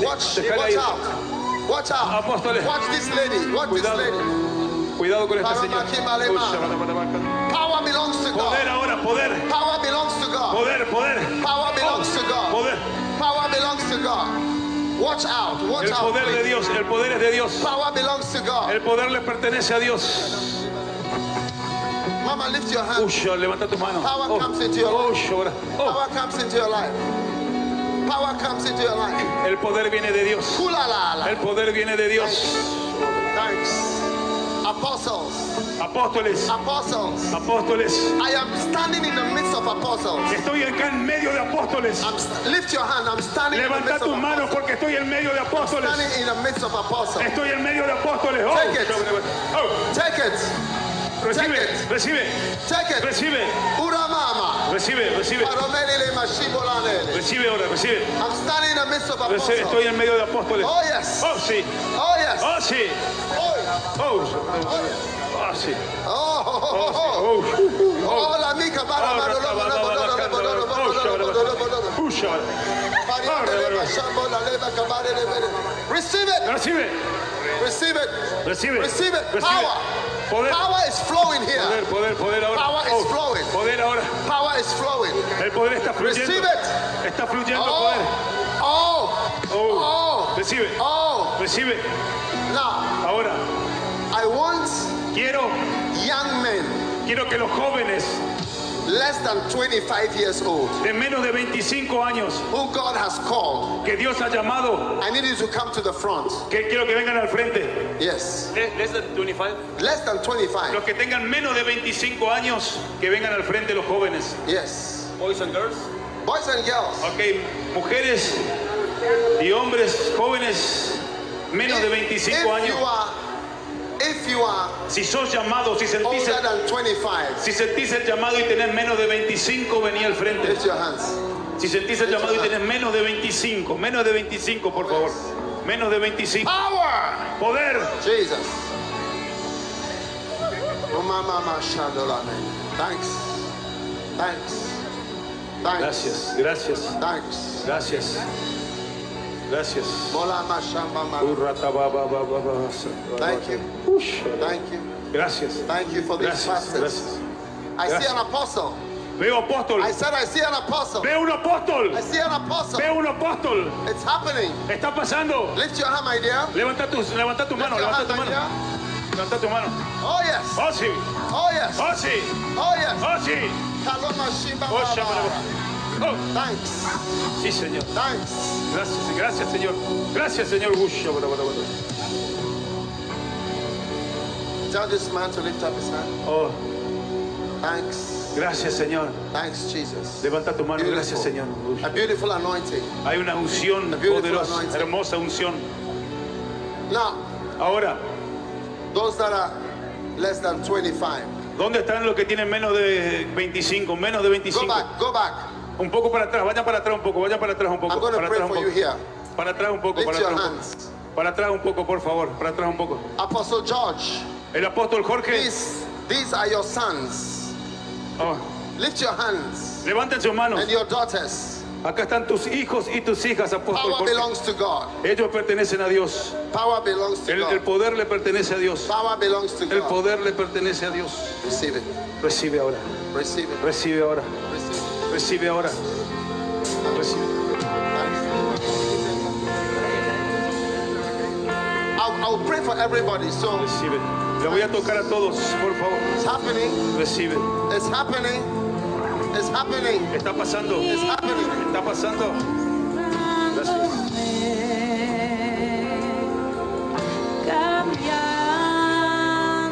Speaker 2: Watch,
Speaker 3: Déjala
Speaker 2: watch
Speaker 3: ir.
Speaker 2: out. Watch out.
Speaker 3: Apóstoles.
Speaker 2: Watch this lady. Watch this
Speaker 3: Cuidado.
Speaker 2: lady.
Speaker 3: cuidado con esta
Speaker 2: Para
Speaker 3: señora.
Speaker 2: aquí, vale,
Speaker 3: Uy,
Speaker 2: va.
Speaker 3: shabana, bana, bana.
Speaker 2: Power belongs to
Speaker 3: Poder
Speaker 2: God.
Speaker 3: ahora, poder,
Speaker 2: Power belongs to God.
Speaker 3: poder, poder.
Speaker 2: Power belongs to God.
Speaker 3: Poder.
Speaker 2: Power belongs to God. Watch out. Watch
Speaker 3: El
Speaker 2: out.
Speaker 3: poder de
Speaker 2: please.
Speaker 3: Dios, el poder es de Dios.
Speaker 2: Power belongs to God.
Speaker 3: El poder le pertenece a Dios.
Speaker 2: Mama, lift your hand.
Speaker 3: Uy, levanta tu mano.
Speaker 2: Power
Speaker 3: Oh,
Speaker 2: comes into your
Speaker 3: oh,
Speaker 2: life.
Speaker 3: ahora. Oh,
Speaker 2: Power comes into your life. Power comes into your life.
Speaker 3: el poder viene de Dios.
Speaker 2: Kula la la.
Speaker 3: El poder viene de Dios.
Speaker 2: Thanks. Apostles.
Speaker 3: Apóstoles,
Speaker 2: Apostles.
Speaker 3: apóstoles.
Speaker 2: I am standing in the midst of apostles.
Speaker 3: Estoy acá en medio de apóstoles.
Speaker 2: I'm st- lift your hand. I'm standing in the
Speaker 3: Levanta
Speaker 2: midst of
Speaker 3: tus manos
Speaker 2: apostles.
Speaker 3: porque estoy en medio de apóstoles.
Speaker 2: Standing in the midst of apostles.
Speaker 3: Estoy en medio de apóstoles. Oh,
Speaker 2: Take it.
Speaker 3: oh,
Speaker 2: Take it. Take
Speaker 3: recibe,
Speaker 2: it.
Speaker 3: recibe,
Speaker 2: Take it.
Speaker 3: recibe.
Speaker 2: Ura mama.
Speaker 3: Recibe, recibe.
Speaker 2: Paromelele mashibolale.
Speaker 3: Recibe ahora, recibe.
Speaker 2: I'm standing in the midst of apostles.
Speaker 3: Recibe, Estoy en medio de apóstoles.
Speaker 2: Oh, yes.
Speaker 3: Oh, sí.
Speaker 2: Oh, yes.
Speaker 3: Oh, sí.
Speaker 2: Oh,
Speaker 3: Oh,
Speaker 2: oh,
Speaker 3: oh, sí.
Speaker 2: oh, oh,
Speaker 3: Oh, sí.
Speaker 2: oh. Oh, la mica bara marolobo, lobo, lobo, lobo, lobo, lobo, lobo, lobo, lobo. Paromelele mashibolale, makabarele, bele. Receive it.
Speaker 3: Recibe,
Speaker 2: Receive it.
Speaker 3: recibe.
Speaker 2: Receive it.
Speaker 3: Recibe.
Speaker 2: Power.
Speaker 3: Poder.
Speaker 2: Power is flowing
Speaker 3: Poder,
Speaker 2: here.
Speaker 3: poder, poder ahora. Oh,
Speaker 2: Power is flowing.
Speaker 3: Poder ahora.
Speaker 2: Power is flowing.
Speaker 3: El poder está fluyendo.
Speaker 2: Receive it.
Speaker 3: Está fluyendo poder.
Speaker 2: Oh, oh,
Speaker 3: Oh.
Speaker 2: Oh.
Speaker 3: Recibe.
Speaker 2: oh.
Speaker 3: Recibe.
Speaker 2: Now,
Speaker 3: Ahora.
Speaker 2: I want
Speaker 3: Quiero,
Speaker 2: young men
Speaker 3: quiero que los jóvenes
Speaker 2: less than 25 years old
Speaker 3: de menos de 25 años
Speaker 2: who God has called.
Speaker 3: que Dios ha llamado,
Speaker 2: I need you to come to the front.
Speaker 3: que quiero que vengan al frente.
Speaker 2: Yes.
Speaker 4: Less than 25.
Speaker 2: Less than 25.
Speaker 3: Los que tengan menos de 25 años, que vengan al frente los jóvenes.
Speaker 2: Yes.
Speaker 4: Boys and girls.
Speaker 2: Boys and girls.
Speaker 3: Ok, mujeres y hombres jóvenes menos de 25
Speaker 2: If you
Speaker 3: años,
Speaker 2: are, if you are
Speaker 3: si sos llamado, si sentís
Speaker 2: older
Speaker 3: el,
Speaker 2: than 25,
Speaker 3: si sentís el llamado y tenés menos de 25, vení al frente.
Speaker 2: lift your hands.
Speaker 3: Si sentís el llamado y tenés menos de 25, menos de 25, por favor. Menos de 25.
Speaker 2: Power.
Speaker 3: Poder.
Speaker 2: Jesus. Oh, ma, ma, ma, shandolame. Thanks. Thanks. Thanks.
Speaker 3: Gracias, gracias,
Speaker 2: Thanks.
Speaker 3: gracias. Gracias.
Speaker 2: Mola, ma, shamba, ma.
Speaker 3: Thank
Speaker 2: Thank you. Thank you.
Speaker 3: Gracias.
Speaker 2: Thank you for this
Speaker 3: Gracias.
Speaker 2: fastest.
Speaker 3: Gracias.
Speaker 2: I see
Speaker 3: Gracias.
Speaker 2: an apostle.
Speaker 3: Veo apóstol.
Speaker 2: I said I see an apostle.
Speaker 3: Veo un apóstol.
Speaker 2: I see an apostle.
Speaker 3: Veo un apóstol.
Speaker 2: It's happening.
Speaker 3: Está pasando.
Speaker 2: Lift your hand, my dear.
Speaker 3: Levanta tu, levanta tu mano,
Speaker 2: Lift your
Speaker 3: levanta
Speaker 2: hand,
Speaker 3: tu
Speaker 2: my
Speaker 3: mano.
Speaker 2: dear.
Speaker 3: Levanta tu mano.
Speaker 2: Oh yes.
Speaker 3: Oh sí,
Speaker 2: Oh yes.
Speaker 3: oh sí,
Speaker 2: Oh yes.
Speaker 3: oh sí.
Speaker 2: Kaloma Shiba
Speaker 3: Oh,
Speaker 2: Baba.
Speaker 3: Shabbat. Oh,
Speaker 2: Thanks.
Speaker 3: sí, Señor.
Speaker 2: Thanks.
Speaker 3: Gracias, gracias, Señor. Gracias, Señor. Uh, Shabbat, Shabbat, Shabbat.
Speaker 2: Tell this man to lift up his hand.
Speaker 3: Oh,
Speaker 2: Thanks.
Speaker 3: gracias, Señor.
Speaker 2: Thanks, Jesus.
Speaker 3: Levanta tu mano.
Speaker 2: Beautiful.
Speaker 3: Gracias, Señor. Uh,
Speaker 2: A beautiful anointing.
Speaker 3: Hay una unción
Speaker 2: beautiful
Speaker 3: poderosa,
Speaker 2: anointing.
Speaker 3: hermosa unción.
Speaker 2: Now,
Speaker 3: Ahora,
Speaker 2: those that are less than 25,
Speaker 3: ¿dónde están los que tienen menos de 25? Menos de
Speaker 2: go
Speaker 3: 25.
Speaker 2: back. Go back.
Speaker 3: Un poco para atrás, vayan para atrás un poco, vayan para atrás un
Speaker 2: I'm
Speaker 3: poco.
Speaker 2: going
Speaker 3: Para
Speaker 2: to pray
Speaker 3: atrás un
Speaker 2: for you
Speaker 3: poco.
Speaker 2: here.
Speaker 3: Para atrás un poco, para
Speaker 2: Lift your
Speaker 3: atrás un poco.
Speaker 2: hands.
Speaker 3: Para atrás un poco, por favor, para atrás un poco.
Speaker 2: Apostle George,
Speaker 3: El apóstol Jorge,
Speaker 2: these these are your sons.
Speaker 3: oh,
Speaker 2: Lift your hands
Speaker 3: levanten sus manos.
Speaker 2: and your daughters.
Speaker 3: Acá están tus hijos y tus hijas, apóstol
Speaker 2: Power
Speaker 3: Jorge.
Speaker 2: belongs to God.
Speaker 3: Ellos pertenecen a Dios.
Speaker 2: Power belongs to
Speaker 3: El, el
Speaker 2: God.
Speaker 3: poder le pertenece a Dios.
Speaker 2: Power belongs to
Speaker 3: El
Speaker 2: God.
Speaker 3: poder le pertenece a Dios.
Speaker 2: Receive it.
Speaker 3: Recibe ahora,
Speaker 2: Receive it.
Speaker 3: recibe ahora,
Speaker 2: Receive it.
Speaker 3: recibe ahora. Recibe.
Speaker 2: I'll, I'll pray for everybody. So
Speaker 3: Recibe. Le voy a tocar a todos, por favor.
Speaker 2: it's happening.
Speaker 3: Recibe.
Speaker 2: It's happening. It's happening.
Speaker 3: Está pasando.
Speaker 2: It's happening.
Speaker 3: Está pasando. Gracias.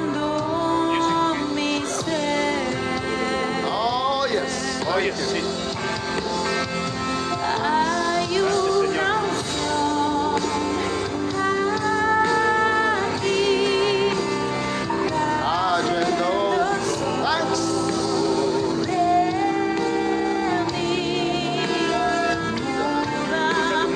Speaker 5: Cambiando mi ser,
Speaker 2: Oh yes.
Speaker 3: Oye, sí.
Speaker 5: hay una opción aquí.
Speaker 2: Ah, Jendo. Thanks.
Speaker 5: de mí.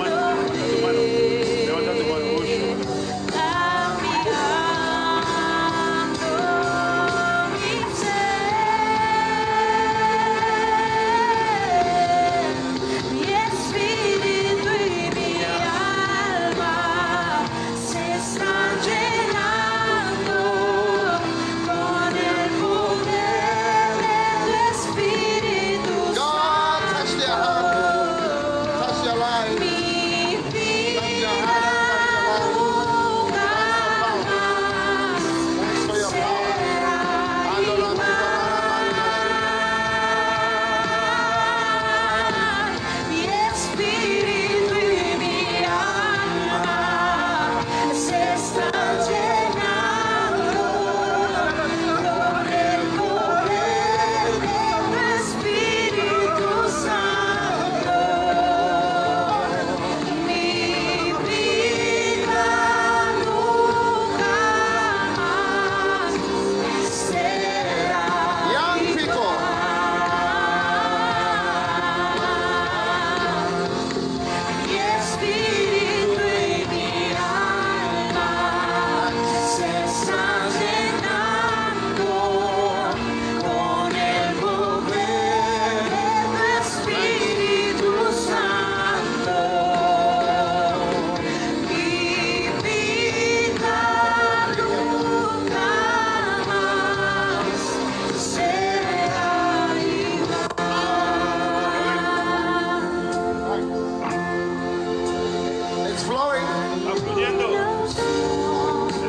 Speaker 5: It's flowing.
Speaker 3: Está fluyendo,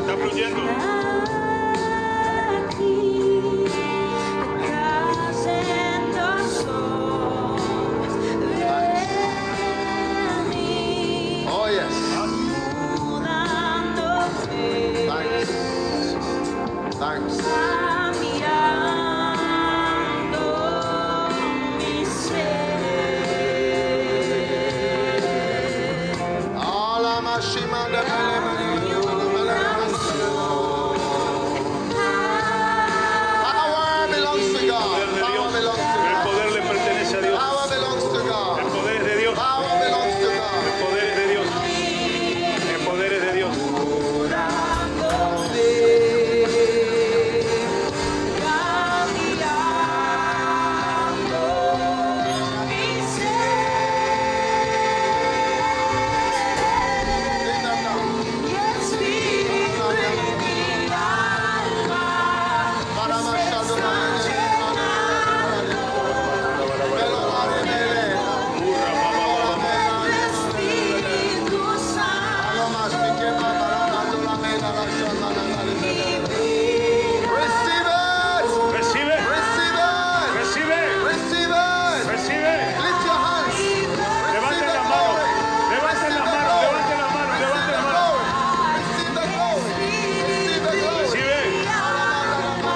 Speaker 3: está fluyendo.
Speaker 5: Oh, yes. Thanks. Thanks. Power belongs to
Speaker 3: El
Speaker 5: God.
Speaker 3: poder de
Speaker 5: Power
Speaker 3: Dios.
Speaker 5: belongs
Speaker 3: El
Speaker 5: to God.
Speaker 3: poder le pertenece a Dios.
Speaker 5: Power belongs to
Speaker 3: El
Speaker 5: God.
Speaker 3: poder es de Dios.
Speaker 5: Power belongs to
Speaker 3: El
Speaker 5: God.
Speaker 3: poder es de Dios. El poder es de Dios.
Speaker 5: Sing that now. Paramashadu Manene. Belomare Mele.
Speaker 3: Urra, ba, ba, ba,
Speaker 5: Alomashike Mabaramadu Lamena Lashanana Mele. Receive it.
Speaker 3: ba. Recibe,
Speaker 5: Receive it.
Speaker 3: recibe,
Speaker 5: Receive it.
Speaker 3: recibe.
Speaker 5: Lift your hands.
Speaker 3: Levanten las manos. Levanten las manos, levanten las manos, levanten las manos.
Speaker 5: Receive the glory. Receive the glory. Receive the glory.
Speaker 3: Recibe.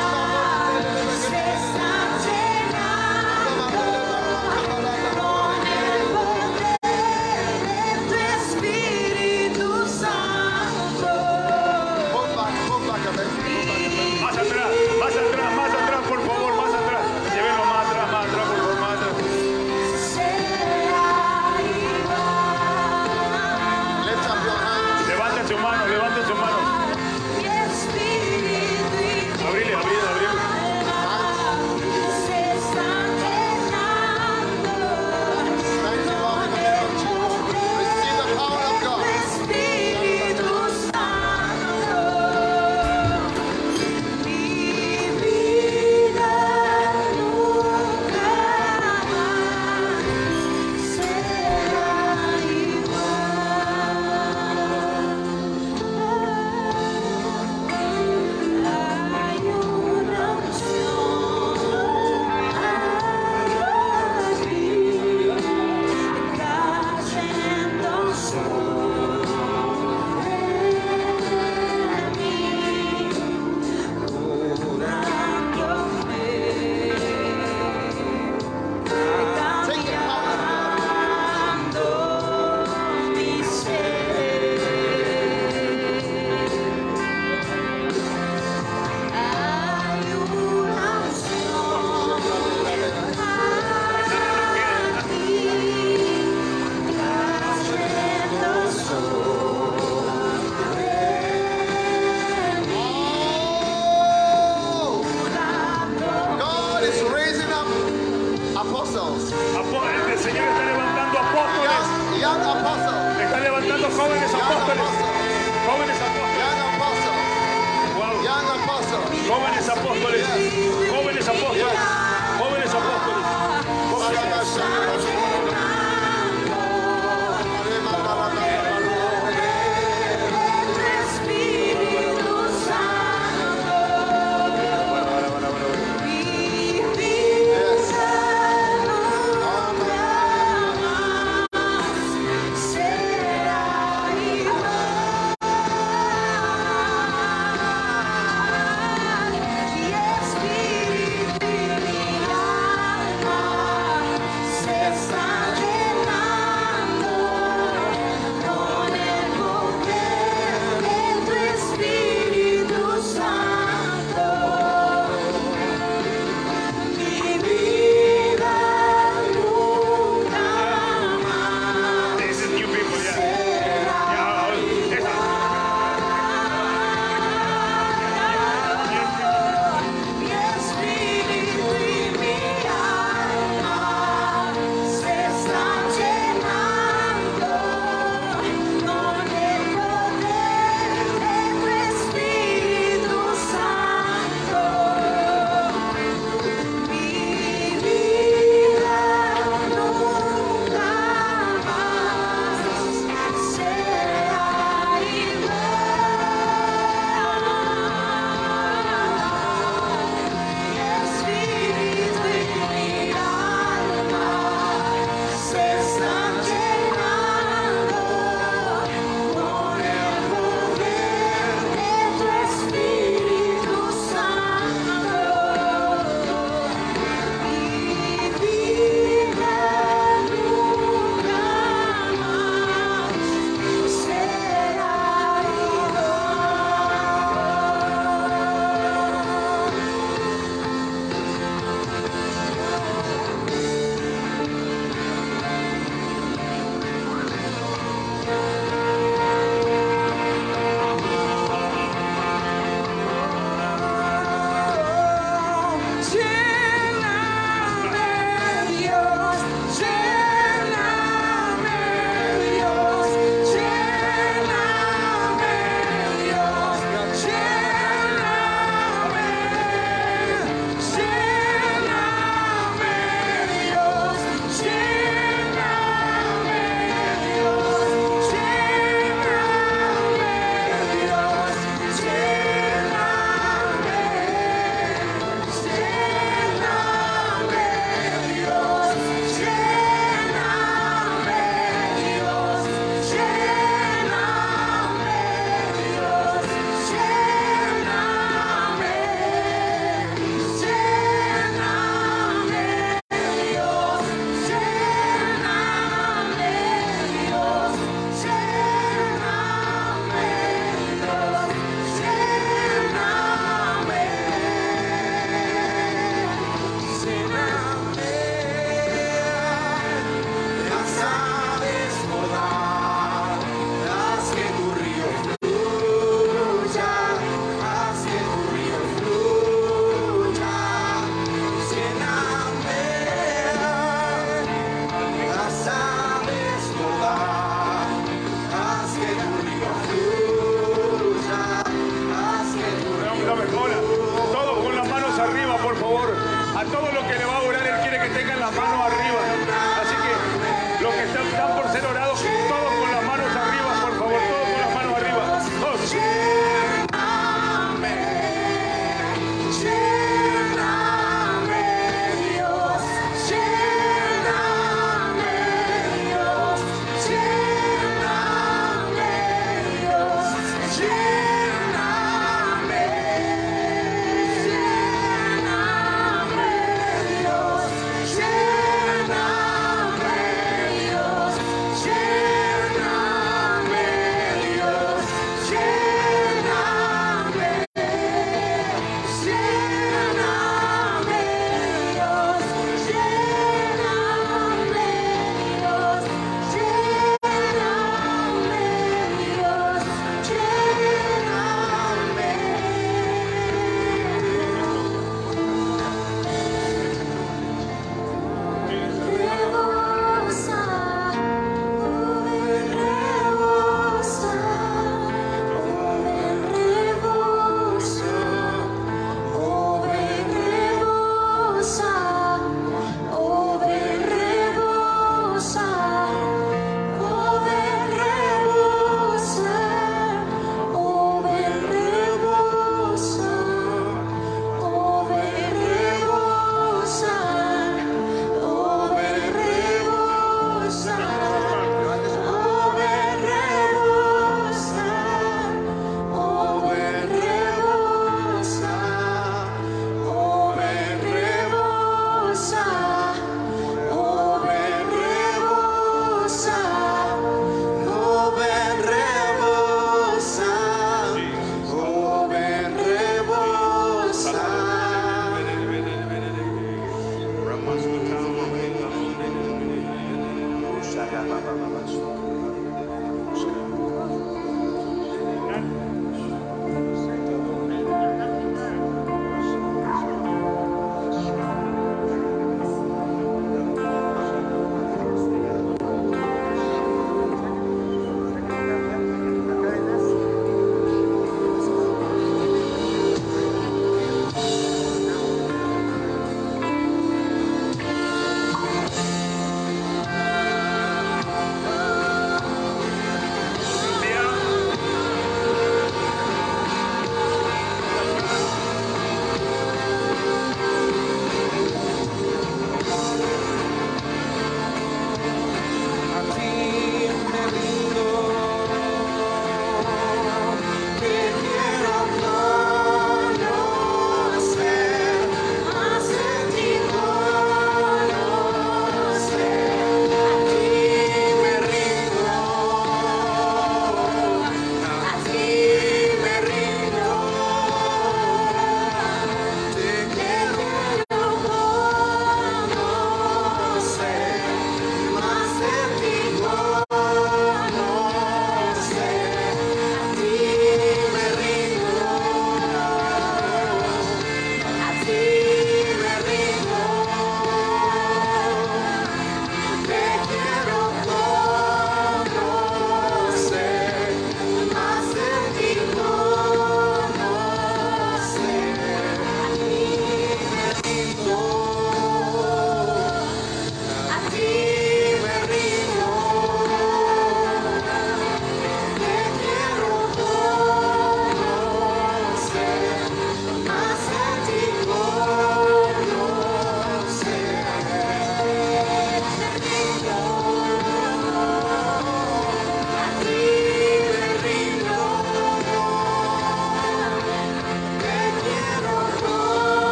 Speaker 5: Go back, go back a bit.
Speaker 3: Más atrás, más atrás, más atrás, por favor, más atrás. Llévenlo más atrás, más atrás, por favor, más atrás.
Speaker 5: Lift up your hands.
Speaker 3: Levanten sus manos, levanten sus manos. Abrile, abrile, abrile.
Speaker 5: Thank you, Lord, in the name of Jesus. Receive the power of God. Take the power of God. Oh! God is raising up apostles,
Speaker 3: Apó- El Señor está levantando apóstoles.
Speaker 5: young, young apostles,
Speaker 3: Está levantando jóvenes
Speaker 5: young
Speaker 3: apóstoles.
Speaker 5: apostles,
Speaker 3: Jóvenes apóstoles.
Speaker 5: young apostles,
Speaker 3: Wow.
Speaker 5: young apostles.
Speaker 3: Jóvenes apóstoles, jóvenes apóstoles, jóvenes apóstoles, jóvenes
Speaker 2: Será igual.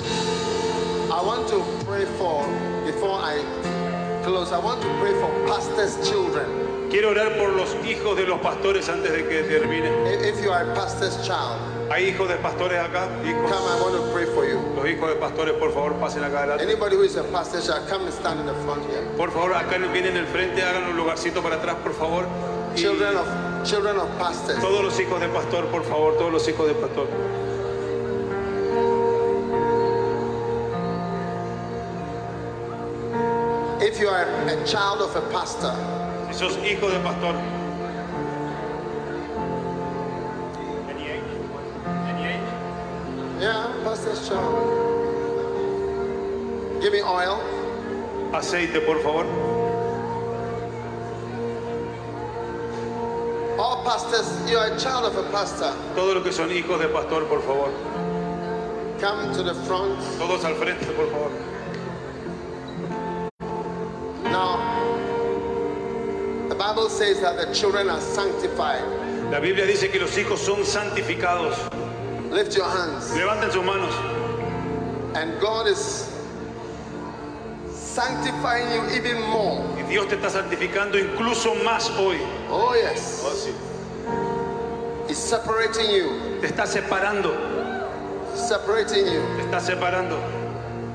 Speaker 2: I want to pray for, before I close, I want to pray for pastors' children.
Speaker 3: Quiero orar por los hijos de los pastores antes de que termine.
Speaker 2: If if you are a pastor's child,
Speaker 3: ¿Hay hijos de pastores acá?
Speaker 2: come,
Speaker 3: Hijos.
Speaker 2: I want to pray for you.
Speaker 3: Los hijos de pastores, por favor, pasen acá adelante.
Speaker 2: Anybody who is a pastor's child, come and stand in the front here.
Speaker 3: Por favor, acá vienen el frente, hagan un lugarcito para atrás, por favor. Y
Speaker 2: Children of children of pastors.
Speaker 3: todos los hijos de pastor, por favor, todos los hijos de pastor.
Speaker 2: If you are a child of a pastor,
Speaker 3: Si sos hijo de pastor.
Speaker 2: yeah, pastor's child. Give me oil.
Speaker 3: Aceite, por favor.
Speaker 2: All pastors, you are a child of a pastor.
Speaker 3: Todos los que son hijos de pastor, por favor.
Speaker 2: Come to the front.
Speaker 3: Todos al frente, por favor.
Speaker 2: Now, the Bible says that the children are sanctified.
Speaker 3: La Biblia dice que los hijos son santificados.
Speaker 2: Lift your hands.
Speaker 3: Levanten sus manos.
Speaker 2: And God is sanctifying you even more.
Speaker 3: Y Dios te está santificando incluso más hoy.
Speaker 2: Oh,
Speaker 3: Ah,
Speaker 2: yes. He's separating you,
Speaker 3: Te está separando.
Speaker 2: separating you
Speaker 3: Te está separando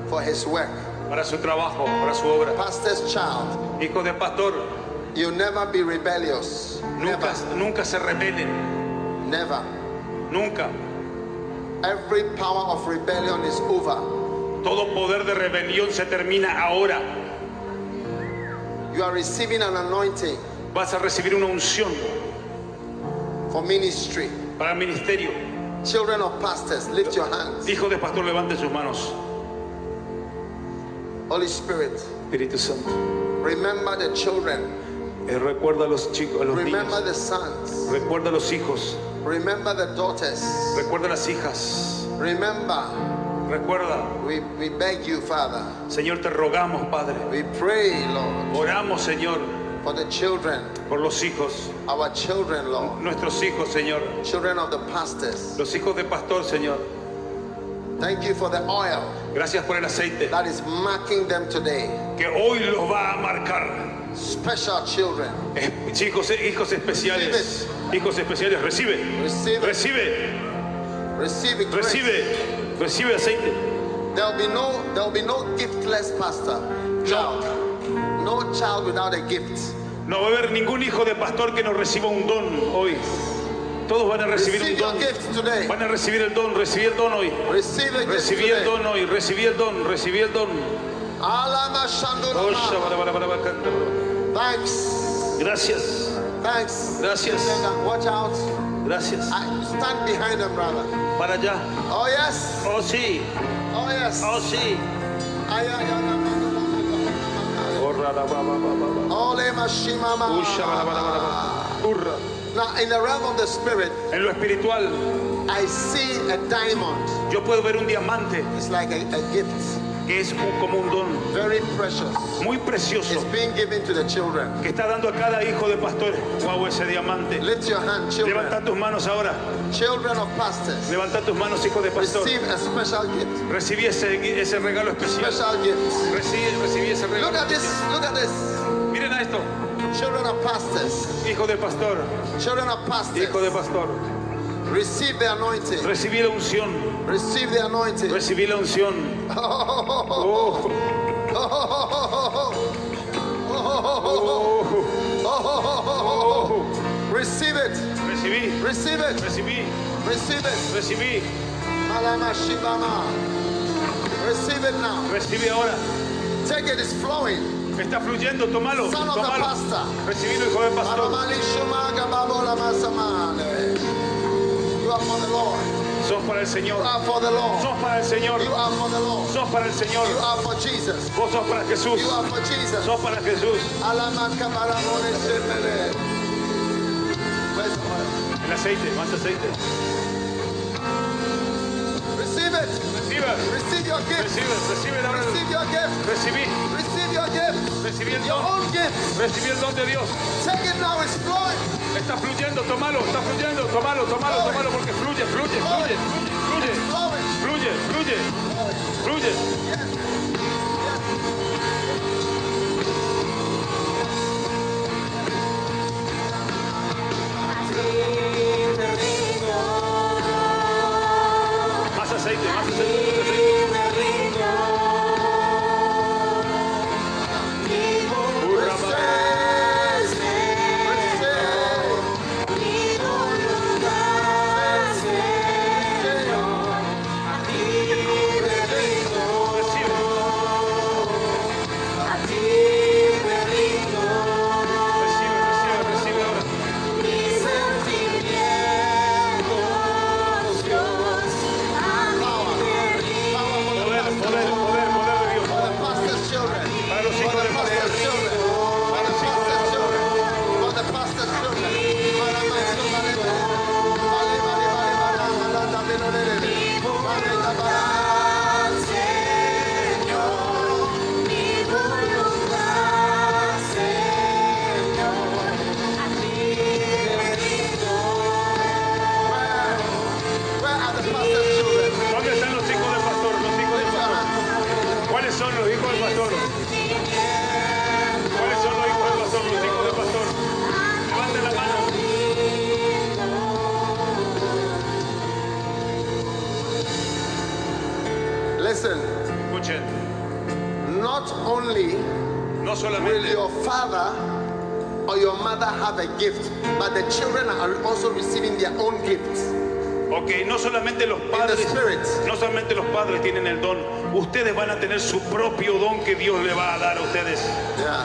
Speaker 2: for His work.
Speaker 3: para su trabajo, para su obra.
Speaker 2: Pastor's child,
Speaker 3: Hijo de pastor,
Speaker 2: you'll never be rebellious.
Speaker 3: nunca, nunca se rebelen.
Speaker 2: Never.
Speaker 3: Nunca.
Speaker 2: Every power of rebellion is over.
Speaker 3: Todo poder de rebelión se termina ahora.
Speaker 2: You are receiving an anointing
Speaker 3: Vas a recibir una unción
Speaker 2: for ministry.
Speaker 3: para el ministerio.
Speaker 2: Children of pastors, lift your hands.
Speaker 3: Hijo de pastor, levanten sus manos.
Speaker 2: Holy Spirit,
Speaker 3: Espíritu Santo,
Speaker 2: remember the children,
Speaker 3: eh, recuerda a los chicos, a los
Speaker 2: remember
Speaker 3: niños.
Speaker 2: the sons,
Speaker 3: Recuerda a los hijos.
Speaker 2: remember the daughters.
Speaker 3: Recuerda a las hijas.
Speaker 2: Remember,
Speaker 3: Recuerda.
Speaker 2: we, we beg you, Father.
Speaker 3: Señor, te rogamos, Padre.
Speaker 2: We pray, Lord,
Speaker 3: Oramos, Señor,
Speaker 2: for the children,
Speaker 3: por los hijos.
Speaker 2: our children, Lord,
Speaker 3: Nuestros hijos, Señor.
Speaker 2: children of the pastors.
Speaker 3: Los hijos de pastor, Señor.
Speaker 2: Thank you for the oil
Speaker 3: Gracias por el aceite
Speaker 2: that is marking them today.
Speaker 3: que hoy los va a marcar.
Speaker 2: Special children,
Speaker 3: Eh, Chicos, eh, hijos especiales. Hijos especiales, recibe.
Speaker 2: Recibe.
Speaker 3: Recibe.
Speaker 2: receive it. grace.
Speaker 3: Recibe. Recibe aceite.
Speaker 2: There'll be no there'll be no giftless pastor. Child. No child without a gift.
Speaker 3: No va a haber ningún hijo de pastor que no reciba un don hoy. Todos van a recibir un
Speaker 2: Receive your
Speaker 3: don.
Speaker 2: gift today.
Speaker 3: Van a recibir el don, recibí el don hoy.
Speaker 2: Receive a gift
Speaker 3: Recibí el
Speaker 2: today.
Speaker 3: don hoy, recibí el don, recibí el don.
Speaker 2: Alama
Speaker 3: Osha,
Speaker 2: shandurama.
Speaker 3: bara, bara, bara, bara, canta.
Speaker 2: Thanks.
Speaker 3: Gracias,
Speaker 2: Thanks.
Speaker 3: gracias,
Speaker 2: Watch out.
Speaker 3: gracias.
Speaker 2: I stand behind them, brother.
Speaker 3: Para allá.
Speaker 2: Oh yes.
Speaker 3: Oh sí,
Speaker 2: Oh yes.
Speaker 3: oh sí. Orra, la, ba, ba, ba, ba, ba.
Speaker 2: Olema
Speaker 3: Usha, bara, bara, bara, bara. Urra.
Speaker 2: Now in the realm of the spirit,
Speaker 3: En lo espiritual,
Speaker 2: I see a diamond.
Speaker 3: yo puedo ver un diamante
Speaker 2: It's like a, a gift.
Speaker 3: que es un- como un don
Speaker 2: Very precious.
Speaker 3: muy
Speaker 2: It's
Speaker 3: precioso
Speaker 2: being given to the children.
Speaker 3: que está dando a cada hijo de pastor. Wow, ese diamante.
Speaker 2: Lift your hand,
Speaker 3: Levanta
Speaker 2: children.
Speaker 3: tus manos ahora.
Speaker 2: Children of pastors.
Speaker 3: Levanta tus manos, hijo de pastor.
Speaker 2: Receive a special gift.
Speaker 3: Recibí ese, ese regalo especial.
Speaker 2: Special gift.
Speaker 3: Recibí, recibí ese
Speaker 2: Look
Speaker 3: regalo.
Speaker 2: at this. Look at this.
Speaker 3: Miren a esto.
Speaker 2: Children of pastors.
Speaker 3: Hijo de pastor,
Speaker 2: Children of
Speaker 3: hijo de
Speaker 2: pastors.
Speaker 3: pastor.
Speaker 2: Receive the anointing.
Speaker 3: Recibí la unción.
Speaker 2: Receive the anointing.
Speaker 3: Recibí la unción.
Speaker 2: Oh, oh,
Speaker 3: Oh,
Speaker 2: oh, oh, oh,
Speaker 3: oh,
Speaker 2: oh.
Speaker 3: oh.
Speaker 2: Receive it.
Speaker 3: Recibí,
Speaker 2: Receive it.
Speaker 3: recibí,
Speaker 2: Receive it.
Speaker 3: recibí,
Speaker 2: Malama Shibama. Receive it now.
Speaker 3: recibí ahora.
Speaker 2: Take it. It's flowing.
Speaker 3: Está fluyendo, tomalo,
Speaker 2: Son of the
Speaker 3: tomalo.
Speaker 2: pastor.
Speaker 3: Recibilo, hijo de pastor.
Speaker 2: Aramali shumaga babola masamane. You are for the Lord.
Speaker 3: Sos para el
Speaker 2: You
Speaker 3: Señor.
Speaker 2: are for the Lord.
Speaker 3: Sos para el Señor.
Speaker 2: You are for the Lord.
Speaker 3: Sos para el
Speaker 2: You
Speaker 3: Señor.
Speaker 2: are for Jesus.
Speaker 3: Vos sos para Jesús.
Speaker 2: You are for Jesus.
Speaker 3: Sos para Jesús.
Speaker 2: Alamaka barabone shemere. Where's the word?
Speaker 3: El aceite, más aceite.
Speaker 2: Receive it.
Speaker 3: Reciba,
Speaker 2: Receive your gift.
Speaker 3: recibe, recibe ahora.
Speaker 2: Receive your gift.
Speaker 3: Recibí,
Speaker 2: Receive your gift.
Speaker 3: recibí el
Speaker 2: Your
Speaker 3: don.
Speaker 2: own gift.
Speaker 3: Recibí el don de Dios.
Speaker 2: Take it now. It's flowing.
Speaker 3: Está fluyendo, tomalo, está fluyendo, tomalo, tomalo, tomalo, porque fluye, fluye, fluye, fluye,
Speaker 2: Flowing.
Speaker 3: fluye, fluye, fluye,
Speaker 2: Yes. Listen,
Speaker 3: Escuchen,
Speaker 2: not only
Speaker 3: no
Speaker 2: will
Speaker 3: solamente
Speaker 2: your father or your mother have a gift, but the children are also receiving their own gifts.
Speaker 3: Ok, no solamente los
Speaker 2: In
Speaker 3: padres,
Speaker 2: the spirit.
Speaker 3: no solamente los padres tienen el don, ustedes van a tener su propio don que Dios le va a dar a ustedes.
Speaker 2: Yeah.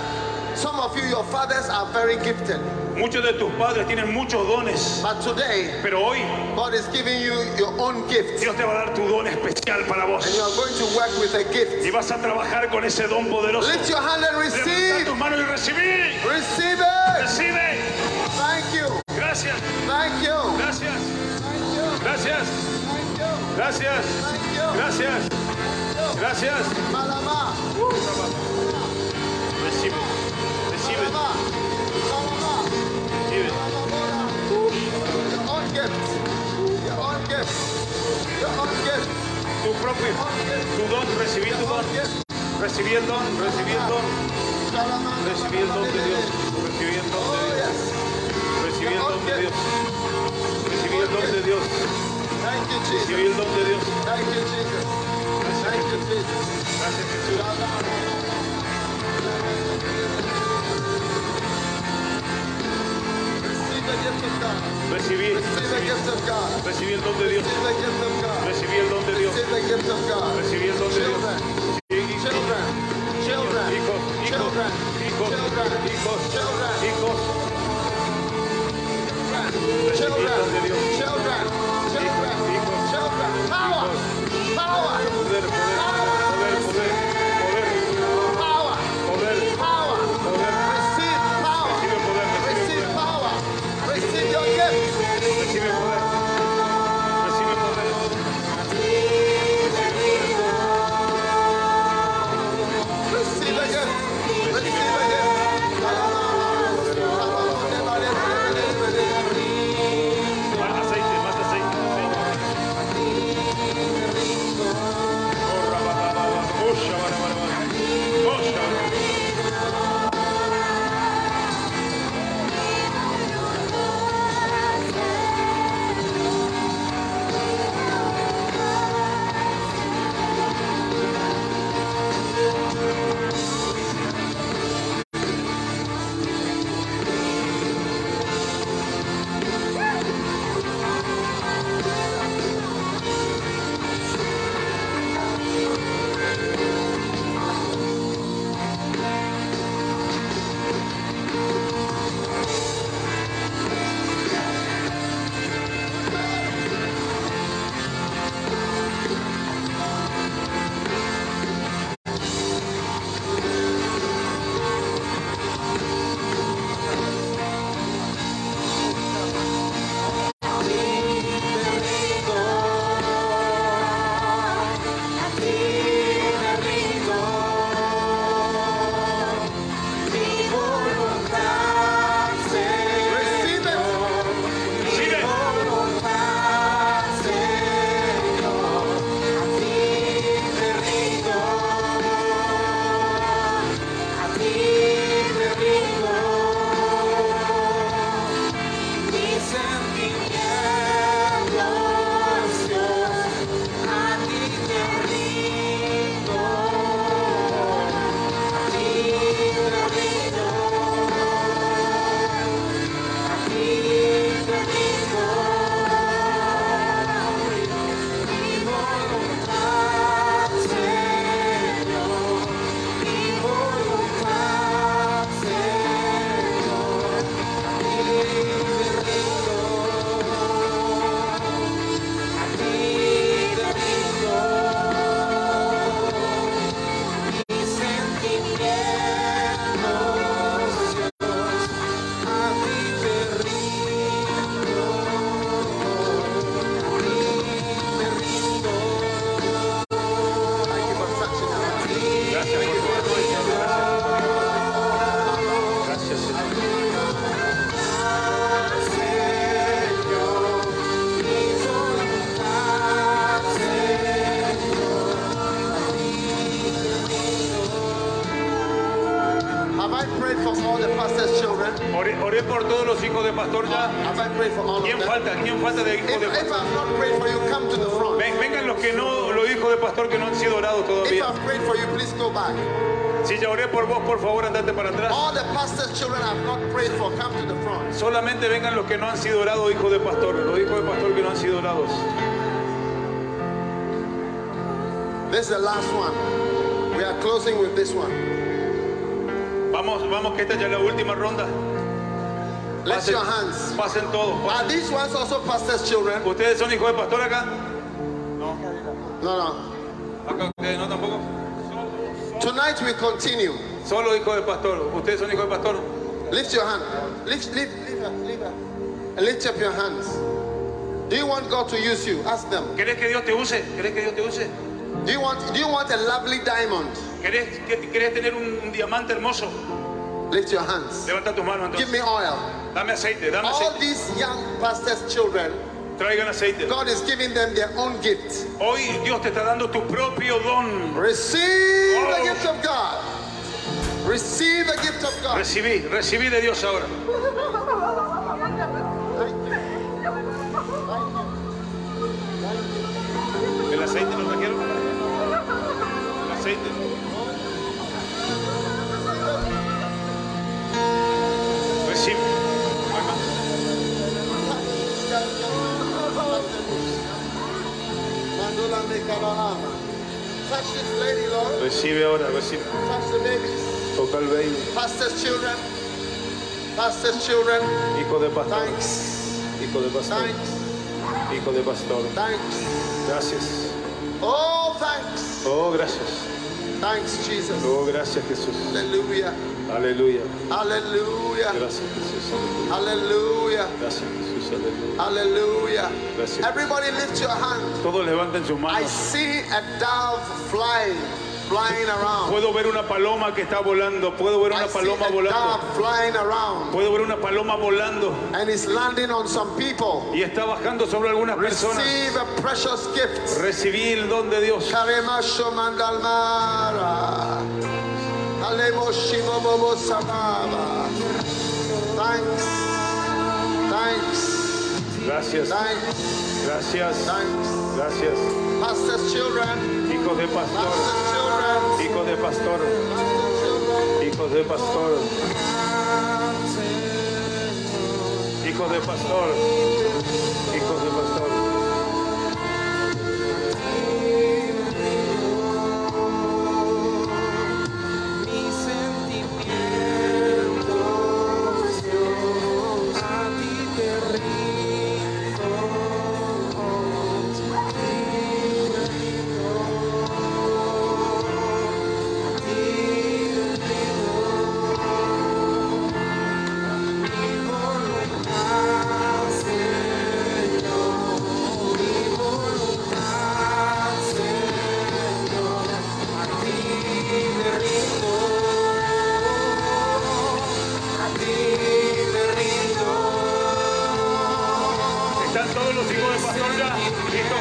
Speaker 2: Some of you, your fathers are very gifted,
Speaker 3: Muchos de tus padres tienen muchos dones,
Speaker 2: but today
Speaker 3: pero hoy
Speaker 2: God is giving you your own gift,
Speaker 3: Dios te va a dar tu don especial para
Speaker 2: and you
Speaker 3: vos
Speaker 2: are going to work with a
Speaker 3: y
Speaker 2: gift.
Speaker 3: vas a trabajar con ese don poderoso.
Speaker 2: Lift your hand and
Speaker 3: Levanta
Speaker 2: receive.
Speaker 3: tus manos y recibí.
Speaker 2: Receive it.
Speaker 3: Recibe.
Speaker 2: Thank you.
Speaker 3: Gracias,
Speaker 2: Thank you.
Speaker 3: gracias,
Speaker 2: Thank you.
Speaker 3: gracias,
Speaker 2: Thank you.
Speaker 3: gracias,
Speaker 2: Thank you.
Speaker 3: gracias, gracias.
Speaker 2: Malama.
Speaker 3: Recibe, recibe,
Speaker 2: Malama. Malama.
Speaker 3: recibe.
Speaker 2: Your own gifts. Your own gifts. Your own gifts.
Speaker 3: Tu propio, tu don, recibí tu
Speaker 2: Your
Speaker 3: don.
Speaker 2: own gifts.
Speaker 3: Recibí el don, recibí el don,
Speaker 2: Shalama.
Speaker 3: recibí el don de Dios, recibí el don de
Speaker 2: Oh,
Speaker 3: Dios,
Speaker 2: yes.
Speaker 3: recibí el don de Dios, recibí el don de Dios,
Speaker 2: Thank you, Jesus.
Speaker 3: recibí el don de Dios.
Speaker 2: Thank you, Jesus. Thank you, Jesus.
Speaker 3: Gracias Jesús.
Speaker 2: Receive the gift of God.
Speaker 3: Recibí,
Speaker 2: Receive the
Speaker 3: recibí,
Speaker 2: gift of God.
Speaker 3: recibí el don de Dios,
Speaker 2: Receive the gift of God.
Speaker 3: recibí el don de Dios,
Speaker 2: Receive the gift of God.
Speaker 3: recibí el don de Dios.
Speaker 2: Children.
Speaker 3: Hijos,
Speaker 2: Children. Children.
Speaker 3: hijos,
Speaker 2: Children.
Speaker 3: hijos,
Speaker 2: Children.
Speaker 3: hijos,
Speaker 2: Children.
Speaker 3: hijos.
Speaker 2: Children, children, children, children, children. Power, power,
Speaker 3: Poder, poder, poder, poder,
Speaker 2: power,
Speaker 3: poder, poder,
Speaker 2: power.
Speaker 3: poder.
Speaker 2: Receive power,
Speaker 3: Recibe poder, recibe
Speaker 2: receive
Speaker 3: poder.
Speaker 2: power, receive your gift.
Speaker 3: Recibe poder. Recibe poder.
Speaker 5: Receive the
Speaker 3: Oré, oré por todos los hijos de pastor ya.
Speaker 2: Have I prayed for all of
Speaker 3: ¿Quién
Speaker 2: them?
Speaker 3: falta? ¿Quién falta de hijos
Speaker 2: If,
Speaker 3: de
Speaker 2: if
Speaker 3: pastor?
Speaker 2: I've not prayed for you, come to the front.
Speaker 3: Ven- vengan los que no, los hijos de pastor que no han sido orados
Speaker 2: If
Speaker 3: todavía.
Speaker 2: I've prayed for you, please go back.
Speaker 3: Si ya oré por vos, por favor, andate para atrás.
Speaker 2: All the pastor's children I've not prayed for, come to the front.
Speaker 3: Solamente vengan los que no han sido orados, hijos de pastor. Los hijos de pastor que no han sido orados.
Speaker 2: This is the last one. We are closing with this one.
Speaker 3: Vamos, vamos, que esta ya es la última ronda.
Speaker 2: Lift your hands.
Speaker 3: pasen todos.
Speaker 2: Are these ones also pastor's children?
Speaker 3: ¿Ustedes son hijos de pastor acá?
Speaker 2: No,
Speaker 3: Acá ustedes no tampoco.
Speaker 2: no. Tonight we continue.
Speaker 3: Solo hijos de pastor. ¿Ustedes son hijos de pastor?
Speaker 2: Lift your hand. Lift, lift, lift up, lift up. And lift up your hands. Do you want God to use you? Ask them.
Speaker 3: ¿Querés que Dios te use? ¿Querés que Dios te use?
Speaker 2: Do you want do you want a lovely diamond?
Speaker 3: ¿Querés, que- querés tener un, un diamante hermoso?
Speaker 2: Lift your hands.
Speaker 3: Levanta tus manos
Speaker 2: Give
Speaker 3: entonces.
Speaker 2: me oil.
Speaker 3: Dame aceite, dame
Speaker 2: All
Speaker 3: aceite.
Speaker 2: these young pastors' children,
Speaker 3: Traigan aceite.
Speaker 2: God is giving them their own gift.
Speaker 3: Hoy Dios te está dando tu propio don.
Speaker 2: Receive the
Speaker 3: Oh.
Speaker 2: gift of God. Receive the gift of God.
Speaker 3: Recibí, recibí de Dios ahora. ¿El aceite lo trajeron? El aceite. Recibe.
Speaker 2: Touch this lady, Lord.
Speaker 3: Recibe ahora, recibe.
Speaker 2: Touch the babies.
Speaker 3: Toca el baby.
Speaker 2: Pastors' children. Pastors' children.
Speaker 3: Hijo de pastor.
Speaker 2: Thanks.
Speaker 3: Hijo de pastor.
Speaker 2: Thanks.
Speaker 3: Hijo de pastor.
Speaker 2: Thanks.
Speaker 3: Gracias.
Speaker 2: Oh, thanks.
Speaker 3: Oh, gracias.
Speaker 2: Thanks, Jesus.
Speaker 3: Oh, gracias Jesús.
Speaker 2: Hallelujah.
Speaker 3: Aleluya.
Speaker 2: Hallelujah.
Speaker 3: Gracias Jesús. Aleluya.
Speaker 2: Hallelujah.
Speaker 3: Gracias Jesús. Aleluya.
Speaker 2: Hallelujah.
Speaker 3: Gracias.
Speaker 2: Everybody lift your hand.
Speaker 3: Todos levanten sus
Speaker 2: I
Speaker 3: manos.
Speaker 2: see a dove flying, flying around.
Speaker 3: Puedo ver una paloma que está volando. Puedo ver
Speaker 2: I
Speaker 3: una
Speaker 2: see
Speaker 3: paloma
Speaker 2: a
Speaker 3: volando.
Speaker 2: dove flying around
Speaker 3: Puedo ver una paloma volando.
Speaker 2: and it's landing on some people.
Speaker 3: Y está bajando sobre algunas personas.
Speaker 2: Receive a precious gift.
Speaker 3: Recibí el don de Dios.
Speaker 2: Karemasho mandalmara. Alemoshimo bobo sababa. Thanks. Thanks.
Speaker 3: Gracias.
Speaker 2: Thanks.
Speaker 3: Gracias.
Speaker 2: Thanks.
Speaker 3: Gracias.
Speaker 2: Pastor's children.
Speaker 3: Hijos de pastor.
Speaker 2: Pastor's children.
Speaker 3: Hijos de pastor.
Speaker 2: Pastor's children.
Speaker 3: Hijos de pastor. Hijos de pastor. Hijos de pastor.
Speaker 4: Mis sentimientos, Dios, a ti te rindo, a ti te rindo, a ti rindo. Mi voluntad, Señor, mi voluntad, Señor, a ti te rindo, a ti te rindo.
Speaker 3: Están todos los hijos de pastor ya. Listo.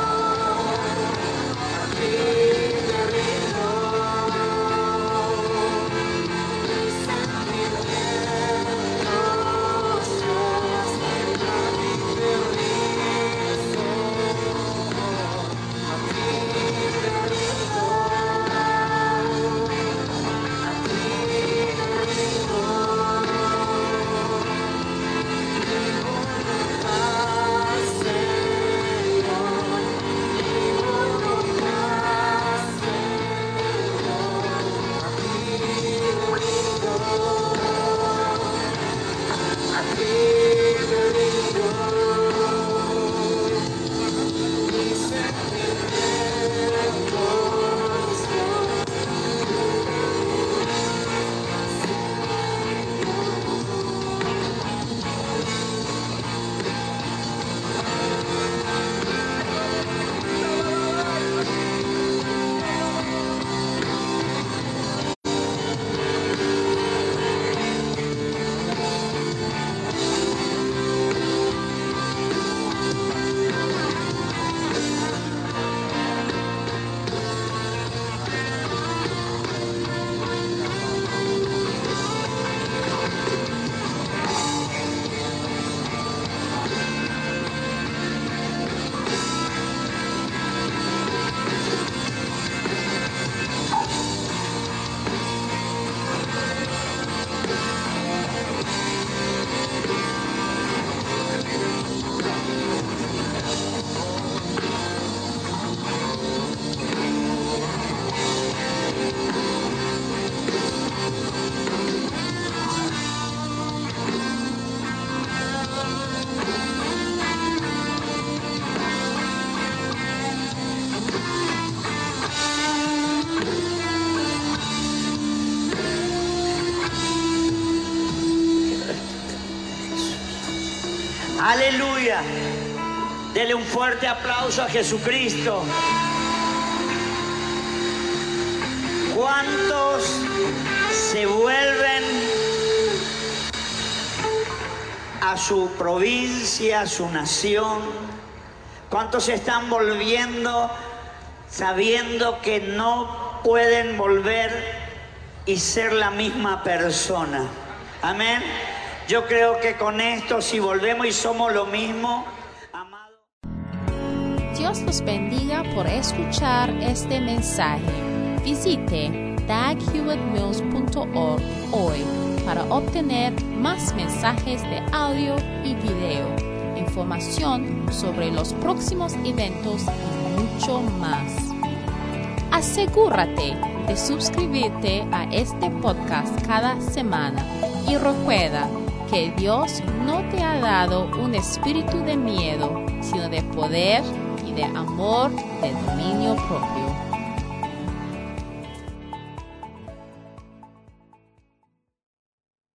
Speaker 4: Thank
Speaker 6: Aleluya. Dele un fuerte aplauso a Jesucristo. ¿Cuántos se vuelven a su provincia, a su nación? ¿Cuántos se están volviendo sabiendo que no pueden volver y ser la misma persona. Amén. Yo creo que con esto, si volvemos y somos lo mismo, amado.
Speaker 1: Dios los bendiga por escuchar este mensaje. Visite daghewittmills.org hoy para obtener más mensajes de audio y video, información sobre los próximos eventos y mucho más. Asegúrate de suscribirte a este podcast cada semana y recuerda que Dios no te ha dado un espíritu de miedo, sino de poder y de amor, de dominio propio.